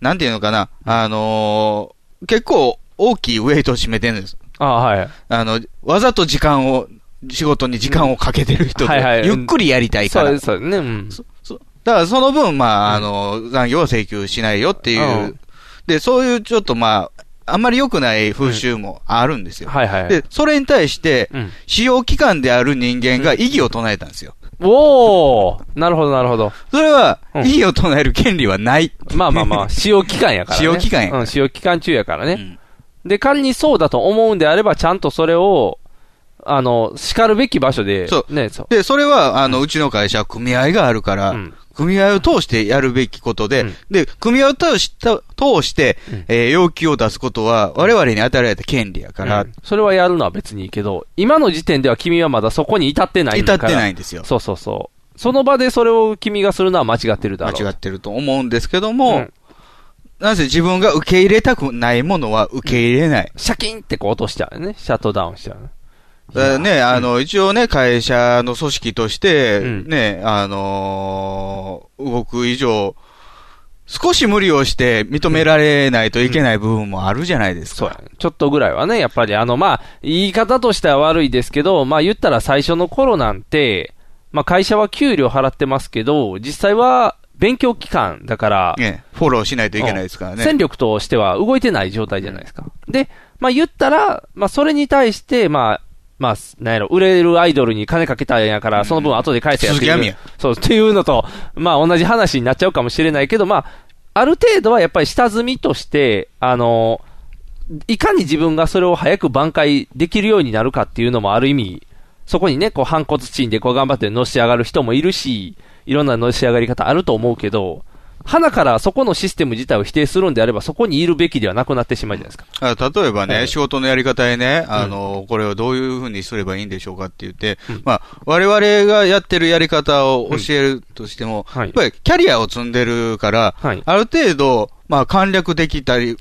なんていうのかな、あのー結構大きいウェイトを占めてるんです。あはい。あの、わざと時間を、仕事に時間をかけてる人と、はいはいゆっくりやりたいから。そうそうね。うん。だからその分、まあ、あの、残業を請求しないよっていう、で、そういうちょっとまあ、あんまり良くない風習もあるんですよ。はいはい。で、それに対して、使用期間である人間が異議を唱えたんですよ。おお なるほど、なるほど。それは、異議を唱える権利はない。まあまあま あ、使用期間やからね。使用期間やうん、使用期間中やからね。で、仮にそうだと思うんであれば、ちゃんとそれを、あの、叱るべき場所で、そうね、そう。で、それは、あの、うちの会社は組合があるから、組合を通してやるべきことで、で、組合を通した、通して、えー要求を出すことは、我々に与えられた権利やから、うんそれはやるのは別にいいけど、今の時点では君はまだそこに至ってないんだから至ってないんですよそうそうそう。その場でそれを君がするのは間違ってるだろう。間違ってると思うんですけども、なぜ自分が受け入れたくないものは受け入れない。シャキンってこう落としちゃうね。シャットダウンしちゃうね。だからね、あの、一応ね、会社の組織として、ね、あのー動く以上、少し無理をして認められないといけない部分もあるじゃないですか。ちょっとぐらいはね、やっぱりあの、まあ、言い方としては悪いですけど、まあ言ったら最初の頃なんて、まあ会社は給料払ってますけど、実際は勉強期間だから、フォローしないといけないですからね。戦力としては動いてない状態じゃないですか。で、まあ言ったら、まあそれに対して、まあ、まあ、なんやろ、売れるアイドルに金かけたんやから、その分後で返せやってい鈴木亜う美やそう、っていうのと、まあ同じ話になっちゃうかもしれないけど、まあ、ある程度はやっぱり下積みとして、あの、いかに自分がそれを早く挽回できるようになるかっていうのもある意味、そこにね、こう、反骨心でこう頑張ってのし上がる人もいるし、いろんなのし上がり方あると思うけど、花からそこのシステム自体を否定するんであれば、そこにいるべきではなくなってしまうじゃないですか。あ例えばね、仕事のやり方でね、あの、これをどういうふうにすればいいんでしょうかって言って、まあ、我々がやってるやり方を教えるとしても、やっぱりキャリアを積んでるから、ある程度、まあ、簡略できたり、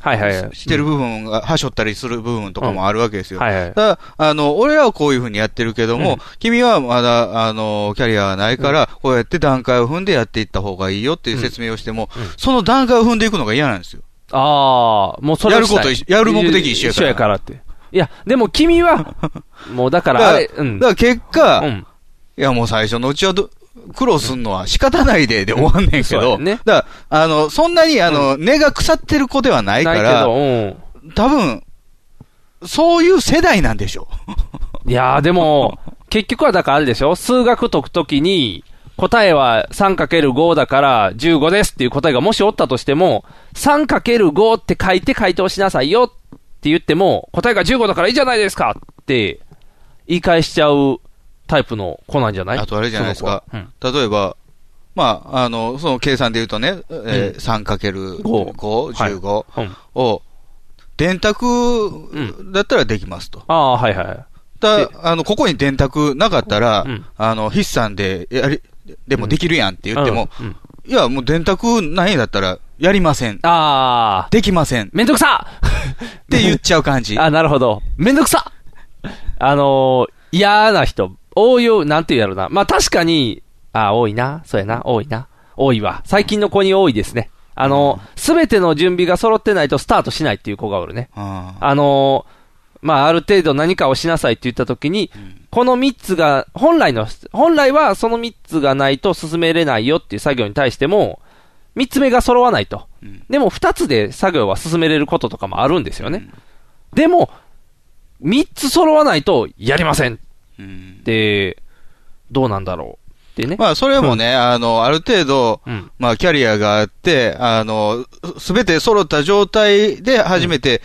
してる部分が、はしょったりする部分とかもあるわけですよ。はいはいただ、あの、俺らはこういうふうにやってるけども、君はまだ、あの、キャリアがないから、こうやって段階を踏んでやっていった方がいいよっていう説明をしても、その段階を踏んでいくのが嫌なんですよ。ああ、もうそれをしやるこたいと一緒やる目的一緒やから一緒やからって。いや、でも君は、もうだから、だあかられ、うん。だから結果、いやもう最初のうちはど苦労すんのは仕方ないでで終わんねんけ そうど、やねだからあの、そんなにあの、根が腐ってる子ではないかないけら、ど多分、そういう世代なんでしょいやーでも、結局はだからあれでしょ数学解くときに、答えは 3×5 だから15ですっていう答えがもしおったとしても、3×5 って書いて回答しなさいよって言っても、答えが15だからいいじゃないですかって言い返しちゃうタイプの子なんじゃないあとあれじゃないですかその子は。例えば、まあ、あの、その計算で言うとね、えうんー 3×5、 5 15はいうんを、電卓だったらできますと。ああ、はいはい。だあの、ここに電卓なかったら、あの、筆算で、やり、でもできるやんって言っても、うんうんいや、もう電卓ないんだったら、やりません。ああ。できません。めんどくさっ て言っちゃう感じ。 あ、なるほど。めんどくさあのー嫌な人、応用、なんて言うやろな。まあ確かに、あ、多いな。そうやな。多いな。多いわ。最近の子に多いですね。あの、すべての準備が揃ってないとスタートしないっていう子がおるね。あの、まあある程度何かをしなさいって言ったときに、この3つが、本来の、本来はその3つがないと進めれないよっていう作業に対しても、3つ目が揃わないと。でも2つで作業は進めれることとかもあるんですよね。でも、3つ揃わないとやりませんって、どうなんだろうってね。まあ、それもね、あの、ある程度、まあ、キャリアがあって、あの、すべて揃った状態で初めて、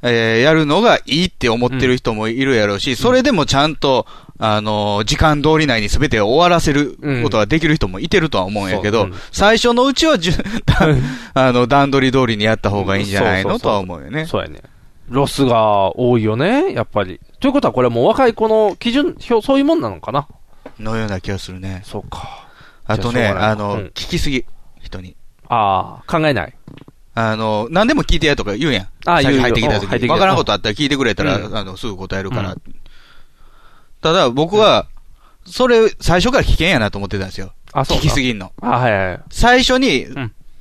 えーやるのがいいって思ってる人もいるやろうし、それでもちゃんと、あの、時間通り内にすべてを終わらせることができる人もいてるとは思うんやけど、そううん最初のうちはじゅ、 あの、段取り通りにやった方がいいんじゃないのとは思うよね。そうやね。ロスが多いよね、やっぱり。ということは、これはもう若い子の基準、表そういうもんなのかなのような気がするね。そうか。あとね、じゃあしょうがないの、うん聞きすぎ、人に。ああ、考えない。あの、何でも聞いてやとか言うやん。ああ最初言うよ入ってきた時うん入ってきに。たわからんことあったら聞いてくれたら、うんあの、すぐ答えるから。ただ、僕は、それ、最初から危険やなと思ってたんですよ。あそう聞かきすぎんの。あはいはい。最初に、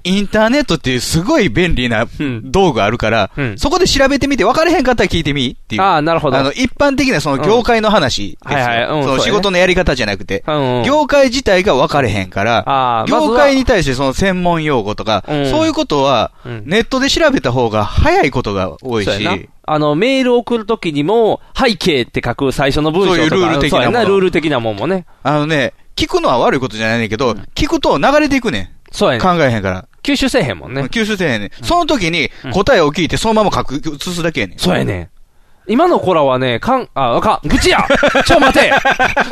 インターネットっていうすごい便利な道具あるから、そこで調べてみて、分からへんかったら聞いてみっていう。ああ、なるほど。あの、一般的なその業界の話ですよ。うんはいはいうんそそうのやね仕事のやり方じゃなくて、うん業界自体が分かれへんからあ、ーまずは業界に対してその専門用語とか、んそういうことは、ネットで調べた方が早いことが多いしそう、やなあの、メール送るときにも、背景って書く最初の文章とか、そういうルール的なものそうやルール的なもんもね。あのね、聞くのは悪いことじゃないねんけど、聞くと流れていくねん。そうやね考えへんから。吸収せえへんもんね。吸収せえへんねん。その時に答えを聞いてそのまま書く、移すだけやねん。そうやねん。今の子らはね、かん、あ、あかん、愚痴やち ょ待て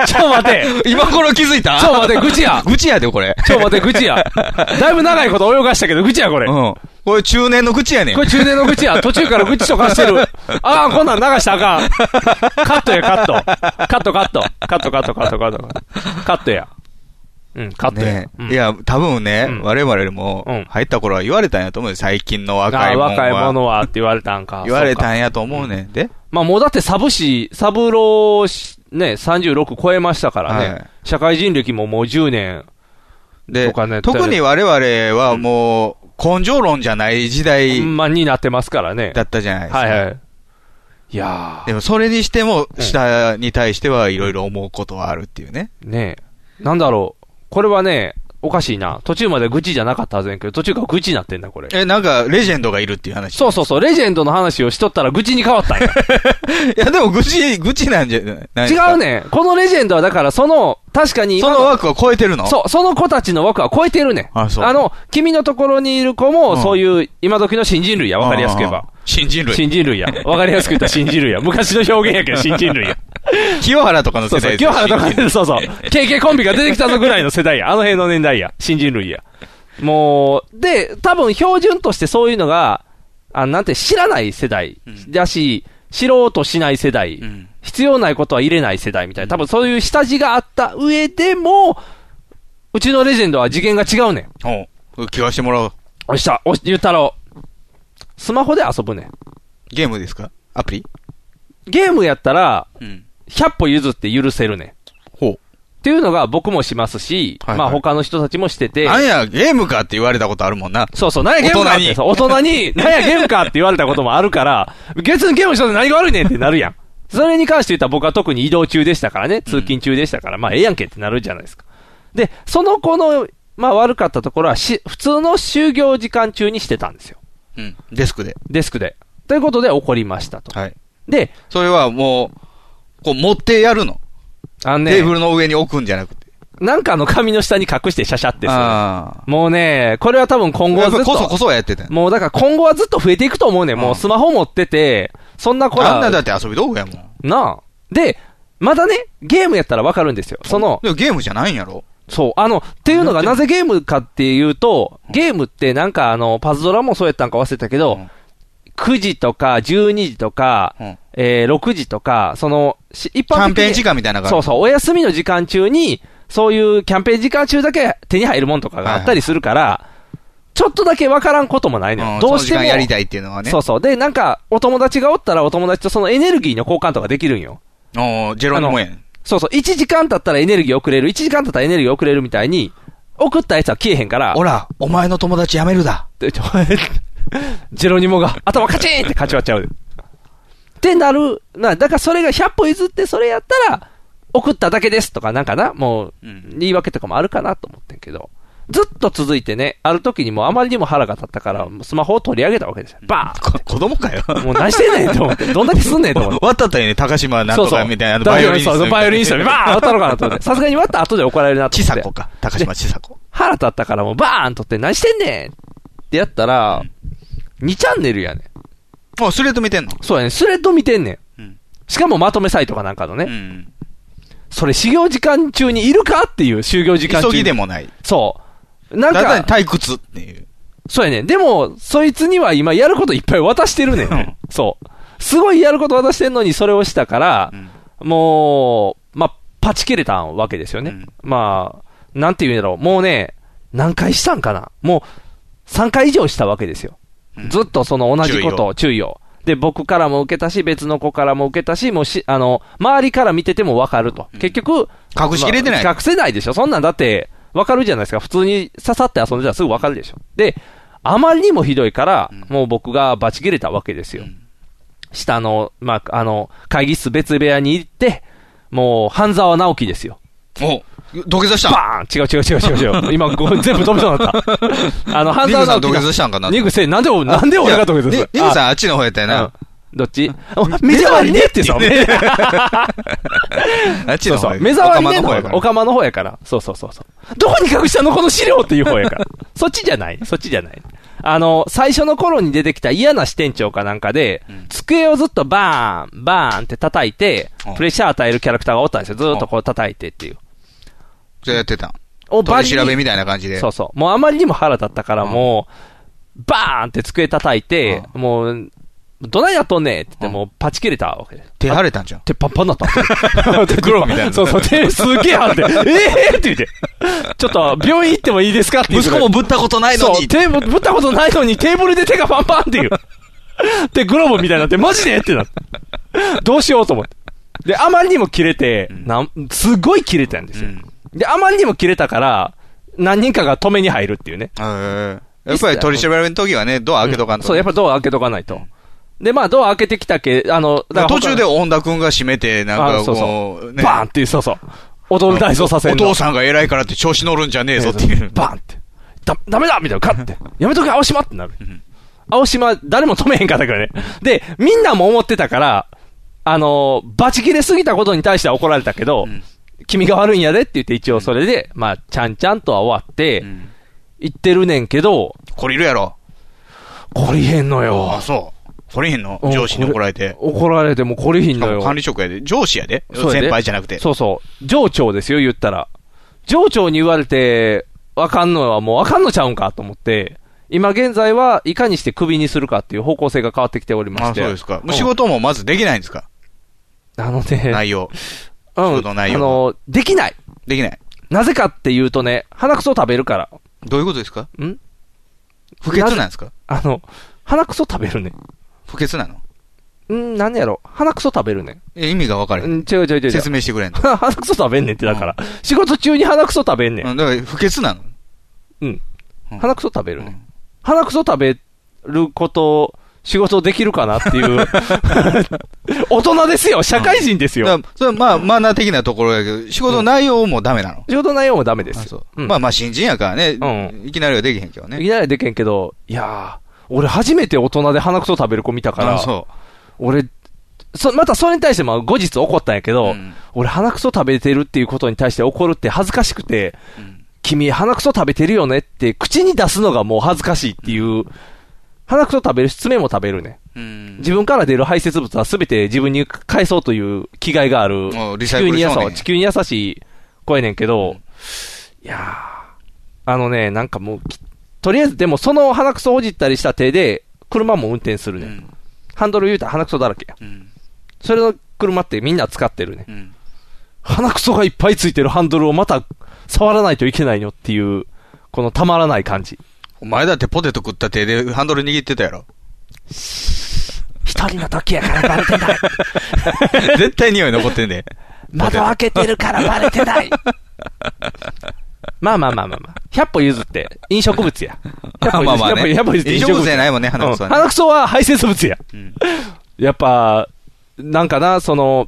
ちょ待て今頃気づいたちょ待て、愚痴や愚痴やで、これ。ちょ待て、愚痴やだいぶ長いこと泳がしたけど、愚痴やこれ。うん。これ中年の愚痴やねん。これ中年の愚痴や。途中から愚痴とかしてる。ああ、こんなん流したらあかん。カットや、カット。カット、カット。カット、カット、カット、カット。カットや。うん、カットや。ねいや、多分ね、我々も入った頃は言われたんやと思うよ最近の若あいもあんは。若い者はって言われた んか。言われたんや。やと思うねん。で、まあもうだってサブ氏、サブロー氏ね、36超えましたからね。はい社会人歴ももう10年。でとかね、特に我々はもう、根性論じゃない時代まあになってますからね。だったじゃないですか。はいはい。いやでもそれにしても、下に対してはいろいろ思うことはあるっていうね。ー、ねえ。なんだろう。これはね、おかしいな。途中まで愚痴じゃなかったはずやんけど、途中から愚痴になってんだ、これ。え、なんか、レジェンドがいるっていう話。そうそうそう、レジェンドの話をしとったら愚痴に変わ ったんや。いや、でも愚痴、愚痴なんじゃない違うねん。このレジェンドはだから、その、確かにそ今の枠を超えてるのそう、その子たちの枠は超えてるねん。あそうの、君のところにいる子も、そういう、今時の新人類や、わかりやすく言えば。新人類。新人類や。わかりやすく言ったら新 人類や。昔の表現やけど、新人類や。清原とかの そ世代ですうそう、清よ原とかで、そうそう、KK コンビが出てきたぞぐらいの世代や。あの辺の年代や。新人類や。もう、で、多分標準としてそういうのが、あなんて知らない世代だし、知ろうとしない世代、必要ないことは入れない世代みたいな、多分そういう下地があった上でも、うちのレジェンドは次元が違うねん。おう聞かしてもらおう。おっしゃ、おし、ゆうたろう。スマホで遊ぶねん。ゲームですかアプリゲームやったら、うん100歩譲って許せるねん。ほう。っていうのが僕もしますし、はいまあ他の人たちもしてて。なんや、ゲームかって言われたことあるもんな。そうそう、何やゲームかって、そう大人に、何やゲームかって言われたこともあるから、別にゲームしとって何が悪いねんってなるやん。それに関して言ったら僕は特に移動中でしたからね、通勤中でしたから、まあええやんけってなるじゃないですか。で、その子の、まあ悪かったところはし、普通の就業時間中にしてたんですよ。うん。デスクで。デスクで。ということで怒りましたと。はい。で、それはもう、こう持ってやるの。あのねテーブルの上に置くんじゃなくて。なんかあの紙の下に隠してシャシャってするあもうね、これは多分今後はずっと。こそこそやってたよもうだから今後はずっと増えていくと思うねん。もうスマホ持ってて、そんな子あら。んなだって遊び道具やもん。なあ。で、まだね、ゲームやったらわかるんですよ。その。でもゲームじゃないんやろそう。あの、っていうのがなぜゲームかっていうと、ゲームってなんかあの、パズドラもそうやったんか忘れたけど、9時とか12時とか、えー6時とか、その、し一般的にキャンペーン時間みたいなのがあそるうそう、お休みの時間中に、そういうキャンペーン時間中だけ手に入るもんとかがあったりするから、ちょっとだけわからんこともないのよ。んどうしてそのも。時間やりたいっていうのはねそうそう。で、なんか、お友達がおったらお友達とそのエネルギーの交換とかできるんよ。おジェロニモ円。そうそう、1時間経ったらエネルギー送れる、1時間経ったらエネルギー送れるみたいに、送ったやつは消えへんから、ほ ら、お前の友達やめるだ。ってちょジェロニモが頭カチンってかち割っちゃう。ってなる、な、だからそれが100歩譲ってそれやったら、送っただけですとかなんかな、もう、言い訳とかもあるかなと思ってんけど、ずっと続いてね、ある時にもうあまりにも腹が立ったから、もうスマホを取り上げたわけですよ。バーンこ子供かよ。もう何してんねんと思って、どんだけすんねんと 思って終。わったったよね、高島なんそとうそかうみたいなあの、ババイイオオリリンンストトに。バイオリンストにバーン当たるかなと思って。さすがに割ったら後で怒られるな とち思っさてこ。か。高島ちさこ。腹立ったからもうバーンとって何してんねんってやったら、2チャンネルやねん。あ、スレッド見てんのそうやねん。スレッド見てんねん。しかもまとめサイトかなんかのね。それ、修行時間中にいるかっていう、修行時間中に。急ぎでもない。そう。なんただか、退屈っていう。そうやねん。でも、そいつには今やることいっぱい渡してるねん。そう。すごいやること渡してんのにそれをしたから、もう、まあ、パチ切れたわけですよね。まあ、なんて言うんだろう。もうね、何回したんかな。もう、3回以上したわけですよ。ずっとその同じことを、注意を。で、僕からも受けたし、別の子からも受けたし、もうし、あの、周りから見ててもわかると。結局、隠しきれてないまあ隠せないでしょ。そんなんだって、わかるじゃないですか。普通に刺さって遊んでたらすぐわかるでしょ。で、あまりにもひどいから、もう僕がバチ切れたわけですよ。下の、まあ、あの、会議室別部屋に行って、もう、半沢直樹ですよ。お土下座したバーン違う違う違 う違う違う。今、ご全部飛びそうになった。あの、半ニグ沢直樹が。さん土下座したんかなニグせ、なんで、なんで俺が土下座するニニグさんあっちの方やったよな。どっちお目障りねってさ、ねあっちそうの方そう。や目障りねオカマの方やからおかまの方やから。そうそうそうそう。どこに隠したのこの資料っていう方やから。そっちじゃない。そっちじゃない。あの、最初の頃に出てきた嫌な支店長かなんかで、机をずっとバーン、バーンって叩いて、プレッシャー与えるキャラクターがおったんですよ。ずーっとこう叩いてっていう。じゃあやってた。おバ取リり調べみたいな感じで。そうそう。もうあまりにも腹立ったから、もう、バーンって机叩いて、もう、どないやっとんねんって言って、もうパチ切れたわけです。手腫れたんじゃん。手パンパンだ った。黒みたいなそうそう、手すげえ張って、ええって言って、ちょっと病院行ってもいいですかって言うから息子もぶったことないのにそう、手ぶぶったことないのにテーブルで手がパンパンっていう。で、グローブみたいになって、マジでってなって。どうしようと思って。で、あまりにも切れて、なんすごい切れたんですよ。で、あまりにも切れたから、何人かが止めに入るっていうね。やっぱり取り調べの時はね、ドア開けとかんと。そう、やっぱドア開けとかないと。で、まあ、ドア開けてきたけ、あの、だから途中で他の恩田君が閉めて、なんあかそうそうこう、ねバーンっていう、そうそう。踊る大捜査線おの父さんが偉いからって調子乗るんじゃねえぞっていう。バーンって。だ、ダメだみたいな、カッて。やめとけ、青島ってなる。青島、誰も止めへんかったからね。で、みんなも思ってたから、あのーバチ切れすぎたことに対しては怒られたけど、君が悪いんやでって言って一応それで、まあ、ちゃんちゃんとは終わって、言ってるねんけど、これいるやろ。こりへんのよ。あ、そう。これへんの上司に怒られて。怒られてもこりひんしのかよも。管理職やで。上司やで。そうやで先輩じゃなくて。そうそう。上長ですよ、言ったら。上長に言われて、わかんのはもうわかんのちゃうんかと思って、今現在はいかにしてクビにするかっていう方向性が変わってきておりまあ、して。そうですか。もう仕ん事もまずできないんですかあのね、内容。うん、事の内容あの、できない。できない。なぜかっていうとね、鼻くそ食べるから。どういうことですかん不潔なんですかあの、鼻くそ食べるね。不潔なのんなんやろ。鼻くそ食べるね。え意味が分かれへん。ん違う違う違う違う説明してくれんの。 鼻くそ食べんねんって、だから。仕事中に鼻くそ食べんねん。だから、不潔なのうん。鼻くそ食べるね。鼻くそ食べること、仕事できるかなっ ていう。大人ですよ社会人ですよ。だからそれはまあ、マナー的なところやけど、仕事の内容もダメなの。仕事内容もダメですよ。うんまあまあ、新人やからね、いきなりはできへんけどね。いきなりはでけんけど、いやー、俺初めて大人で鼻くそ食べる子見たから、あそ俺、そ、またそれに対してまあ後日怒ったんやけど、俺鼻くそ食べてるっていうことに対して怒るって恥ずかしくて、君鼻くそ食べてるよねって口に出すのがもう恥ずかしいっていう、鼻くそ食べるし爪も食べるね。自分から出る排泄物は全て自分に返そうという気概があるお、リ地サイク球ルに優少年しい、地球に優しい子やねんけど、いやー、あのね、なんかもうき、とりあえず、でもその鼻くそほじったりした手で、車も運転するね、ん。ハンドル言うたら鼻くそだらけや。それの車ってみんな使ってるね。鼻くそがいっぱいついてるハンドルをまた触らないといけないのっていう、このたまらない感じ。お前だってポテト食った手でハンドル握ってたやろ。一人の時やからバレてない。 絶対匂い残ってん で。窓開けてるからバレてない。まあまあまあまあまあ。100歩譲って、飲食 物や。 100歩譲って、まあまあね、 100歩譲って飲食物。飲食物じゃないもんね、鼻くそは、ねうん、鼻くそは排泄物や。うん、やっぱ、なんかな、その、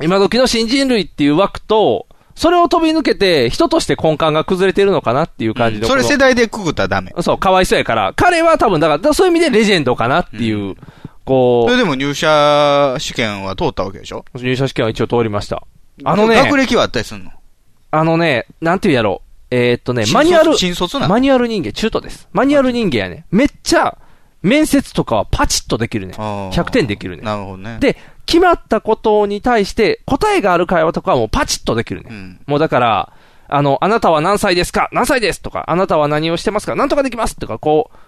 今時の新人類っていう枠と、それを飛び抜けて、人として根幹が崩れてるのかなっていう感じの、うん、それ世代でくぐったらダメ。そう、かわいそうやから。彼は多分、だから、からそういう意味でレジェンドかなっていう、うん、こう。それでも入社試験は通ったわけでしょ入社試験は一応通りました。あのね。学歴はあったりすんのあのね、なんていうやろう。えー、っとね、マニュアル、新卒なマニュアル人間、中途です。マニュアル人間やね。めっちゃ、面接とかはパチッとできるね。100点できるね。なるほどね。で、決まったことに対して答えがある会話とかはもうパチッとできるね。うん、もうだから、あの、あなたは何歳ですか何歳ですとか、あなたは何をしてますかなんとかできますとか、こう、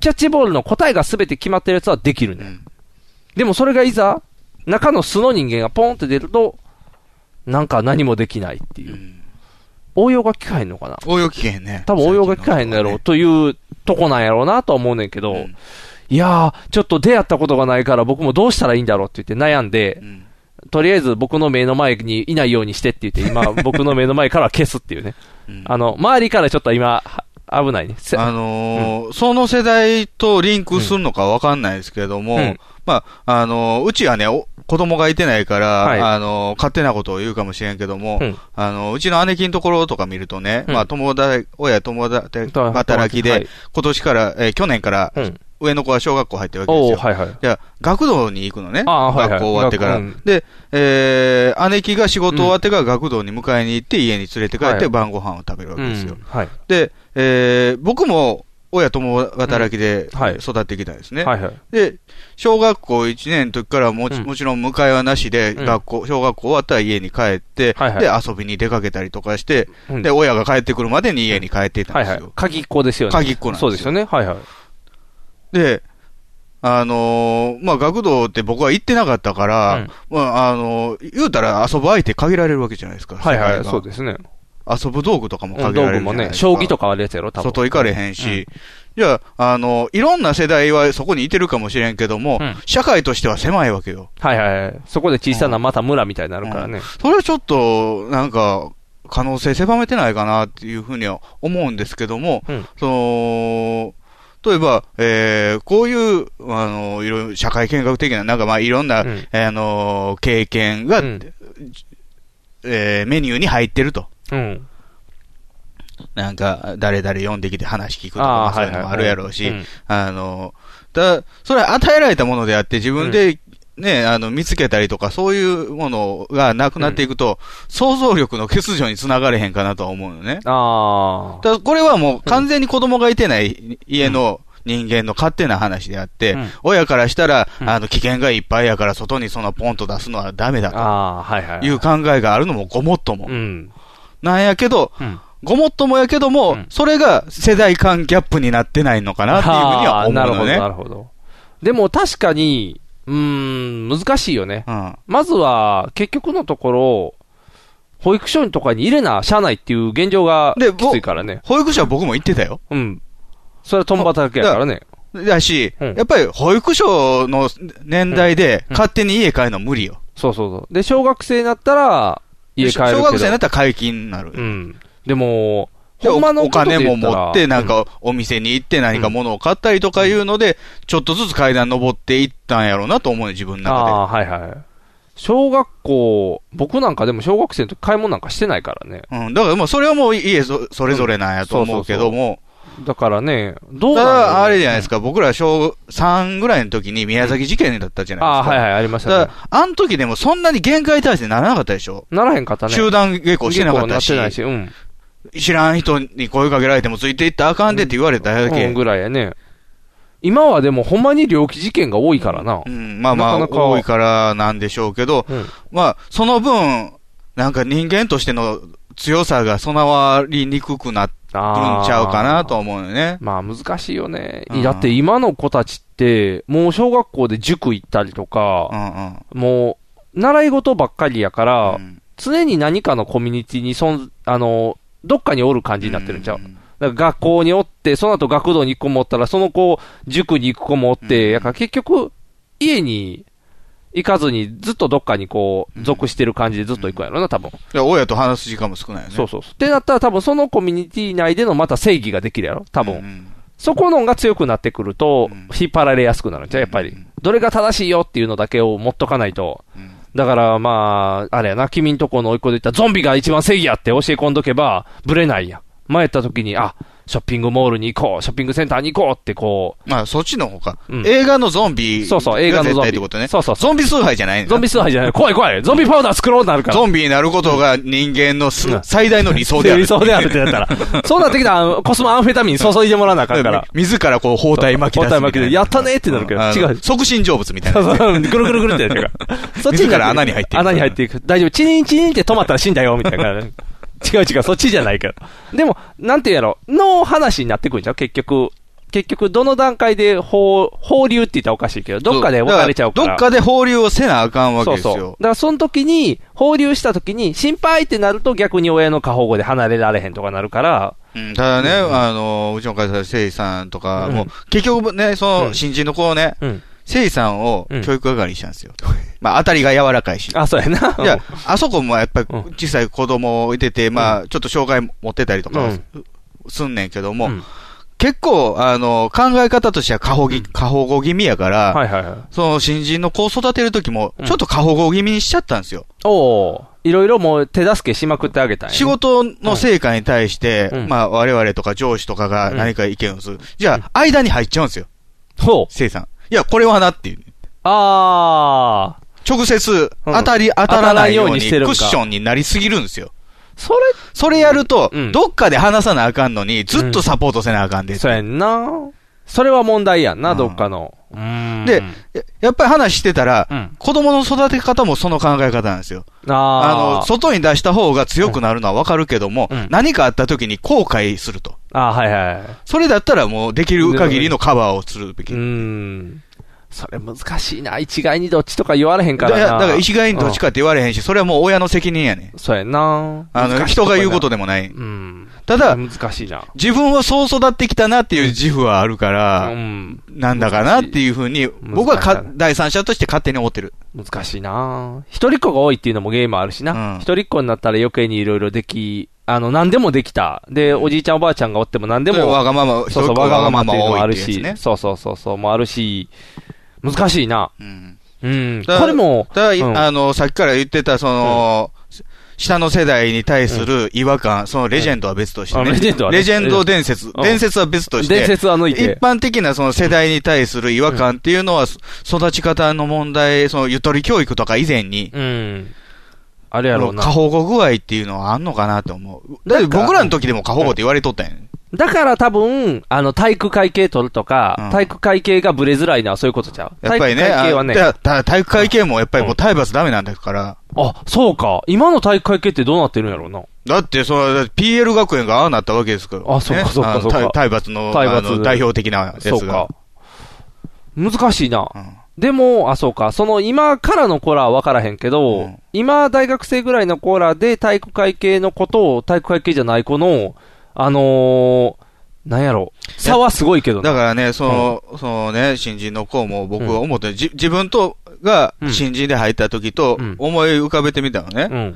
キャッチボールの答えが全て決まってるやつはできるね。うん、でもそれがいざ、中の素の人間がポンって出ると、なんか何もできないっていう。うん応用が効かへんのかな応用効けへんね。多分応用が効かへんのやろうというとこなんやろうなとは思うねんけど、うん、いやー、ちょっと出会ったことがないから僕もどうしたらいいんだろうって言って悩んで、うん、とりあえず僕の目の前にいないようにしてって言って、 今僕の目の前から消すっていうね。うん、あの、周りからちょっと今、危ないね。あのー、その世代とリンクするのかわかんないですけども、まあ、あのー、うちはね、子供がいてないから、はい、あの、勝手なことを言うかもしれんけども、うん、あの、うちの姉貴のところとか見るとね、うん、まあ、友達、親友達、働きで、はい、今年から、えー、去年から、うん、上の子は小学校入ってるわけですよ。はいはい、じゃあ、学童に行くのね。はいはい、学校終わってから。で、えー、姉貴が仕事終わってから学童に迎えに行って、家に連れて帰って晩ご飯を食べるわけですよ。はい、で、えー、僕も、親共働きで育ってきたんですね。うんはいはいはい、で、小学校1年の時からも,うん、もちろん迎えはなしで、うん、学校、小学校終わったら家に帰って、はいはい、で、遊びに出かけたりとかして、で、親が帰ってくるまでに家に帰っていたんですよ。はいはい、鍵っ子ですよね。鍵っ子なんですよ。そうですよね。はいはい。で、あのー、まあ、学童って僕は行ってなかったから、まあ、あのー、言うたら遊ぶ相手限られるわけじゃないですか。はいはい、そうですね。遊ぶ道具とかも限られるもね、将棋とかあるやつやろ、多分。外行かれへんし、うん、じゃあ、あの、いろんな世代はそこにいてるかもしれんけども、うん、社会としては狭いわけよ。はいはいはい。そこで小さなまた村みたいになるからね。うん、それはちょっと、なんか、可能性狭めてないかなっていうふうには思うんですけども、その、例えば、えー、こういう、あの、いろいろ、社会見学的な、なんかまあ、いろんな、えー、あの、経験が、えー、メニューに入ってると。うん、なんか、誰々読んできて話聞くとか、そういうのもあるやろうし、あの、だ、それは与えられたものであって、自分で、ね、あの、見つけたりとか、そういうものがなくなっていくと、うん、想像力の欠如につながれへんかなとは思うよね。ああ。これはもう完全に子供がいてない家の、人間の勝手な話であって、うん、親からしたら、うん、あの、危険がいっぱいやから、外にそのポンと出すのはダメだと。いう考えがあるのもごもっとも。なんやけど、うん、ごもっともやけども、うん、それが世代間ギャップになってないのかなっていうふうには思うのね。なるほど、なるほど。でも確かに、うん、難しいよね。うん、まずは、結局のところ、保育所とかに入れな、社内っていう現状がきついからね。保育所は僕も行ってたよ。うん。それは共働きやからね。だし、うん、やっぱり保育所の年代で勝手に家帰るの無理よ。そうそうそう。で、小学生になったら、小学生になったら解禁になる。うん、でも、ほんまのお金も持って、なんか、お店に行って何か物を買ったりとかいうので、うん、ちょっとずつ階段登っていったんやろうなと思うよ、自分の中で。ああ、はいはい。小学校、僕なんかでも小学生の時買い物なんかしてないからね。うん、だからまあそれはもう家そそれぞれなんやと思うけども。うん、そうそうそうだからね、どうだだあれじゃないですか、僕ら小3ぐらいの時に宮崎事件だったじゃないです、か。ああ、はいはい、ありましたね。だからあの時でもそんなに限界体制にならなかったでしょならへんかったね。集団下校してなかったし。なってないし、うん。知らん人に声かけられてもついていったらあかんでって言われただけ。うん、ぐらいやね。今はでもほんまに猟奇事件が多いからな。うん、まあまあ、なかなか多いからなんでしょうけど、うん、まあ、その分、なんか人間としての強さが備わりにくくなってるんちゃうかなと思うよね。まあ難しいよね、うん。だって今の子たちって、もう小学校で塾行ったりとか、うんうん、もう、習い事ばっかりやから、うん、常に何かのコミュニティにそん、あの、どっかにおる感じになってるんちゃう、うん、だから学校におって、その後学童に行く子もおったら、その子、塾に行く子もおって、やから結局、家に行かずに、ずっとどっかにこう、属してる感じでずっと行くやろな、多分。いや、親と話す時間も少ないよね。そうそうそう。ってなったら多分そのコミュニティ内でのまた正義ができるやろ、多分。そこのが強くなってくると、引っ張られやすくなるんじゃうやっぱり。どれが正しいよっていうのだけを持っとかないと。だから、まあ、あれやな、君んとこの甥っ子で言ったらゾンビが一番正義やって教え込んどけば、ブレないやん。前やった時に、あ、ショッピングモールに行こう、ショッピングセンターに行こうってこう。まあ、そっちの方か。映画のゾンビ。そうそう、映画のゾンビ。ってことね。そうそうゾンビ崇拝じゃないゾンビ崇拝じ ゃない。怖い怖い。ゾンビパウダー作ろうなるから。ゾンビになることが人間のす最大の理想である。理想であるってなったら。そうなってきたら、コスモアンフェタミン注いでもらわなあかんから。自らこう包帯巻き出す。包帯巻きで、やったねってなるけど、違う。即身成仏みたいな。そう。そう、ぐるぐるぐるってやるから そっちから穴に入っていく。穴に入っていく。大丈夫。チリンチリンって止まったら死んだよ、みたいな。 違う違う、そっちじゃないから。でも、なんていうやろ、の話になってくるんじゃん、結局。結局、どの段階で放、放流って言ったらおかしいけど、どっかで分かれちゃうから。どっかで放流をせなあかんわけですよ。そうそうだから、その時に、放流した時に、心配ってなると逆に親の過保護で離れられへんとかなるから。うん、ただね、うん、あの、うちの会社で誠司さんとかも、うん、結局ね、その、新人の子をね、うんせいさんを教育係にしたんですよ。うん、まあ、当たりが柔らかいし。あ、そうやな。いや、あそこもやっぱり小さい子供をいてて、うん、まあ、ちょっと障害持ってたりとかすんねんけども、うん、結構、あの、考え方としては過保護、過保護気味やから、はいはいはい、その新人の子を育てるときも、ちょっと過保護気味にしちゃったんですよ。おお。いろいろもう手助けしまくってあげたい、ね、仕事の成果に対して、まあ、我々とか上司とかが何か意見をする。じゃあ、間に入っちゃうんですよ。ほう。せいさん。いや、これはなっていう。ああ。直接、当たり、当たらないように、クッションになりすぎるんですよ。それ、それやると、どっかで話さなあかんのに、ずっとサポートせなあかんで、そうやんな。それは問題やんな、どっかの。で、やっぱり話してたら、うん、子供の育て方もその考え方なんですよ。ああの、外に出した方が強くなるのはわかるけども、うん、何かあった時に後悔すると。あはいはい。それだったらもうできる限りのカバーをするべき。うん。それ難しいな。一概にどっちとか言われへんからな。だから一概にどっちかって言われへんし、それはもう親の責任やねん。そうやな。あの、人が言うことでもない。うん。ただ、難しいな。自分はそう育ってきたなっていう自負はあるから、うん、なんだかなっていうふうに、僕はか第三者として勝手に思ってる。難しいな一人っ子が多いっていうのもゲームあるしな。うん、一人っ子になったら余計にいろいろでき、あの、何でもできた。で、おじいちゃんおばあちゃんがおっても何でも。わがまま、そうそう、わがままっていうのもあるし、ね、そうそうそうそう、もあるし、難しいな。うん。うん。これも、ただ、あの、さっきから言ってた、その、下の世代に対する違和感、そのレジェンドは別として、ねレジェンドは、レジェンド伝説、伝説は別として、伝説は抜いて。一般的なその世代に対する違和感っていうのは、育ち方の問題、そのゆとり教育とか以前に、うん。あれやろうな。過保護具合っていうのはあんのかなと思う。だって僕らの時でも過保護って言われとったやん。だから多分、あの、体育会系取るとか、うん、体育会系がブレづらいのはそういうことちゃうやっぱりね、体育会系はね。体育会系もやっぱりもう体罰ダメなんだから。うん、あ、そうか。今の体育会系ってどうなってるんやろうな。だって、それ、PL 学園がああなったわけですから、ね。あ、そうか、そうか、そうか。体罰の、体罰代表的なやつが。そうか。難しいな。うんでも、あ、そうか、その今からの子らは分からへんけど、うん、今大学生ぐらいの子らで体育会系の子と体育会系じゃない子の、あのー、なんやろ差はすごいけどだからね、その、うん、そのね、新人の子も僕は思って、うん、じ自分と、が新人で入った時と思い浮かべてみたのね。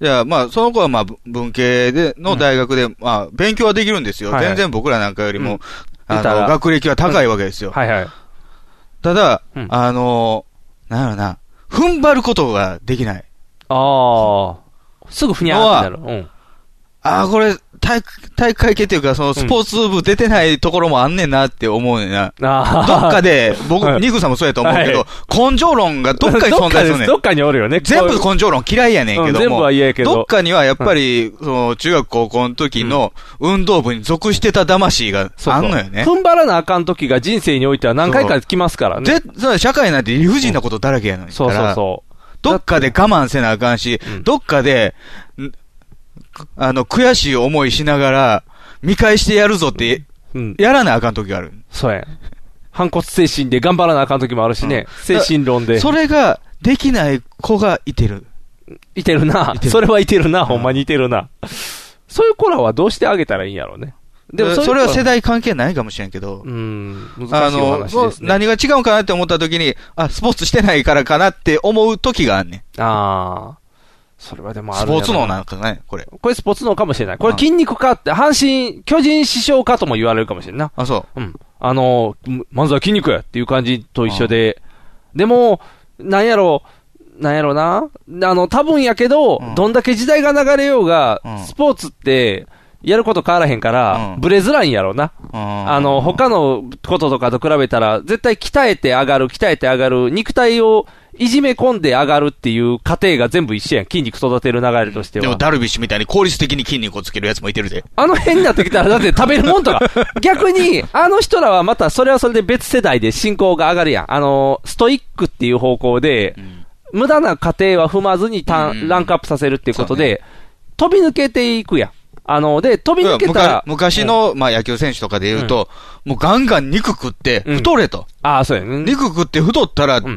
じゃあ、まあ、その子はまあ、文系で、の大学で、まあ、勉強はできるんですよ。はいはい、全然僕らなんかよりも、あの、学歴は高いわけですよ。はいはい。ただ、うん、あのー、なんやろな、踏ん張ることができない。ああ。すぐふにゃーってなる。うん、ああ、これ、体育、体育会系っていうか、そのスポーツ部出てないところもあんねんなって思うねんな。うん、どっかで、僕、ニグ、うん、さんもそうやと思うけど、はい、根性論がどっかに 存在するねん。どっかにおるよね。全部根性論嫌いやねんけども。全部は嫌やけど。どっかにはやっぱり、その、中学高校の時の運動部に属してた魂があんのよね。踏ん張らなあかん時が人生においては何回か来ますからね。で、社会なんて理不尽なことだらけやのに。そうそうそう。どっかで我慢せなあかんし、どっかで、あの、悔しい思いしながら、見返してやるぞって、やらなあかん時がある。うん、そうや。反骨精神で頑張らなあかん時もあるしね。うん、精神論で。それが、できない子がいてる。いてるな。るそれはいてるな。ほんまにいてるな。そういう子らはどうしてあげたらいいんやろうね。、でもそれは世代関係ないかもしれんけど、うん難しい話ですね、ね、何が違うんかなって思った時に、あ、スポーツしてないからかなって思う時があんねん。ああ。それはでもあるスポーツ脳なんかね、これ。これスポーツ脳かもしれない。これ筋肉かって、阪神、巨人師匠かとも言われるかもしれんな。。あ、そううん。あの、まずは筋肉やっていう感じと一緒で、でも、なんやろう、なんやろうな、あの、多分やけど、うん、どんだけ時代が流れようが、うん、スポーツって、やること変わらへんから、うん、ブレづらいんやろうな。あの、他のこととかと比べたら、絶対鍛えて上がる、鍛えて上がる、肉体をいじめ込んで上がるっていう過程が全部一緒やん。筋肉育てる流れとしては。でもダルビッシュみたいに効率的に筋肉をつけるやつもいてるで。あの辺になってきたら、だって食べるもん とか。逆に、あの人らはまたそれはそれで別世代で進行が上がるやん。あの、ストイックっていう方向で、うん、無駄な過程は踏まずにタ、うん、ランクアップさせるっていうことで、ね、飛び抜けていくやん。あの、で、飛び抜けたら。昔の、まあ野球選手とかで言うと、うん、もうガンガン肉食って太れと。ああ、そうやね。肉食って太ったら、球、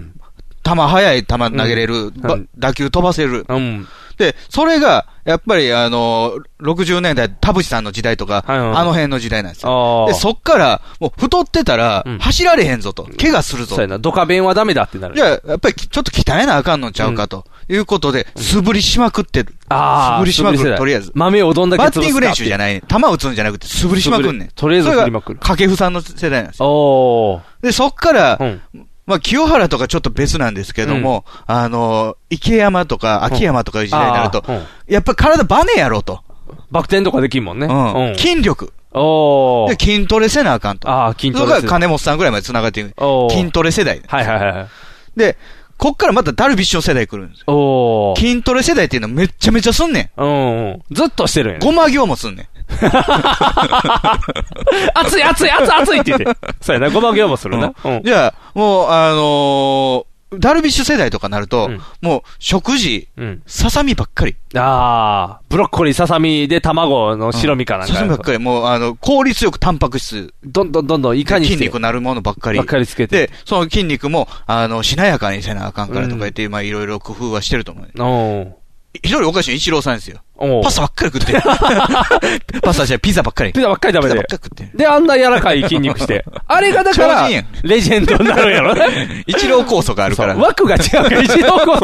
速い球投げれる、うん、打球飛ばせる、うん。で、それが、やっぱり、あの、60年代、田淵さんの時代とか、はいはいはい、あの辺の時代なんですよ。で、そっから、もう太ってたら、走られへんぞと、うん、怪我するぞ。そうやな、ドカベンはダメだってなる。いや、やっぱり、ちょっと鍛えなあかんのちゃうかと、いうことで、素振りしまくってる。あ。あ素振りしまくる、とりあえず。豆をどんだけバッティング練習じゃない、ね、球打つんじゃなくて、素振りしまくんねん。とりあえず振りまくる。掛布さんの世代なんですよ。で、そっから、まあ、清原とかちょっと別なんですけども、うん、あの、池山とか秋山とかいう時代になると、うんうん、やっぱ体バネやろと。バク転とかできんもんね。筋力。おで、筋トレせなあかんと。ああ、筋トレ。それが金本さんぐらいまで繋がっていく。筋トレ世代。はいはいはい。で、こっからまたダルビッシュ世代来るんですよ。筋トレ世代っていうのはめっちゃめちゃすんねん。うん。ずっとしてるんや、ね。ごま行もすんねん。 熱い熱い熱い熱いって言って。そうやな、ごま行もするな。うん、じゃあ、もう、あのー、ダルビッシュ世代とかなると、うん、もう、食事、うん、ささみばっかり。ああ、ブロッコリーささみで卵の白身かなんか、ささみばっかり。もう、あの、効率よくタンパク質。どんどんどんどん、いかに筋肉なるものばっかり。ばっかりつけて。で、その筋肉も、あの、しなやかにせなあかんからとか言って、まあ、いろいろ工夫はしてると思う、ね。お一人おかしい一郎さんですよ。パスタばっかり食って る。パスタじゃピザばっかり。ピザばっかり食べてる。ピザばっかり食ってる。で、あんな柔らかい筋肉して。 あれがだから、レジェンドになるやろ。一郎酵 素があるから。枠が違うから、一郎 酵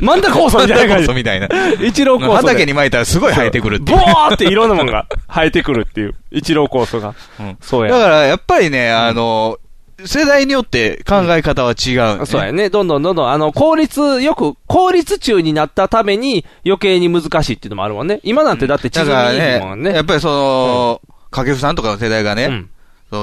素。マンダ酵素みたいな。酵素みたいな。一郎酵素。畑に巻いたらすごい生えてくるってボーっていろんなもんが生えてくるっていう。一郎酵素が。うん、そうや。だからやっぱりね、あの、世代によって考え方は違う、ねうん、そうやね。どんどんどんどん、あの、効率、よく、効率中になったために余計に難しいっていうのもあるもんね。今なんてだって地図にいいもんね。ねやっぱりその、掛、うん、布さんとかの世代がね、うん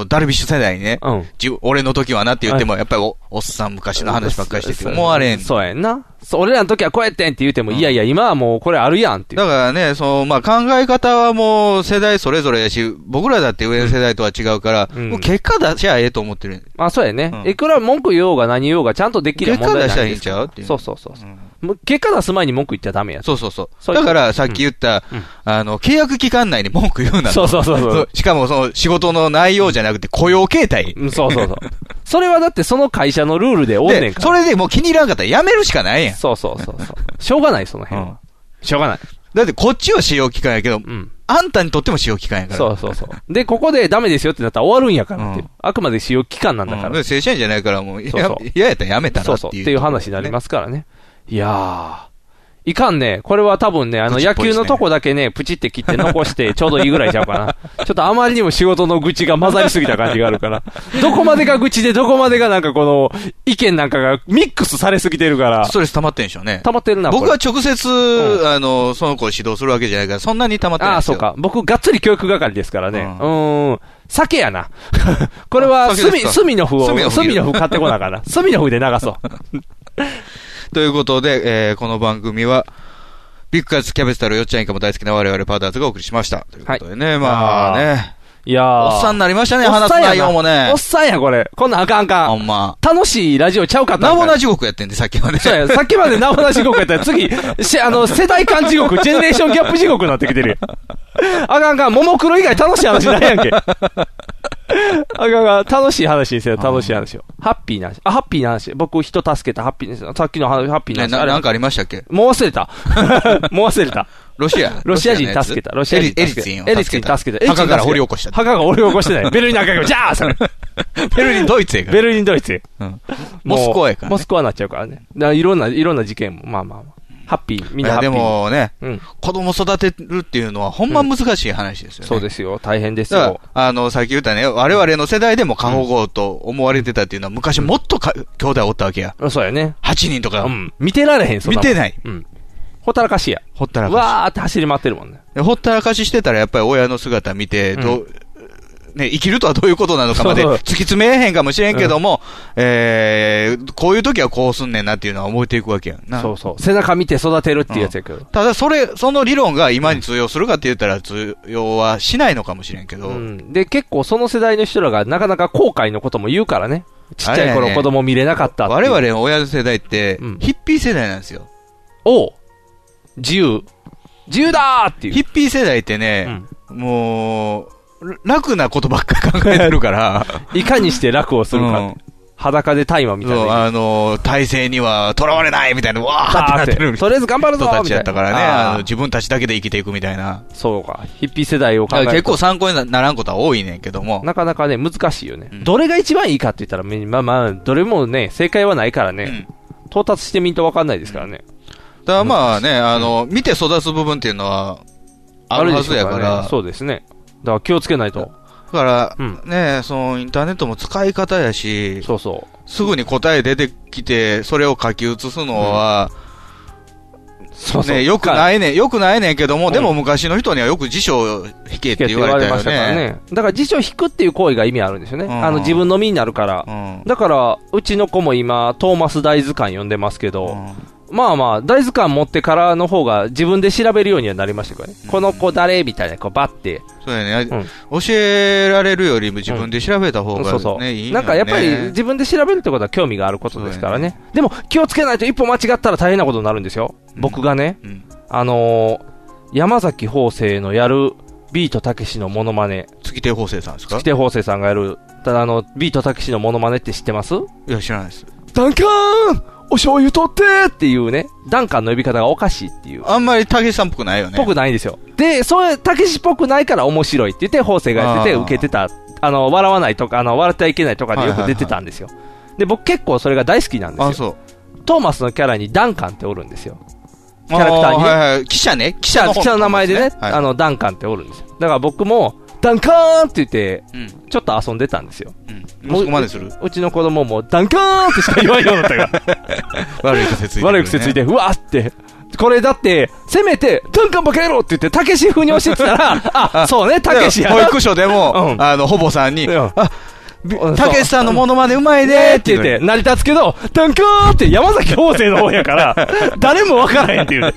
ダルビッシュ世代にね、うん、俺の時はなって言っても、やっぱりおおっさん昔の話ばっかりしてて思われん。そうやんな。俺らの時はこうやってんって言うても、うん、いやいや、今はもうこれあるやんってだからね、その、まあ、考え方はもう世代それぞれやし、僕らだって上の世代とは違うから、うん、もう結果出しゃええと思ってる。まあ、そうやね。いくら文句言おうが何言おうがちゃんとできる問題結果出しゃええんちゃうっていう。そうそうそう。結果出す前に文句言っちゃダメや。そうそうそう。だから、さっき言った、うん、あの、契約期間内に文句言うなそうそうそうそう。しかも、その、仕事の内容じゃなくて、雇用形態。うん、そうそうそう。 それはだって、その会社のルールでおんねんから。それでもう気に入らんかったら辞めるしかないやん。そうそうそうそう。しょうがない、その辺は、うん。しょうがない。だって、こっちは使用期間やけど、うん、あんたにとっても使用期間やから。そうそうそう。で、ここでダメですよってなったら終わるんやからっていう、うん、あくまで使用期間なんだから。正社員じゃないから、もう、嫌ややったらやめたらっていう、ね、そうそう。っていう話になりますからね。いやー。いかんね。これは多分ね、あの、野球のとこだけね、プチって切って残して、ちょうどいいぐらいちゃうか な。ちょっとあまりにも仕事の愚痴が混ざりすぎた感じがある から。どこまでが愚痴で、どこまでがなんかこの、意見なんかがミックスされすぎてるから。ストレス溜まってんでしょうね。溜まってるな、僕は直接、うん、あの、その子を指導するわけじゃないから、そんなに溜まってないああ、そうか。僕、がっつり教育係ですからね。うん。うーん酒やな。 これは、スミ、スミの符を、スミの符買ってこなから。 スミの符で流そう。ということで、えー、この番組は、ビッグカツキャベツ太郎よっちゃんいかも大好きな我々パーダーズがお送りしました。ということでね、はい、まあね。いやおっさんになりましたね、話す内容もね。おっさんや、これ。こんなんあかんかん。ほんま。楽しいラジオちゃうかったなぼな地獄やってんで、さっきまで。そうや、さっきまでなぼな地獄やったら、次、し、あの、世代間地獄、ジェネレーションギャップ地獄になってきてる。あかんかん、ももクロ以外楽しい話ないやんけ。あがが、楽しい話ですよ、楽しい話を。ハッピーな話。あ、ハッピーな話。僕、人助けたハッピーです。さっきのハッピーな話。ね、ななんかありましたっけ もう忘れた。もう忘れた。ロシア。 ロシア人助けた。ロシア人助けた。エリツィンを助けた。墓から掘り起こした。墓が掘り起こしてない。ベルリンの赤いじゃあそれ。 ベルリンドイツやから。ベルリンドイツや。うん。モスクワやから。モスクワになっちゃうからね。だいろんな、いろんな事件も、まあまあまあ。ハッピー、みんなハッピー。でもね、うん、子供育てるっていうのは、ほんま難しい話ですよね、うん、そうですよ、大変ですよ。あの、さっき言ったね、我々の世代でも過保護と思われてたっていうのは、昔もっとか、うん、兄弟おったわけや。そうやね。 8人とか。うん。見てられへん、そ見てない。うん。ほったらかしや。ほったらかし。わーって走り回ってるもんね。ほったらかししてたら、やっぱり親の姿見て、どう、ね、生きるとはどういうことなのかまで突き詰めへんかもしれんけども、うん、えー、こういう時はこうすんねんなっていうのは覚えていくわけやんな。そうそう。背中見て育てるっていうやつやけど。うん、、ただ、それ、その理論が今に通用するかって言ったら通用はしないのかもしれんけど。うんで、結構その世代の人らがなかなか後悔のことも言うからね。ちっちゃい頃子供見れなかったっ、ね、我々親の世代って、ヒッピー世代なんですよ。お自由。自由だーっていう。ヒッピー世代ってね、もう、楽なことばっかり考えてるから いかにして楽をするか、うん、裸で大麻みたいな。あの、体制にはとらわれないみたいな、わーってなってる。とりあえず頑張るぞ人たちやったからねあの、自分たちだけで生きていくみたいな。そうか、ヒッピー世代を考え結構参考にならんことは多いねんけども。なかなかね、難しいよね。うん、どれが一番いいかって言ったら、まあまあ、どれもね、正解はないからね、うん、到達してみんとわかんないですからね。だからまあね、あの、見て育つ部分っていうのは、あるはずやから。ね、そうですね。だから気をつけないと。だから、うん、ねそのインターネットも使い方やし、。そうそうすぐに答え出てきて、それを書き写すのは、うん、そうね、よくないねよくないねんけども、うん、でも昔の人にはよく辞書を引けって言われたよね。からねだから辞書引くっていう行為が意味あるんですよね。あの自分の身になるから。だから、うちの子も今、トーマス大図鑑読んでますけど、まあまあ、大図鑑持ってからの方が自分で調べるようにはなりましたけどね。うん、この子誰みたいな、こうバッて。そうやね、うん、教えられるよりも自分で調べた方がね、ね、うん、そうそういい、ね、なんかやっぱり自分で調べるってことは興味があることですからね。ねでも気をつけないと一歩間違ったら大変なことになるんですよ。僕がね、あのー、山崎邦生のやるビートたけしのモノマネ。月亭邦生さんですか月亭邦生さんがやる、ただあの、ビートたけしのモノマネって知ってますいや、知らないです。ダンカーンお醤油取ってっていうね、ダンカンの呼び方がおかしいっていう。あんまりたけしさんっぽくないよね。ぽくないんですよ。で、そういうたけしっぽくないから面白いって言って、法政がやってて受けてた、あの、笑わないとか、あの、笑ってはいけないとかでよく出てたんですよ。で、僕結構それが大好きなんですよ。あ、そう。トーマスのキャラにダンカンっておるんですよ。キャラクターにね。はいはい、記者ね。記者、記者の名前でね、はい、あの、ダンカンっておるんですよ。だから僕も、ダンカーンって言って、うん、ちょっと遊んでたんですよ。うん、息子までする。うちの子供も、ダンカーンってしか言わんようにな ったから悪い癖ついて、ね、悪い癖ついて、うわーって。これだって、せめて、ダンカンバカ野郎って言って、たけし風に教えてたら、 あ、そうね、たけしや。保育所でも、うん、あの、ほぼさんに、あ、たけしさんのものまでうまいねって言って、成り立つけど、ダンカーって山崎法政の方やから、 誰もわからへんっていう。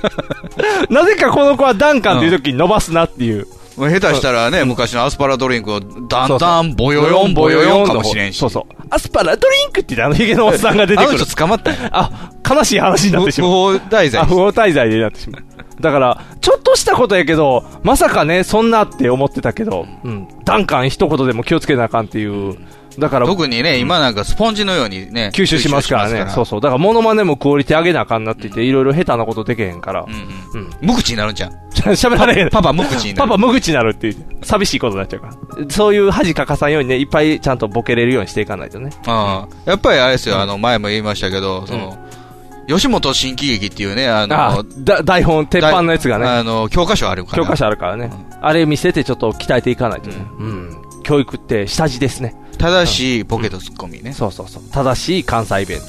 なぜかこの子はダンカンっていう時に伸ばすなっていう。下手したらね、昔のアスパラドリンクをだんだんぼよよんぼよよんかもしれんし。そうそう。アスパラドリンクってあのヒゲのおっさんが 出てくる。あの人捕まったあ、悲しい話になってしまう。不法滞在。不法滞在になってしまう。だから、ちょっとしたことやけど、まさかね、そんなって思ってたけど、うん。ダンカン一言でも気をつけなあかんっていう。だから特にね、今なんかスポンジのようにね、吸収しますからね、そうそう、だからモノマネもクオリティ上げなあかんなって言って、いろいろ下手なことできへんから、無口になるんじゃん。 喋られへん。パパ無口になる。パパ無口になるって言って、寂しいことになっちゃうから。そういう恥かかさんようにね、いっぱいちゃんとボケれるようにしていかないとね。ああ、やっぱりあれですよ、あの、前も言いましたけど、その、吉本新喜劇っていうね、あの、台本、鉄板のやつがね。。あの、教科書あるから教科書あるからね。あれ見せてちょっと鍛えていかないとね。うん。教育って下地ですね。、正しいボケとツッコミね、うんそうそうそう正しい関西弁っていう、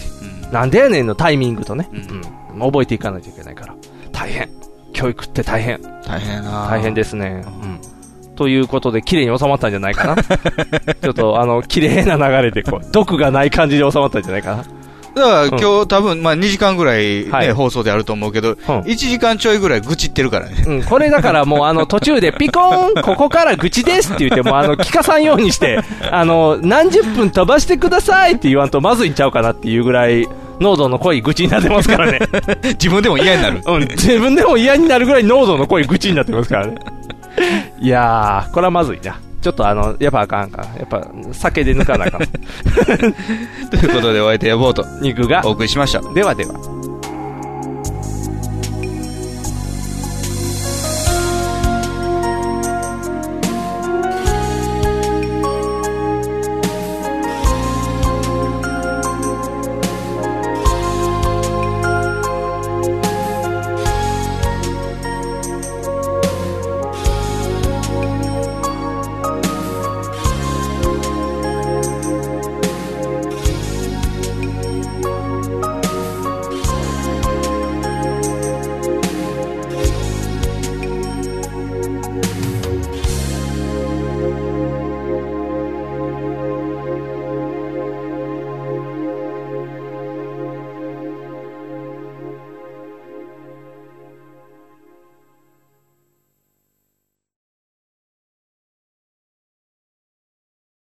うん、なんでやねんのタイミングとね、うん、うん、覚えていかないといけないから大変教育って大変大変な大変ですね、うん、ということで綺麗に収まったんじゃないかなちょっとあの綺麗な流れでこう毒がない感じで収まったんじゃないかなだから今日、多分まあ2時間ぐらい、ね放送であると思うけど、1時間ちょいぐらい愚痴ってるからね、 うん、これだからもうあの途中でピコーン、ここから愚痴ですって言ってもあの聞かさんようにしてあの何十分飛ばしてくださいって言わんとまずいんちゃうかなっていうぐらい。濃度の濃い愚痴になってますからね自分でも嫌にな る、うん、自分でも嫌になるぐらい濃度の濃い愚痴になってますからねいやーこれはまずいなちょっとあの、やっぱあかんか。やっぱ、酒で抜かなあかん。ということで、お相手やぼうと、肉が、お送りしました。ではでは。